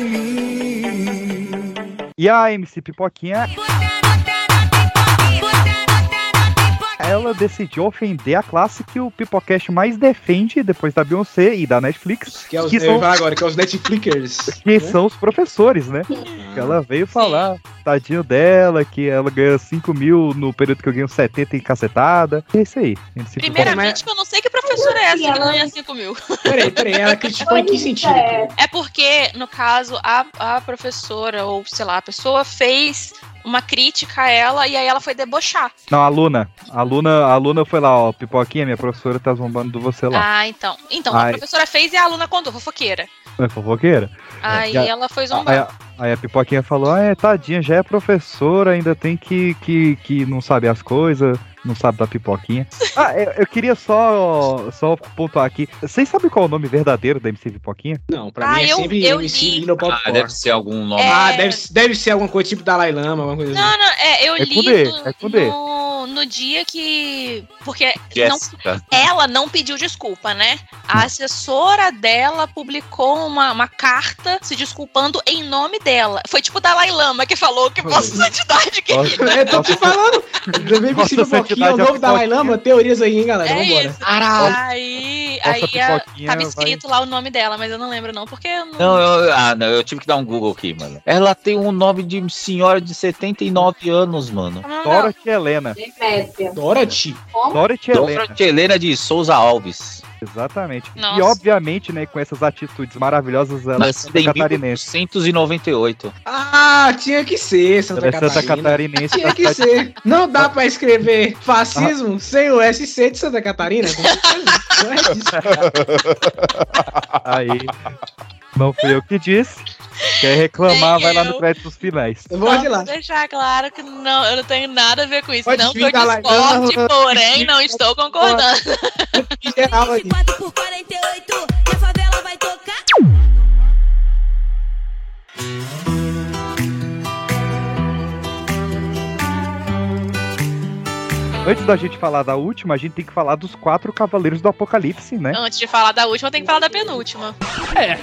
Speaker 12: milagre em mim.
Speaker 1: E a MC Pipoquinha. Ela decidiu ofender a classe que o Pipocast mais defende depois da Beyoncé e da Netflix.
Speaker 5: Que é os,
Speaker 1: que
Speaker 5: eu ia
Speaker 1: são-
Speaker 5: falar agora, que é os Netflixers.
Speaker 1: que são os professores, né? Que ela veio falar, tadinho dela, que ela ganha 5 mil no período que eu ganho 70 e cacetada. É isso aí. Ele
Speaker 5: Tipo,
Speaker 1: se
Speaker 6: Primeiramente, que eu não sei que professora é essa que ganha 5 mil.
Speaker 5: Peraí, peraí, ela criticou em que sentido?
Speaker 6: É porque, no caso, a, a professora, ou sei lá, a pessoa fez uma crítica a ela e aí ela foi debochar.
Speaker 1: Não, a Luna. A Luna, a Luna foi lá, ó, pipoquinha, minha professora tá zombando de você lá.
Speaker 6: Ah, então. Então,
Speaker 1: Ai.
Speaker 6: a professora fez e a aluna contou, fofoqueira.
Speaker 1: É fofoqueira.
Speaker 6: Aí
Speaker 1: E a-
Speaker 6: ela
Speaker 5: Ah,
Speaker 1: Aí,
Speaker 6: foi
Speaker 5: é.
Speaker 6: zombar.
Speaker 1: a- aí a pipoquinha falou: Ah, é, tadinha, já é professora, ainda tem que, que, que não sabe as coisas, não sabe da pipoquinha. Ah, eu, eu queria só, só pontuar aqui: vocês sabem qual é o nome verdadeiro da MC Pipoquinha?
Speaker 5: Não, pra
Speaker 6: Ah,
Speaker 5: mim é sempre MC Little Pop
Speaker 3: Ah, deve ser algum nome.
Speaker 5: Ah, deve, deve ser alguma coisa tipo Dalai Lama, alguma coisa
Speaker 6: Não, não, é, eu
Speaker 5: É
Speaker 6: li
Speaker 5: com D,
Speaker 6: no,
Speaker 5: é com D.
Speaker 6: no- no dia que. Porque É,
Speaker 3: é
Speaker 6: não,
Speaker 3: Jéssica.
Speaker 6: ela não pediu desculpa, né? A assessora dela publicou uma, uma carta se desculpando em nome dela. Foi tipo Dalai Lama que falou que vossa santidade querida.
Speaker 5: Eu assim. É, tô te falando. Também me
Speaker 1: Nossa, é
Speaker 5: pipoquinha, é o
Speaker 1: santidade,
Speaker 5: novo
Speaker 1: a
Speaker 5: Dalai Lama,
Speaker 1: né?
Speaker 5: teorias aí, hein, galera.
Speaker 6: É
Speaker 5: Vambora.
Speaker 6: isso.
Speaker 5: Caralho.
Speaker 6: Aí,
Speaker 3: Essa
Speaker 6: aí a- tá
Speaker 3: pipoquinha
Speaker 6: tava
Speaker 3: vai-
Speaker 6: escrito lá o nome dela, mas eu não lembro não, porque eu não...
Speaker 3: Não, eu, ah, não, eu tive que dar um Google aqui, mano. Ela tem um nome de senhora de 79 anos, mano.
Speaker 6: Não, não.
Speaker 1: Dorothy Helena.
Speaker 2: Demétria.
Speaker 5: Dorothy.
Speaker 2: Como?
Speaker 1: Dorothy Helena.
Speaker 3: Dona Helena de Souza Alves.
Speaker 1: Exatamente.
Speaker 6: Nossa.
Speaker 1: E obviamente, né, com essas atitudes maravilhosas, ela é
Speaker 3: Nascida
Speaker 1: Santa
Speaker 3: em
Speaker 1: Catarinense.
Speaker 3: 1898.
Speaker 5: Ah, tinha que ser, Santa
Speaker 1: Ela é Santa
Speaker 5: Catarina.
Speaker 1: Catarinense. tá
Speaker 5: Tinha
Speaker 1: da
Speaker 5: que
Speaker 1: cidade-
Speaker 5: ser. Não dá pra escrever fascismo sem o SC de Santa Catarina. com certeza. Não é
Speaker 1: Aí. Não fui eu que disse. Quer reclamar,
Speaker 6: Nem
Speaker 1: vai lá
Speaker 6: eu.
Speaker 1: no crédito dos finais.
Speaker 5: Eu
Speaker 6: Só pra deixar claro que não, eu não tenho nada a ver com isso.
Speaker 1: Pode
Speaker 6: não que eu
Speaker 1: vir, Dalai
Speaker 6: discorde,
Speaker 1: Lama.
Speaker 6: porém não estou concordando.
Speaker 5: disso.
Speaker 4: 4 por 48, na favela vai tocar.
Speaker 1: Antes da gente falar da última, a gente tem que falar dos quatro cavaleiros do apocalipse, né?
Speaker 6: Antes de falar da última, tem que falar da penúltima. É,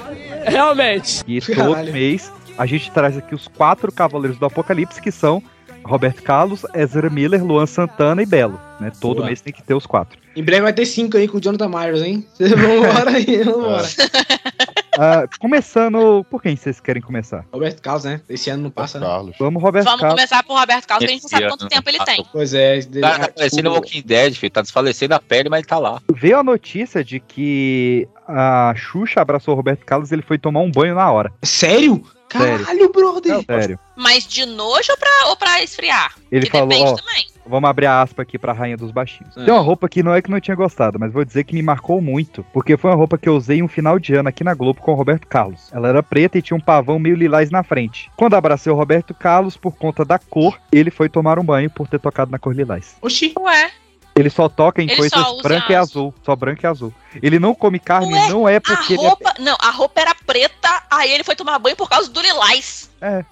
Speaker 6: realmente.
Speaker 1: E todo
Speaker 6: Caralho.
Speaker 1: mês a gente traz aqui os quatro cavaleiros do apocalipse, que são Roberto Carlos, Ezra Miller, Luan Santana e Belo. Né? Todo
Speaker 5: Boa.
Speaker 1: mês tem que ter os quatro.
Speaker 5: Em breve vai ter cinco aí com o Jonathan Myers, hein? Vambora aí, vambora.
Speaker 1: É. Ah, começando, por quem vocês querem começar?
Speaker 5: Roberto Carlos, né? Esse ano não passa, né?
Speaker 1: Tá. Vamos, Roberto
Speaker 6: Vamos
Speaker 1: Carlos.
Speaker 6: começar por Roberto Carlos, que a gente não
Speaker 3: Esse
Speaker 6: sabe quanto
Speaker 3: ano,
Speaker 6: tempo ele
Speaker 3: ah,
Speaker 6: tem.
Speaker 5: Pois é.
Speaker 3: O cara tá parecendo o Walking Dead, filho. Tá desfalecendo a pele, mas ele tá lá.
Speaker 1: Veio a notícia de que a Xuxa abraçou o Roberto Carlos e ele foi tomar um banho na hora.
Speaker 5: Ah, Sério?
Speaker 1: Sério.
Speaker 5: Caralho, brother.
Speaker 1: Sério.
Speaker 6: Mas de nojo ou pra, ou pra esfriar?
Speaker 1: Ele
Speaker 6: que
Speaker 1: falou,
Speaker 6: depende né?
Speaker 1: ó,
Speaker 6: também.
Speaker 1: Vamos abrir a aspa aqui pra Rainha dos Baixinhos.
Speaker 5: Ah.
Speaker 1: Tem uma roupa que não é que não tinha gostado, mas vou dizer que me marcou muito, porque foi uma roupa que eu usei em um final de ano aqui na Globo com o Roberto Carlos. Ela era preta e tinha um pavão meio lilás na frente. Quando abracei o Roberto Carlos, por conta da cor, ele foi tomar um banho por ter tocado na cor lilás.
Speaker 5: Oxi.
Speaker 6: Ué.
Speaker 1: Ele só toca em
Speaker 6: Ele só
Speaker 1: coisas
Speaker 6: usa
Speaker 1: branca e azul. Só branca e azul. Ele não come carne,
Speaker 6: Ué,
Speaker 1: não é
Speaker 6: A
Speaker 1: porque ele é
Speaker 6: roupa. Não, a roupa era preta, aí ele foi tomar banho por causa do lilás.
Speaker 1: É.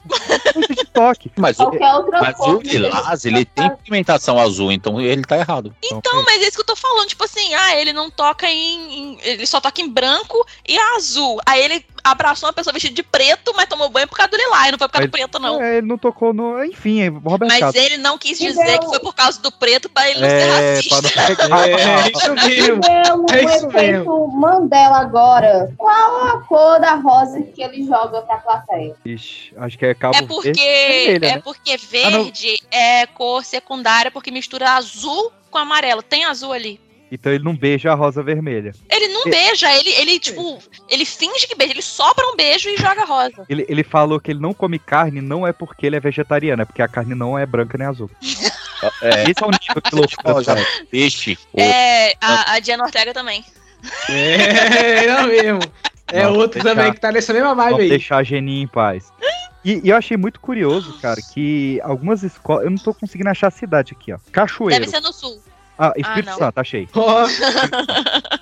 Speaker 1: toque.
Speaker 3: Mas o,
Speaker 2: é
Speaker 6: Qualquer outra
Speaker 3: mas
Speaker 6: coisa.
Speaker 3: o Vilaz, ele tem pigmentação azul, então ele tá errado.
Speaker 6: Então, mas é isso que eu tô falando, tipo assim, ah, ele não toca em, em- Ele só toca em branco e azul. Aí ele abraçou uma pessoa vestida de preto, mas tomou banho por causa do lilás, não foi por causa do preto, não.
Speaker 1: É, ele não tocou no. Enfim, é Roberto
Speaker 6: Mas
Speaker 1: Carlos.
Speaker 6: ele não quis dizer que foi por causa do preto pra ele não ser
Speaker 1: É,
Speaker 6: racista.
Speaker 1: pra não pegar.
Speaker 5: É, isso mesmo.
Speaker 2: Tivemos
Speaker 5: É
Speaker 2: o
Speaker 5: isso
Speaker 2: efeito Mandela agora. Qual a cor da rosa que ele joga pra plateia?
Speaker 1: Ixi, acho que é Cabo
Speaker 6: É porque,
Speaker 1: Verde. vermelha,
Speaker 6: é
Speaker 1: né?
Speaker 6: porque verde é cor secundária, porque mistura azul com amarelo. Tem azul ali.
Speaker 1: Então ele não beija a rosa vermelha.
Speaker 6: Ele não
Speaker 1: É.
Speaker 6: beija, ele, ele, tipo, ele finge que beija, ele sopra um beijo e joga rosa.
Speaker 1: Ele, ele falou que ele não come carne, não é porque ele é vegetariano, é porque a carne não é branca nem azul.
Speaker 3: É.
Speaker 1: Esse é o nível de loucura.
Speaker 3: já
Speaker 1: cara.
Speaker 3: Peixe.
Speaker 6: É, a, a Diana Ortega também.
Speaker 5: É, é mesmo. É
Speaker 1: Não,
Speaker 5: outro
Speaker 1: deixar-
Speaker 5: também que tá nessa mesma vibe
Speaker 1: Vamos
Speaker 5: aí.
Speaker 1: deixar a Geninha em paz. E, e eu achei muito curioso, cara, que algumas escolas. Eu não tô conseguindo achar a cidade aqui, ó. Cachoeiro.
Speaker 6: Deve ser no sul.
Speaker 1: Ah, Espírito
Speaker 6: Ah, não.
Speaker 1: Santo, achei.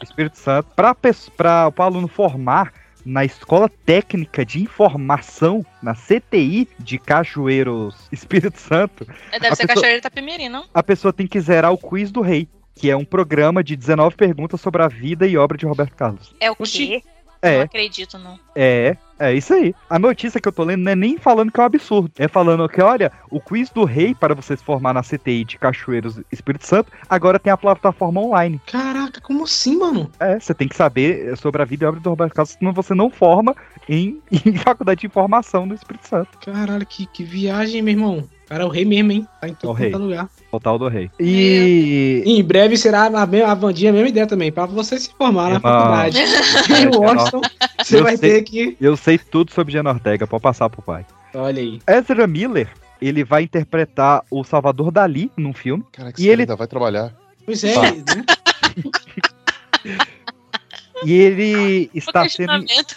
Speaker 1: Espírito Santo. Pra, pes- pra, o aluno formar na Escola Técnica de Informação, na CTI de Cajueiros Espírito Santo,
Speaker 6: É, Deve
Speaker 1: A
Speaker 6: ser
Speaker 1: pessoa-
Speaker 6: Cachoeira de Itapemirim, não?
Speaker 1: a pessoa tem que zerar o Quiz do Rei, que é um programa de 19 perguntas sobre a vida e obra de Roberto Carlos.
Speaker 6: É o
Speaker 1: Oxi.
Speaker 6: quê?
Speaker 1: É.
Speaker 6: Não acredito, não.
Speaker 1: É, é isso aí. A notícia que eu tô lendo não é nem falando que é um absurdo. É falando que, olha, o Quiz do Rei para você se formar na CTI de Cachoeiros Espírito Santo agora tem a plataforma online.
Speaker 5: Caraca, como assim, mano?
Speaker 1: É, você tem que saber sobre a vida e obra do Roberto Carlos, senão você não forma em, em faculdade de informação do Espírito Santo.
Speaker 5: Caralho, que, que viagem, meu irmão. Cara, é o rei mesmo, hein? Tá em
Speaker 1: É o
Speaker 5: todo
Speaker 1: rei.
Speaker 5: quanto é lugar.
Speaker 1: Total do Rei. E...
Speaker 5: E em breve será a, me- a Vandinha a mesma ideia também, pra você se formar na
Speaker 1: Irmão.
Speaker 5: faculdade. Em Washington, você
Speaker 1: Eu
Speaker 5: vai
Speaker 1: sei-
Speaker 5: ter que.
Speaker 1: Eu sei tudo sobre Jana Ortega, pode passar pro pai.
Speaker 5: Olha aí.
Speaker 1: Ezra Miller, ele vai interpretar o Salvador Dali num filme.
Speaker 7: Caraca,
Speaker 1: e ele
Speaker 7: ainda vai trabalhar.
Speaker 5: Pois é,
Speaker 1: Tá.
Speaker 5: né?
Speaker 1: E ele está sendo. Tá,
Speaker 6: Questionamento.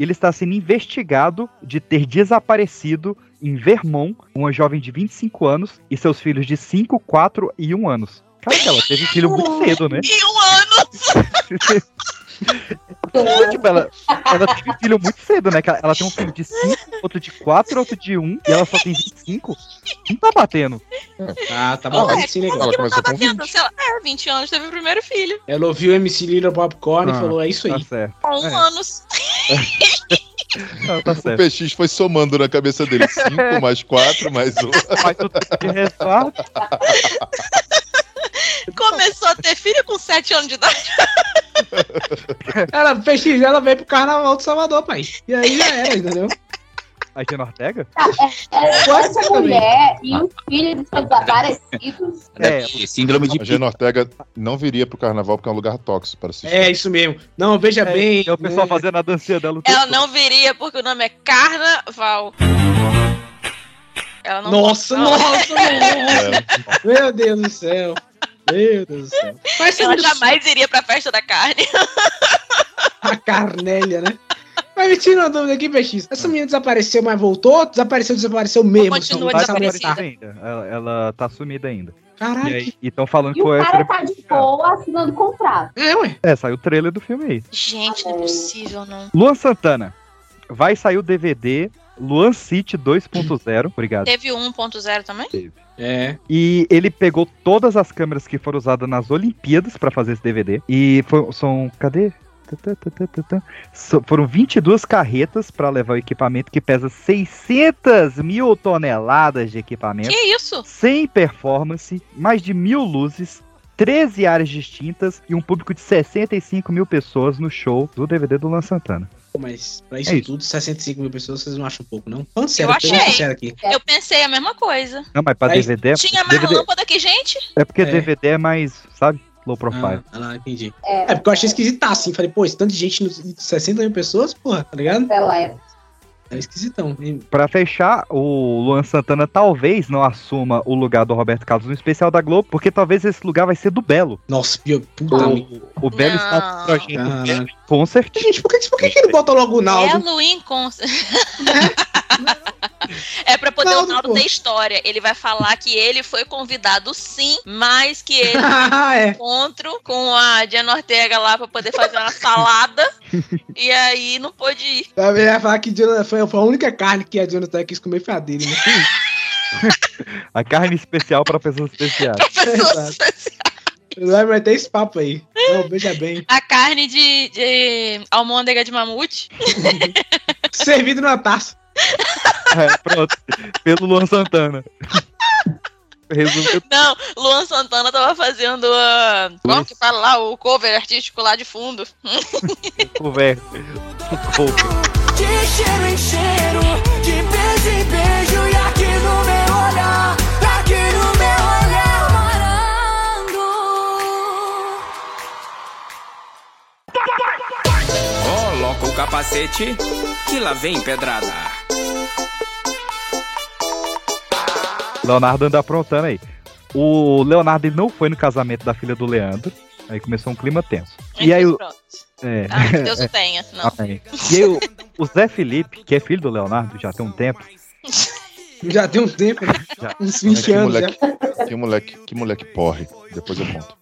Speaker 1: Ele está sendo investigado de ter desaparecido em Vermont uma jovem de 25 anos e seus filhos de 5, 4 e 1 anos. Caraca, ela teve um filho muito cedo, né?
Speaker 6: E um ano!
Speaker 1: Então, tipo, ela, ela teve filho muito cedo, né? Que Ela, ela tem um filho de 5, outro de 4, outro de 1 e ela só tem 25. Não tá batendo.
Speaker 5: Ah, tá bom.
Speaker 6: Ué,
Speaker 5: MC
Speaker 6: como
Speaker 5: Legal.
Speaker 6: que não
Speaker 7: um.
Speaker 6: tá batendo? Sei lá, é, 20 anos teve o primeiro filho.
Speaker 5: Ela ouviu o MC Little Popcorn
Speaker 1: Ah,
Speaker 5: e falou, é isso aí.
Speaker 6: Com um
Speaker 1: É.
Speaker 6: ano.
Speaker 5: Tá
Speaker 1: tá
Speaker 7: O PX foi somando na cabeça dele. 5 mais 4 mais 1.
Speaker 6: Começou a ter filho com 7 anos de idade.
Speaker 5: Ela, PX, ela veio pro carnaval do Salvador, pai. E aí já era, entendeu?
Speaker 1: A Jane Ortega?
Speaker 6: É
Speaker 2: Essa mulher e o filho desaparecidos.
Speaker 7: É,
Speaker 3: síndrome
Speaker 7: de. A Jane Ortega não viria pro carnaval porque é um lugar tóxico para assistir.
Speaker 5: É, isso mesmo. Não, veja bem. né?
Speaker 1: É o pessoal fazendo a dancinha dela. o tempo
Speaker 6: Ela não viria porque o nome é Carnaval. Ela não
Speaker 5: Nossa,
Speaker 6: não.
Speaker 5: nossa,
Speaker 7: É,
Speaker 5: nossa. Meu Deus do céu. Meu Deus do céu.
Speaker 6: ela jamais iria pra festa da carne.
Speaker 5: A Carnélia, né? Mas me tira uma dúvida aqui, PX.
Speaker 1: Ah.
Speaker 5: Essa menina desapareceu, mas voltou? Desapareceu, desapareceu mesmo.
Speaker 1: Não
Speaker 5: Só não
Speaker 1: tá
Speaker 5: sabe
Speaker 1: desaparecida
Speaker 5: onde tá.
Speaker 1: ainda. Ela, ela tá sumida ainda.
Speaker 5: Caraca.
Speaker 1: E aí, estão falando
Speaker 2: E
Speaker 1: que
Speaker 2: o
Speaker 1: o
Speaker 2: cara
Speaker 1: Ezra...
Speaker 2: tá de boa assinando contrato.
Speaker 5: É, ué.
Speaker 1: É, saiu o trailer do filme aí.
Speaker 6: Gente, não é possível, não.
Speaker 1: Luan Santana. Vai sair o DVD Luan City 2.0. Obrigado.
Speaker 6: Teve o 1.0 também?
Speaker 5: É.
Speaker 1: E ele pegou todas as câmeras que foram usadas nas Olimpíadas pra fazer esse DVD. E foi- são. Cadê? Tã, tã, tã, tã, tã, tã. So- Foram 22 carretas pra levar o equipamento que pesa 600 mil toneladas de equipamento.
Speaker 6: Que isso?
Speaker 1: Sem performance, mais de mil luzes, 13 áreas distintas e um público de 65 mil pessoas no show do DVD do Lan Santana.
Speaker 5: Pô, Mas pra isso,
Speaker 1: É isso.
Speaker 5: tudo, 65 mil pessoas, vocês não acham pouco, não? Falando sério,
Speaker 6: Eu
Speaker 5: eu tô falando
Speaker 6: achei.
Speaker 5: sério aqui.
Speaker 6: Eu pensei a mesma coisa.
Speaker 1: Não, mas pra
Speaker 5: Aí,
Speaker 1: DVD.
Speaker 6: Tinha mais
Speaker 1: DVD
Speaker 6: lâmpada que gente?
Speaker 1: é porque
Speaker 5: É.
Speaker 1: DVD é mais, sabe? Low profile.
Speaker 5: Ah, lá, entendi. É. porque eu achei esquisitaço, assim. Falei, pô, esse tanto de gente, nos- 60 mil pessoas, porra, tá ligado?
Speaker 2: Ela é.
Speaker 5: É esquisitão. E-
Speaker 1: Pra fechar, o Luan Santana talvez não assuma o lugar do Roberto Carlos no especial da Globo, porque talvez esse lugar vai ser do Belo.
Speaker 5: Nossa, pior, puta
Speaker 1: O, o Belo está com o projeto
Speaker 5: Não.
Speaker 1: Belo Concert.
Speaker 5: Gente, por que, por que, que ele bota logo o Naldo?
Speaker 6: Belo Inconce. é pra poder
Speaker 5: Naldo,
Speaker 6: o Naldo
Speaker 5: pô.
Speaker 6: ter história. Ele vai falar que ele foi convidado sim, mas que ele
Speaker 5: Ah,
Speaker 6: teve
Speaker 5: é.
Speaker 6: um encontro com a Diana Ortega lá pra poder fazer uma salada. e aí não pôde ir.
Speaker 5: Ele vai falar que Jonathan foi, foi a única carne que a Jonathan quis comer foi a dele, né?
Speaker 1: A carne especial pra pessoas especiais.
Speaker 5: Exato. Vai vai ter esse papo aí. Não, veja bem.
Speaker 6: A carne de, de almôndega de mamute.
Speaker 5: Servido na taça.
Speaker 1: É, pronto. Pelo Luan Santana. Resumiu.
Speaker 6: Não, Luan Santana tava fazendo ah, Como que fala lá? O cover artístico lá de fundo.
Speaker 1: Conversa.
Speaker 4: De cheiro em cheiro, de beijo em beijo e aqui no meu olhar, aqui no meu olhar morando.
Speaker 12: Coloca o capacete que lá vem pedrada.
Speaker 1: Leonardo anda aprontando aí. O Leonardo ele não foi no casamento da filha do Leandro. Aí começou um clima tenso. E aí o.
Speaker 6: Pronto.
Speaker 1: É.
Speaker 6: Ah, que Deus o tenha. Não.
Speaker 1: Amém. E aí o, o Zé Felipe, que é filho do Leonardo, já tem um tempo.
Speaker 5: Já tem um tempo, né?
Speaker 1: Já.
Speaker 5: Uns
Speaker 7: Mas
Speaker 5: 20
Speaker 7: que
Speaker 5: anos. né?
Speaker 7: moleque,
Speaker 5: já.
Speaker 7: que moleque, que moleque porre. Depois eu conto.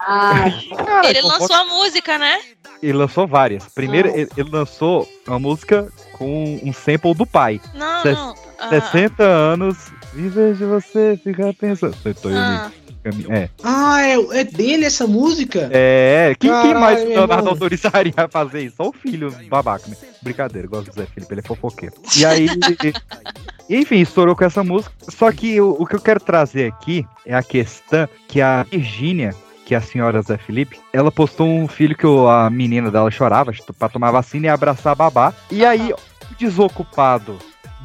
Speaker 6: ele
Speaker 1: conforme-
Speaker 6: lançou a música, né?
Speaker 1: Ele lançou várias. Primeiro,
Speaker 6: Não.
Speaker 1: ele, ele lançou uma música com um sample do pai.
Speaker 6: Não,
Speaker 1: Se-
Speaker 6: não. Ah.
Speaker 1: 60 anos, em vez de você ficar pensando. Eu tô indo
Speaker 6: Ah.
Speaker 1: em caminho- É.
Speaker 5: Ah, é, é dele essa música?
Speaker 1: É, quem, quem
Speaker 5: Caralho,
Speaker 1: mais o
Speaker 5: meu
Speaker 1: Leonardo
Speaker 5: irmão.
Speaker 1: autorizaria a fazer isso? Só o filho babaca, né? Brincadeira, eu gosto do Zé Felipe, ele é fofoqueiro. E aí. Enfim, estourou com essa música. Só que o, o que eu quero trazer aqui é a questão que a Virgínia, que é a senhora Zé Felipe, ela postou um filho que o- a menina dela chorava tipo, pra tomar vacina e abraçar a babá. E aí, o desocupado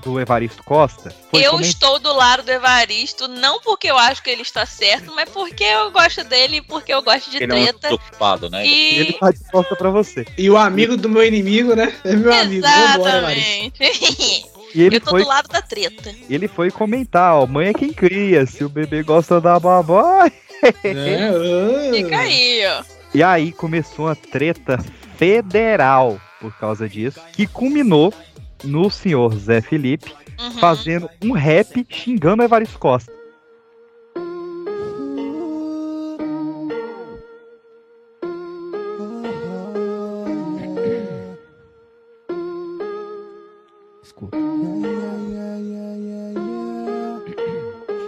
Speaker 1: do Evaristo Costa foi
Speaker 6: eu
Speaker 1: comentar-
Speaker 6: estou do lado do Evaristo, não porque eu acho que ele está certo, mas porque eu gosto dele e porque eu gosto de
Speaker 3: Ele é um
Speaker 6: treta.
Speaker 3: desocupado, né?
Speaker 6: E-
Speaker 1: Ele tá disposta pra você.
Speaker 5: E o amigo do meu inimigo, né? É meu amigo. Vambora, Maris.
Speaker 6: Exatamente.
Speaker 1: E ele
Speaker 6: eu tô
Speaker 1: foi- Ah.
Speaker 6: do lado da treta.
Speaker 1: Ele foi comentar, ó, mãe é quem cria, se o bebê gosta da babá.
Speaker 5: É, ah.
Speaker 6: Fica aí, ó.
Speaker 1: E aí começou uma treta federal. por causa disso, que culminou no senhor Zé Felipe
Speaker 6: Uhum.
Speaker 1: fazendo um rap xingando Evaristo Costa.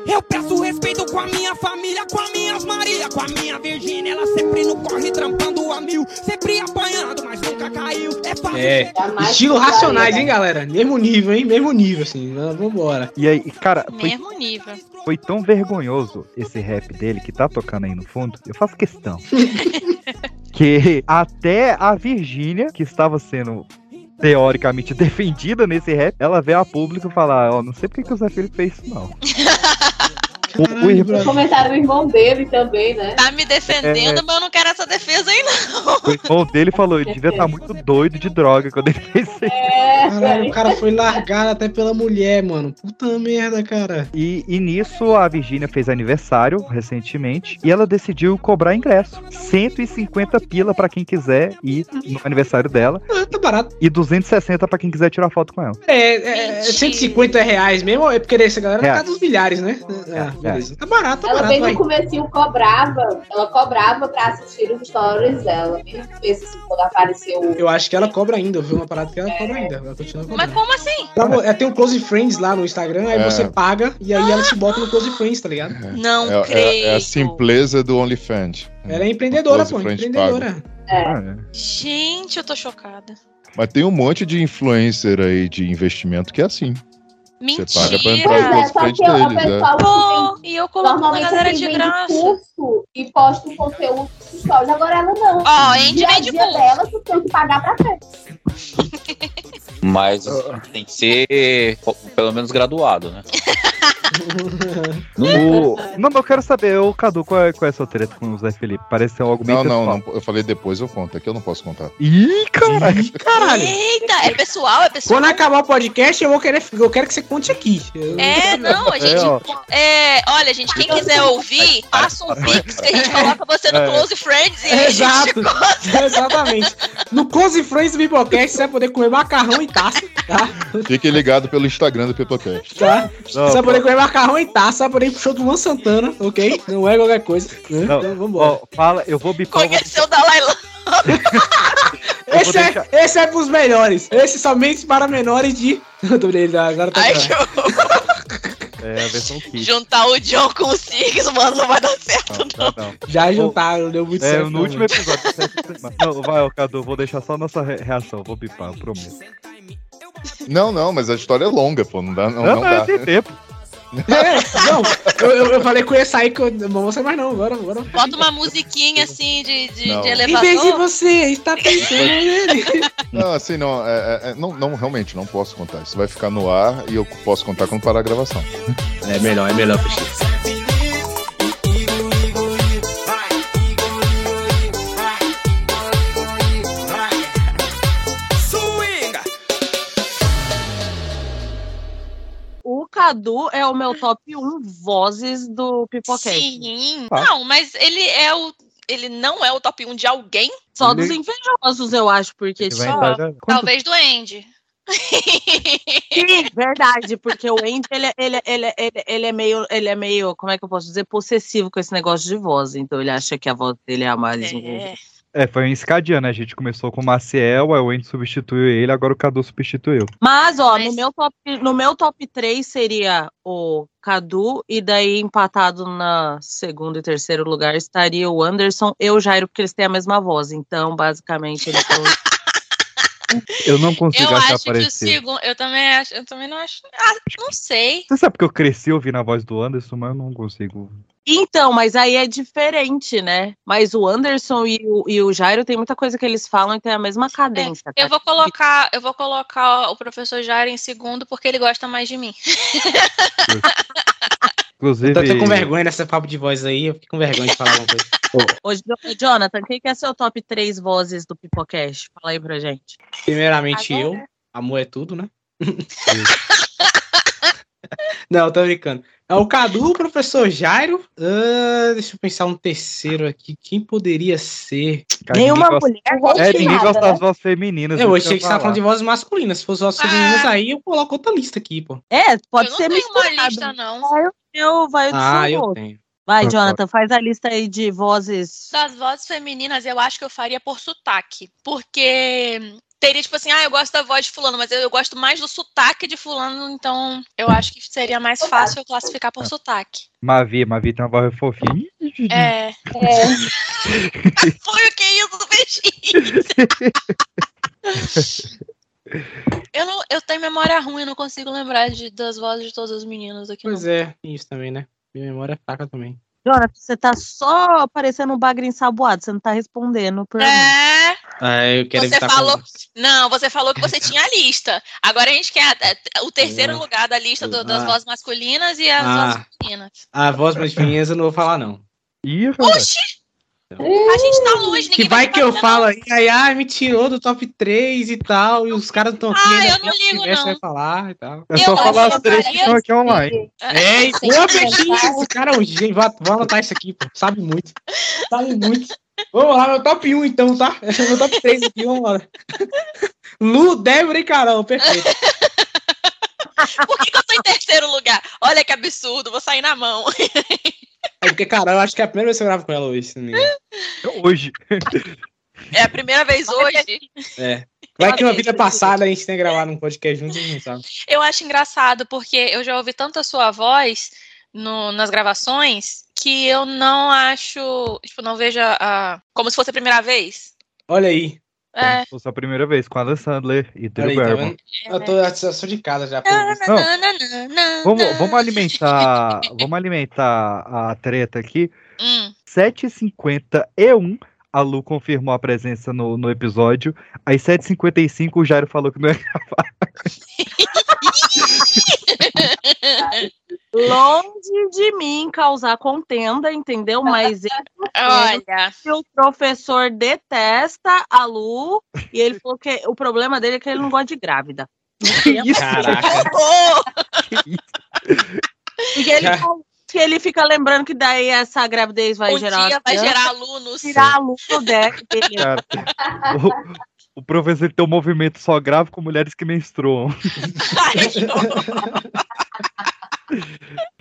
Speaker 17: Eu peço respeito com a minha família, com a minhas Maria, com a minha Virgínia. Ela sempre no corre, trampando a mil, sempre apanhando, mas nunca caiu. É fácil.
Speaker 5: É, estilo racionais, hein, galera? Mesmo nível, hein? Mesmo nível, assim. Vamos- Vambora.
Speaker 1: E aí, cara, foi,
Speaker 6: Mesmo nível.
Speaker 1: foi tão vergonhoso esse rap dele que tá tocando aí no fundo. Eu faço questão. que até a Virgínia, que estava sendo teoricamente defendida nesse rap, ela veio a público falar, ó, não sei porque que o Zé Felipe fez isso, não. O- o irmão-
Speaker 2: Comentaram o irmão dele também, né?
Speaker 6: Tá me defendendo,
Speaker 1: É.
Speaker 6: mas eu não quero essa defesa aí, não.
Speaker 1: O irmão dele falou, ele devia estar muito doido de droga quando ele fez isso.
Speaker 2: É,
Speaker 5: Caralho, o cara foi largado até pela mulher, mano. Puta merda, cara.
Speaker 1: E, e nisso a Virgínia fez aniversário recentemente e ela decidiu cobrar ingresso. 150 pila pra quem quiser ir no aniversário dela.
Speaker 5: Tá barato.
Speaker 1: E 260 pra quem quiser tirar foto com ela.
Speaker 5: É, é, é 150 reais mesmo, é porque essa galera tá
Speaker 1: Reais.
Speaker 5: casa dos milhares, né?
Speaker 7: É,
Speaker 5: Ah, beleza. Tá barato, tá
Speaker 2: Ela
Speaker 5: barato.
Speaker 2: bem no
Speaker 5: Vai.
Speaker 2: comecinho cobrava, ela cobrava pra assistir os stories dela, mesmo que esse, assim, quando apareceu o
Speaker 5: Eu acho que ela cobra ainda, eu vi uma parada que ela cobra ainda. Ela continua cobrando.
Speaker 6: Mas como assim?
Speaker 5: Pra vo- Ela tem um Close Friends lá no Instagram, aí
Speaker 7: É.
Speaker 5: você paga e aí ela te bota no Close Friends, tá ligado?
Speaker 6: Não
Speaker 7: É, é- é a simpleza do OnlyFans.
Speaker 5: Ela é empreendedora,
Speaker 7: Close
Speaker 5: pô,
Speaker 7: Friends
Speaker 5: empreendedora.
Speaker 7: Ah, é.
Speaker 6: Gente, eu tô chocada.
Speaker 7: Mas tem um monte de influencer aí de investimento que é assim.
Speaker 6: Mentira.
Speaker 7: Você paga pra entrar
Speaker 5: um
Speaker 7: em
Speaker 2: Pois é,
Speaker 7: close
Speaker 2: só
Speaker 7: friends
Speaker 2: que o- o
Speaker 5: né?
Speaker 7: deles, é.
Speaker 2: pessoal
Speaker 8: assim,
Speaker 6: Pô, e eu coloco uma
Speaker 2: Normalmente
Speaker 6: galera
Speaker 2: assim,
Speaker 6: de
Speaker 2: vende
Speaker 6: graça.
Speaker 2: curso e posta um conteúdo nos stories. Agora ela não.
Speaker 6: Ó, a Andy
Speaker 2: Dia a
Speaker 6: vende
Speaker 2: dia
Speaker 6: curso.
Speaker 2: dela, tu tem que pagar pra ter.
Speaker 3: Mas tem que ser pô, pelo menos graduado, né?
Speaker 1: O- Não, mas eu quero saber, o Cadu, qual é, qual é a sua treta com o Zé Felipe? Pareceu algo bem
Speaker 7: Não, não,
Speaker 1: pessoal.
Speaker 7: não, eu falei depois eu conto, é que eu não posso contar.
Speaker 1: Ih, caralho!
Speaker 5: Caralho.
Speaker 6: Eita, é pessoal, é pessoal.
Speaker 5: Quando acabar o podcast, eu vou querer. Eu quero que você conte aqui. Eu-
Speaker 6: É, não, a gente.
Speaker 5: É, ó.
Speaker 6: É, olha, gente, quem quiser ouvir, faça um pix que a gente coloca você no
Speaker 5: É.
Speaker 6: Close Friends e a gente
Speaker 5: Exato,
Speaker 6: conta.
Speaker 5: exatamente. No Close Friends do Bibocast, você vai poder comer macarrão e taça, tá?
Speaker 7: Fiquem ligados pelo Instagram do Pipocast.
Speaker 5: tá?
Speaker 7: Não,
Speaker 5: você vai poder
Speaker 7: pô.
Speaker 5: comer macarrão e taça, vai poder ir pro show do Luan Santana, ok? Não é qualquer coisa. né?
Speaker 1: Não,
Speaker 5: Então,
Speaker 1: ó, fala, eu vou bipar. eu vou-
Speaker 6: Conheceu o Dalai Lama.
Speaker 1: vou
Speaker 5: Esse,
Speaker 1: deixar-
Speaker 5: é, esse é pros melhores. Esse somente para menores de. Eu tô brincando, agora tá
Speaker 6: Ai,
Speaker 5: claro.
Speaker 6: que horror.
Speaker 1: É a versão Kids.
Speaker 6: Juntar o John com o Six, mano, não vai dar certo.
Speaker 1: Não, não.
Speaker 5: Já juntaram, deu muito
Speaker 1: É,
Speaker 5: certo.
Speaker 1: no último
Speaker 5: mano.
Speaker 1: episódio. Não, vai, ô, Cadu, eu vou deixar só a nossa re- reação, eu vou bipar, eu prometo.
Speaker 7: Não, não, mas a história é longa, pô, não dá,
Speaker 1: Não,
Speaker 7: não, não
Speaker 1: não, eu
Speaker 7: dá.
Speaker 1: tenho Ah, tempo.
Speaker 5: É, não, eu, eu, eu falei que eu ia sair, que eu não vou sair mais não, agora, agora.
Speaker 6: Bota uma musiquinha assim de, de,
Speaker 7: Não.
Speaker 6: de
Speaker 5: Em vez de
Speaker 6: elevador.
Speaker 5: você estar pensando nele.
Speaker 7: Não, assim, não, é- é- é- não, não, realmente, não posso contar. Isso vai ficar no ar e eu posso contar quando parar a gravação.
Speaker 5: É melhor, é melhor,
Speaker 4: Swinga!
Speaker 8: O Cadu é o meu top 1 vozes do Pipocast.
Speaker 6: Sim.
Speaker 8: Tá.
Speaker 6: Não, mas ele é o. Ele não é o top 1 de alguém?
Speaker 8: Só dos invejosos, eu acho, porque
Speaker 6: vai
Speaker 8: só...
Speaker 6: entrar Talvez do Andy.
Speaker 8: Sim, verdade, porque o Andy, ele, é, ele, ele, ele, ele é meio, ele é meio, como é que eu posso dizer, possessivo com esse negócio de voz, então ele acha que a voz dele é a mais...
Speaker 1: É, foi um escadinha, né? A gente começou com o Maciel, aí o Andy substituiu ele, agora o Cadu substituiu.
Speaker 8: Mas, ó, No, meu top, no meu top 3 seria o Cadu, e daí empatado na segundo e terceiro lugar estaria o Anderson e o Jairo, porque eles têm a mesma voz, então, basicamente, eles são...
Speaker 1: Eu não consigo
Speaker 6: Eu
Speaker 1: achar
Speaker 6: acho que o
Speaker 1: aparecer.
Speaker 6: segundo. Eu também acho. Eu também não acho. Ah, não sei.
Speaker 1: Você sabe que eu cresci ouvindo a voz do Anderson, mas eu não consigo.
Speaker 8: Então, mas aí é diferente, né? Mas o Anderson e o, e o Jairo tem muita coisa que eles falam e tem a mesma cadência.
Speaker 6: É, Eu vou colocar, eu vou colocar o professor Jair em segundo porque ele gosta mais de mim.
Speaker 1: Inclusive.
Speaker 5: Eu tô até com vergonha nessa papo de voz aí, eu fiquei com vergonha de falar alguma coisa.
Speaker 8: Tipo, Ô, Jo- ô, Jonathan, quem que é seu top 3 vozes do Pipocast? Fala aí pra gente.
Speaker 5: Primeiramente eu, amor é tudo, né? Não, tô brincando. É o Cadu, o professor Jairo. Ah, deixa eu pensar um terceiro aqui. Quem poderia ser?
Speaker 1: Cara, Nenhuma ninguém gosta- mulher É, ninguém gosta das vozes femininas.
Speaker 5: Eu Ah!
Speaker 1: isso
Speaker 5: achei
Speaker 1: eu
Speaker 5: que você tava
Speaker 1: falar.
Speaker 5: falando de vozes masculinas. Se fosse vozes femininas aí, eu coloco outra lista aqui, pô.
Speaker 8: É, pode ser
Speaker 6: tenho uma
Speaker 8: misturado.
Speaker 6: lista, não.
Speaker 8: Vai o meu,
Speaker 6: É
Speaker 8: vai o do
Speaker 5: Ah,
Speaker 8: seu
Speaker 5: eu
Speaker 8: gosto.
Speaker 5: tenho.
Speaker 8: Vai,
Speaker 5: Eu
Speaker 8: Jonathan, faz a lista aí de vozes.
Speaker 6: Das vozes femininas, eu acho que eu faria por sotaque. Porque teria, tipo assim, ah, eu gosto da voz de fulano, mas eu, eu gosto mais do sotaque de fulano, então eu acho que seria mais fácil eu classificar por sotaque.
Speaker 1: Mavi, Mavi tem uma voz fofinha.
Speaker 6: É. Foi o que isso, beijinho? eu, não, eu tenho memória ruim, eu não consigo lembrar de, das vozes de todas as meninas aqui.
Speaker 5: Pois é, tem isso também, né? Minha memória é fraca também.
Speaker 8: Jonathan, você tá só parecendo um bagre ensaboado, você não tá respondendo. Por
Speaker 6: É.
Speaker 5: Ah, eu quero
Speaker 6: Você
Speaker 5: evitar.
Speaker 6: falou, não, você falou que você tinha a lista. Agora a gente quer eh, o terceiro lugar da lista do- das
Speaker 5: É. Ah.
Speaker 6: vozes masculinas e as
Speaker 5: Ah.
Speaker 6: vozes femininas.
Speaker 5: A voz mais fininhas eu não vou falar, não.
Speaker 1: Ih,
Speaker 6: Oxi! A gente tá longe, ninguém
Speaker 5: Que vai que eu
Speaker 6: debater,
Speaker 5: falo aí, ai, ai, me tirou do top 3 e tal, e os caras estão aqui.
Speaker 6: Ah,
Speaker 5: ainda
Speaker 6: eu não
Speaker 5: quer que
Speaker 6: ligo,
Speaker 5: tivesse,
Speaker 6: não.
Speaker 5: vai falar e tal.
Speaker 1: É só falar as três que estão aqui online.
Speaker 5: É, e
Speaker 6: Sem
Speaker 5: pô, Betinho,
Speaker 6: comentário.
Speaker 5: esse cara é um gênio. Vai, vai anotar isso aqui, pô. Sabe muito. Sabe muito. Vamos lá, meu top 1 então, tá? Esse é meu top 3 aqui, vamos lá. Lu, Débora e Carol, perfeito.
Speaker 6: Por que, que eu tô em terceiro lugar? Olha que absurdo, vou sair na mão.
Speaker 5: É porque Carol, eu acho que é a primeira vez que eu gravo com ela hoje, se não me engano.
Speaker 1: Hoje.
Speaker 6: É a primeira vez hoje.
Speaker 5: É. Vai que na vida passada a gente tenha gravado um podcast junto, a gente não sabe.
Speaker 6: Eu acho engraçado, porque eu já ouvi tanto a sua voz no- nas gravações que eu não acho. Tipo, não vejo a, a- como se fosse a primeira vez.
Speaker 5: Olha aí.
Speaker 6: É.
Speaker 1: Foi né, sua primeira vez com a Sandler e Drew
Speaker 5: Olha aí, tá
Speaker 1: Barrymore.
Speaker 5: vendo? Eu tô, eu sou de casa já. pô.
Speaker 6: é, né?
Speaker 1: Vamos, vamos alimentar, vamos alimentar a treta aqui.
Speaker 6: hum.
Speaker 1: 7h51, a Lu confirmou a presença no, no episódio. Às 7h55, o Jairo falou que não é ia gravar.
Speaker 8: Longe de mim causar contenda, entendeu? Mas eu entendo
Speaker 6: Olha.
Speaker 8: que o professor detesta a Lu e ele falou que o problema dele é que ele não gosta de grávida.
Speaker 5: Caraca.
Speaker 8: Porque ele falou que ele fica lembrando que daí essa gravidez vai
Speaker 6: Um
Speaker 8: gerar. uma
Speaker 6: dia vai
Speaker 8: criança,
Speaker 6: gerar alunos.
Speaker 8: Tirar aluno dele.
Speaker 1: Cara, o, o professor tem um movimento só grave com mulheres que menstruam.